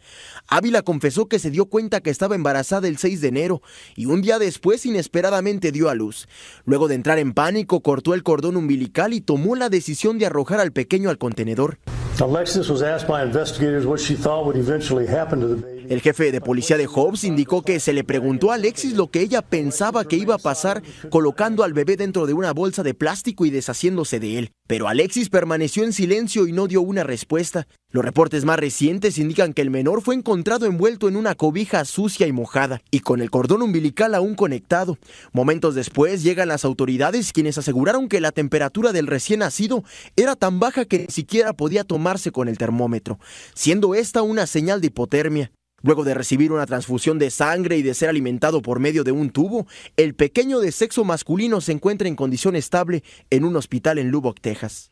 [SPEAKER 27] Ávila confesó que se dio cuenta que estaba embarazada el 6 de enero y un día después inesperadamente dio a luz. Luego de entrar en pánico, cortó el cordón umbilical y tomó la decisión de arrojar al pequeño al contenedor.
[SPEAKER 5] Alexis was asked by investigators what she thought would eventually happen to the baby.
[SPEAKER 27] El jefe de policía de Hobbs indicó que se le preguntó a Alexis lo que ella pensaba que iba a pasar colocando al bebé dentro de una bolsa de plástico y deshaciéndose de él. Pero Alexis permaneció en silencio y no dio una respuesta. Los reportes más recientes indican que el menor fue encontrado envuelto en una cobija sucia y mojada y con el cordón umbilical aún conectado. Momentos después llegan las autoridades quienes aseguraron que la temperatura del recién nacido era tan baja que ni siquiera podía tomarse con el termómetro, siendo esta una señal de hipotermia. Luego de recibir una transfusión de sangre y de ser alimentado por medio de un tubo, el pequeño de sexo masculino se encuentra en condición estable en un hospital en Lubbock, Texas.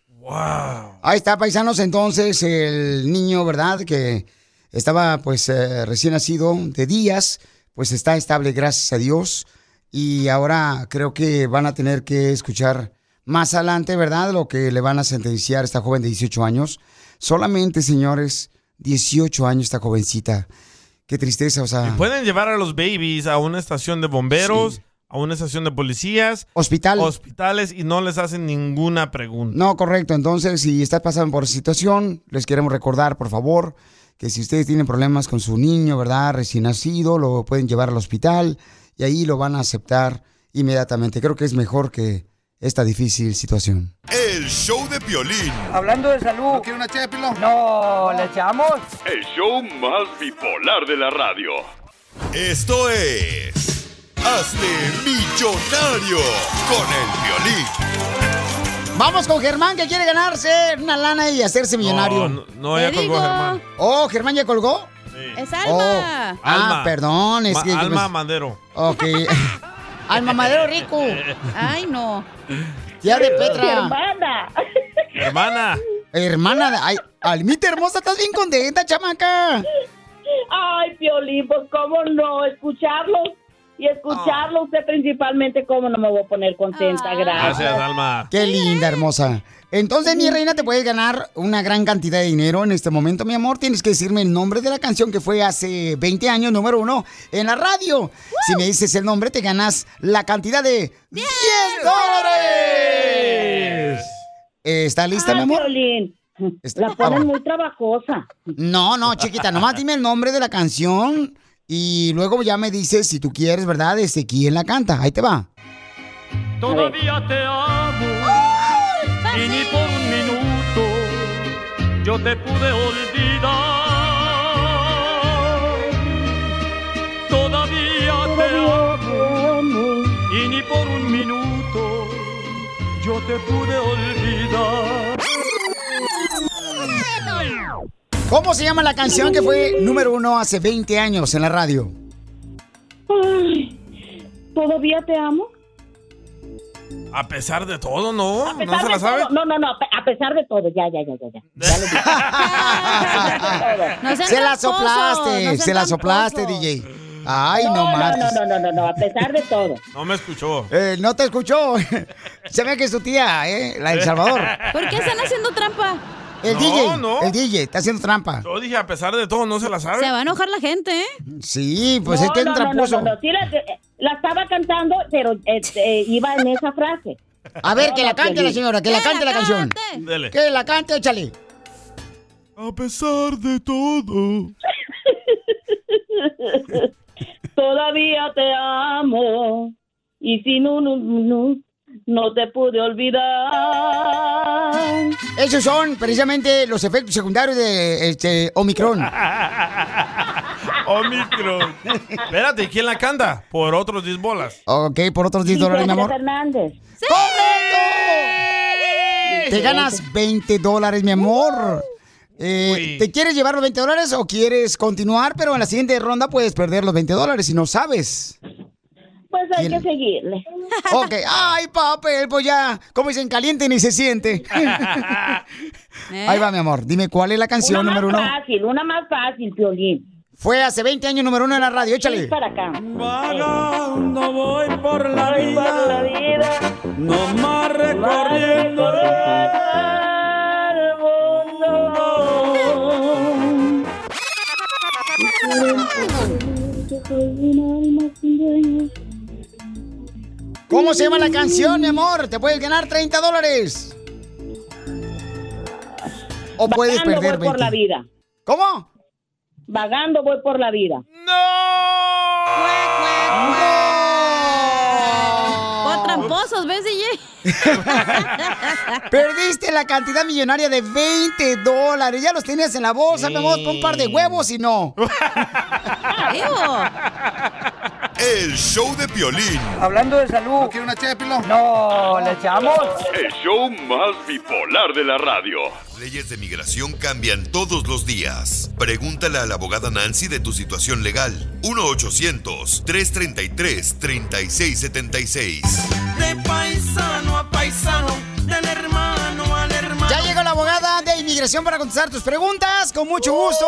[SPEAKER 1] Ahí está, paisanos, entonces el niño, ¿verdad? Que estaba pues eh, recién nacido de días, pues está estable, gracias a Dios. Y ahora creo que van a tener que escuchar más adelante, ¿verdad? Lo que le van a sentenciar a esta joven de 18 años. Solamente, señores, 18 años esta jovencita. Qué tristeza, o sea.
[SPEAKER 3] Pueden llevar a los babies a una estación de bomberos, a una estación de policías,
[SPEAKER 1] Hospital.
[SPEAKER 3] hospitales y no les hacen ninguna pregunta.
[SPEAKER 1] No, correcto. Entonces, si estás pasando por situación, les queremos recordar, por favor, que si ustedes tienen problemas con su niño, ¿verdad? Recién nacido, lo pueden llevar al hospital y ahí lo van a aceptar inmediatamente. Creo que es mejor que esta difícil situación.
[SPEAKER 2] El show de Piolín.
[SPEAKER 25] Hablando de salud. ¿No quiere una ché No, ¿le echamos?
[SPEAKER 7] El show más bipolar de la radio.
[SPEAKER 2] Esto es. Hazte millonario con el violín.
[SPEAKER 1] Vamos con Germán, que quiere ganarse una lana y hacerse millonario.
[SPEAKER 3] no, no, ya Te colgó digo. Germán.
[SPEAKER 1] Oh, Germán ya colgó.
[SPEAKER 4] Es
[SPEAKER 1] Alma.
[SPEAKER 4] alma.
[SPEAKER 1] Ah, perdón, es
[SPEAKER 3] Ma-
[SPEAKER 1] que-
[SPEAKER 3] Alma Madero.
[SPEAKER 1] Ok. Al mamadero rico.
[SPEAKER 4] Ay, no.
[SPEAKER 1] Tía de Petra.
[SPEAKER 4] Hermana.
[SPEAKER 3] Hermana.
[SPEAKER 1] Hermana, de- ay, Almita hermosa, estás bien contenta, chamaca.
[SPEAKER 8] Ay, Piolín, pues cómo no, escucharlos y escucharlo usted principalmente, cómo no me voy a poner contenta, gracias.
[SPEAKER 3] Gracias, Alma.
[SPEAKER 1] Qué linda, hermosa. Entonces, mi reina, te puedes ganar una gran cantidad de dinero en este momento, mi amor. Tienes que decirme el nombre de la canción que fue hace 20 años, número uno, en la radio. Si me dices el nombre, te ganas la cantidad de 10 dólares. Eh, ¿Está lista,
[SPEAKER 8] Ay,
[SPEAKER 1] mi amor?
[SPEAKER 8] Ah, Piolín,
[SPEAKER 1] Está-
[SPEAKER 8] la ponen
[SPEAKER 1] ah,
[SPEAKER 8] muy trabajosa.
[SPEAKER 1] No, no, chiquita, nomás dime el nombre de la canción y luego ya me dices si tú quieres, ¿verdad? Este, ¿quién la canta? Ahí te va.
[SPEAKER 23] Todavía te amo. y ni por un minuto yo te pude olvidar. Todavía, te amo. Y ni por un minuto yo te pude olvidar.
[SPEAKER 1] ¿Cómo se llama la canción que fue número uno hace 20 años en la radio?
[SPEAKER 8] Ay, ¿Todavía te amo?
[SPEAKER 3] A pesar de todo, ¿no?
[SPEAKER 8] A
[SPEAKER 3] ¿No
[SPEAKER 8] pesar
[SPEAKER 3] se
[SPEAKER 8] de
[SPEAKER 3] la sabe?
[SPEAKER 8] todo- No, no, no, a pesar de todo, ya, ya, ya, ya. ya.
[SPEAKER 4] No sean
[SPEAKER 1] Ah, se la
[SPEAKER 4] tramposos,
[SPEAKER 1] soplaste,
[SPEAKER 4] no sean
[SPEAKER 1] se la soplaste, DJ. Ay, no, más.
[SPEAKER 8] No, no, no, no, a pesar de todo.
[SPEAKER 3] No me escuchó.
[SPEAKER 1] Eh, no te escuchó. se ve que es tu tía, ¿eh? La del Salvador.
[SPEAKER 4] ¿Por qué están haciendo trampa?
[SPEAKER 1] El
[SPEAKER 3] No,
[SPEAKER 1] DJ,
[SPEAKER 3] no.
[SPEAKER 1] el DJ, está haciendo trampa.
[SPEAKER 3] Yo dije, a pesar de todo, no se la sabe.
[SPEAKER 4] Se va a enojar la gente, ¿eh?
[SPEAKER 1] Sí, pues
[SPEAKER 8] No,
[SPEAKER 1] es que es
[SPEAKER 8] no,
[SPEAKER 1] un
[SPEAKER 8] no,
[SPEAKER 1] tramposo.
[SPEAKER 8] no, no, no, sí la, eh, la estaba cantando, pero este, iba en esa frase.
[SPEAKER 1] A ver, que la cante la
[SPEAKER 8] Piolín.
[SPEAKER 1] señora, que la cante la canción.
[SPEAKER 3] Dele.
[SPEAKER 1] Que la cante, échale.
[SPEAKER 3] A pesar de todo.
[SPEAKER 8] Todavía te amo y sin un minuto no te pude olvidar.
[SPEAKER 1] Esos son precisamente los efectos secundarios de este, Omicron.
[SPEAKER 3] Omicron. Espérate, ¿quién la canta? Por otros 10 bolas.
[SPEAKER 1] Ok, por otros 10 dólares, mi amor.
[SPEAKER 8] Vicente Fernández.
[SPEAKER 1] Te ganas 20 dólares, mi amor.
[SPEAKER 8] Uh.
[SPEAKER 1] Eh, ¿Te quieres llevar los 20 dólares o quieres continuar? Pero en la siguiente ronda puedes perder los 20 dólares si no sabes.
[SPEAKER 8] Pues hay
[SPEAKER 1] ¿Quién?
[SPEAKER 8] que seguirle.
[SPEAKER 1] Ok, ay, papel, pues ya, como dicen, caliente ni se siente. Ahí va, mi amor. Dime cuál es la canción
[SPEAKER 8] una
[SPEAKER 1] número uno.
[SPEAKER 8] más fácil, una más fácil, Piolín.
[SPEAKER 1] Fue hace 20 años número uno en la radio, échale.
[SPEAKER 8] Sí, para acá.
[SPEAKER 23] No voy por la vida, no más recorriendo el mundo.
[SPEAKER 1] ¿Cómo se llama la canción, mi amor? Te puedes ganar 30 dólares. O puedes
[SPEAKER 8] Vagando
[SPEAKER 1] perder
[SPEAKER 8] voy por la
[SPEAKER 1] 20.
[SPEAKER 8] vida.
[SPEAKER 1] ¿Cómo?
[SPEAKER 8] Vagando voy por la vida.
[SPEAKER 4] O Oh. tramposos, ¿ves, DJ?
[SPEAKER 1] Perdiste la cantidad millonaria de 20 dólares. Ya los tenías en la bolsa, mi amor. Pon un par de huevos y no.
[SPEAKER 2] El show de Piolín.
[SPEAKER 25] Hablando de salud. ¿No quiere una ché No, ¿le echamos?
[SPEAKER 7] El show más bipolar de la radio.
[SPEAKER 2] Leyes de migración cambian todos los días. Pregúntale a la abogada Nancy de tu situación legal. 1-800-333-3676.
[SPEAKER 23] De paisano a paisano, del hermano al hermano.
[SPEAKER 1] Ya llegó la abogada de inmigración. inspiración para contestar tus preguntas. Con mucho gusto.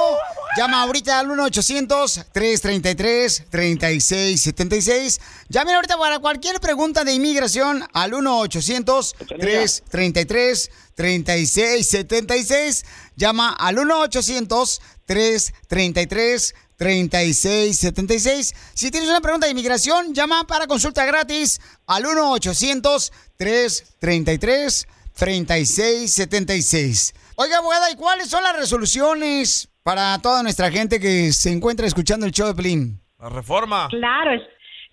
[SPEAKER 1] Llama ahorita al 1-800-333-3676. Llamen ahorita para cualquier pregunta de inmigración al 1-800-333-3676. Llama al 1-800-333-3676. 3676. Si tienes una pregunta de inmigración, llama para consulta gratis al 1-800-333-3676. Oiga, abogada, ¿y cuáles son las resoluciones para toda nuestra gente que se encuentra escuchando el show de Pelín?
[SPEAKER 3] La reforma.
[SPEAKER 9] Claro, es-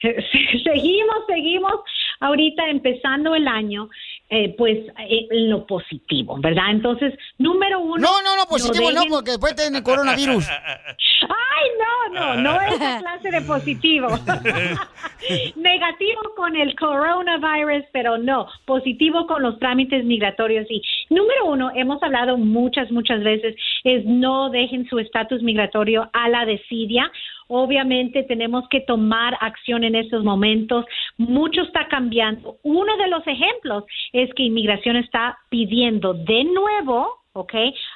[SPEAKER 9] eh, seguimos, seguimos ahorita empezando el año, eh, pues eh, en lo positivo, ¿verdad? Entonces, número uno...
[SPEAKER 1] No, no, no, positivo no, porque después tiene coronavirus.
[SPEAKER 9] Ay, no, no, no es esa clase de positivo. Negativo con el coronavirus, pero no, positivo con los trámites migratorios. Y número uno, hemos hablado muchas, muchas veces, es no dejen su estatus migratorio a la desidia. Obviamente tenemos que tomar acción en estos momentos. Mucho está cambiando. Uno de los ejemplos es que inmigración está pidiendo de nuevo, ¿ok?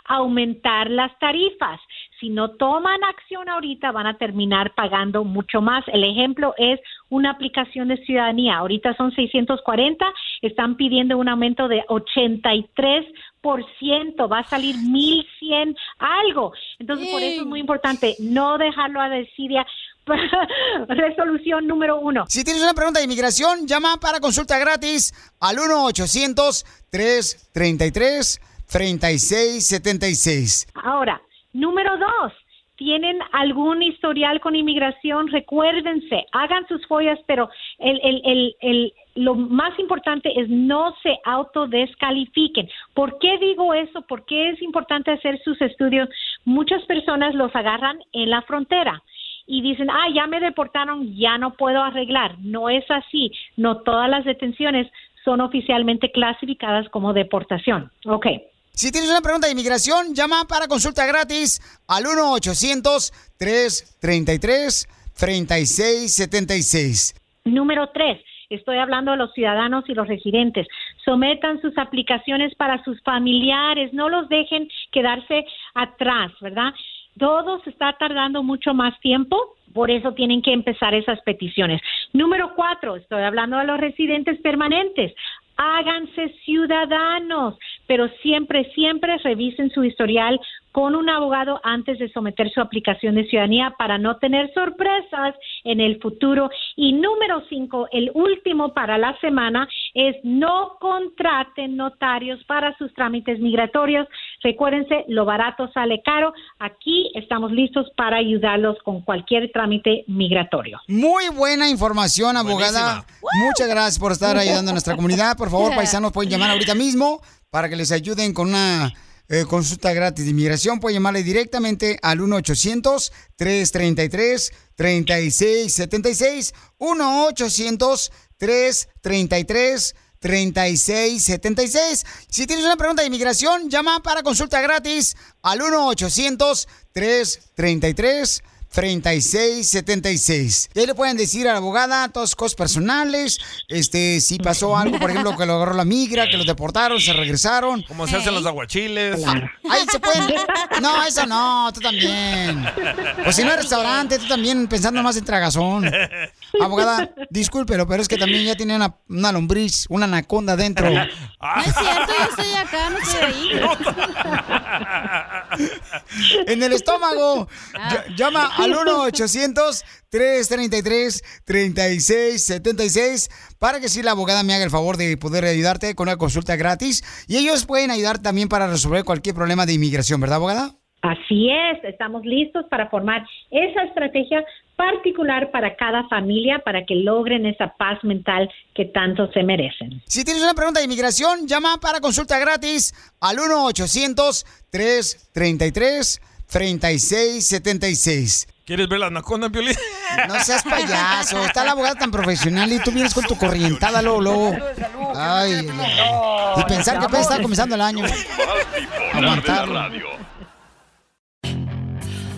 [SPEAKER 9] Aumentar las tarifas. Si no toman acción ahorita, van a terminar pagando mucho más. El ejemplo es una aplicación de ciudadanía. Ahorita son 640, están pidiendo un aumento de 83 va a salir 1100 algo. Entonces, por eso es muy importante no dejarlo a desidia. Resolución número uno.
[SPEAKER 1] Si tienes una pregunta de inmigración, llama para consulta gratis al 1-800-333-3676.
[SPEAKER 9] Ahora, número dos, tienen algún historial con inmigración, recuérdense, hagan sus follas, pero el, el- el- el- lo más importante es no se autodescalifiquen. ¿Por qué digo eso? ¿Por qué es importante hacer sus estudios? Muchas personas los agarran en la frontera y dicen, ah, ya me deportaron, ya no puedo arreglar. No es así. No todas las detenciones son oficialmente clasificadas como deportación. Ok.
[SPEAKER 1] Si tienes una pregunta de inmigración, llama para consulta gratis al 1-800-333-3676.
[SPEAKER 9] Número tres, estoy hablando de los ciudadanos y los residentes. Sometan sus aplicaciones para sus familiares, no los dejen quedarse atrás, ¿verdad? Todo se está tardando mucho más tiempo, por eso tienen que empezar esas peticiones. Número cuatro, estoy hablando de los residentes permanentes. Háganse ciudadanos, pero siempre, siempre revisen su historial con un abogado antes de someter su aplicación de ciudadanía para no tener sorpresas en el futuro. Y número cinco, el último para la semana, es no contraten notarios para sus trámites migratorios. Recuérdense, lo barato sale caro. Aquí estamos listos para ayudarlos con cualquier trámite migratorio.
[SPEAKER 1] Muy buena información, abogada. Muchas gracias por estar ayudando a nuestra comunidad. Por favor, paisanos, pueden llamar ahorita mismo para que les ayuden con una eh, consulta gratis de inmigración. Pueden llamarle directamente al 1-800-333-3676. 1-800-333-3676. 3676. Si tienes una pregunta de inmigración, llama para consulta gratis al 1-800-333-3676. 3676. Y ahí le pueden decir a la abogada todas sus cosas personales, este, si pasó algo, por ejemplo, que lo agarró la migra, que los deportaron, se regresaron.
[SPEAKER 3] ¿Cómo se hacen los aguachiles?
[SPEAKER 1] Ahí se pueden. No, eso no, tú también. O si no el restaurante, tú también pensando más en tragazón. Abogada, discúlpelo, pero es que también ya tiene una, una lombriz, una anaconda dentro.
[SPEAKER 4] Es cierto, yo estoy acá, no estoy ahí.
[SPEAKER 1] en el estómago.
[SPEAKER 9] Ah.
[SPEAKER 1] Ll- Llama al 1-800-333-3676 para que si la abogada me haga el favor de poder ayudarte con una consulta gratis. Y ellos pueden ayudar también para resolver cualquier problema de inmigración, ¿verdad, abogada?
[SPEAKER 9] Así es, estamos listos para formar esa estrategia particular para cada familia para que logren esa paz mental que tanto se merecen.
[SPEAKER 1] Si tienes una pregunta de inmigración, llama para consulta gratis al 1-800-333-3676.
[SPEAKER 3] ¿Quieres ver la anaconda, Piolín?
[SPEAKER 1] No seas payaso, está la abogada tan profesional y tú vienes con tu corrientada luego, luego. Ay, y pensar que
[SPEAKER 7] amor.
[SPEAKER 1] apenas está comenzando el año.
[SPEAKER 7] Más bipolar de la
[SPEAKER 1] Aguantarlo.
[SPEAKER 7] radio.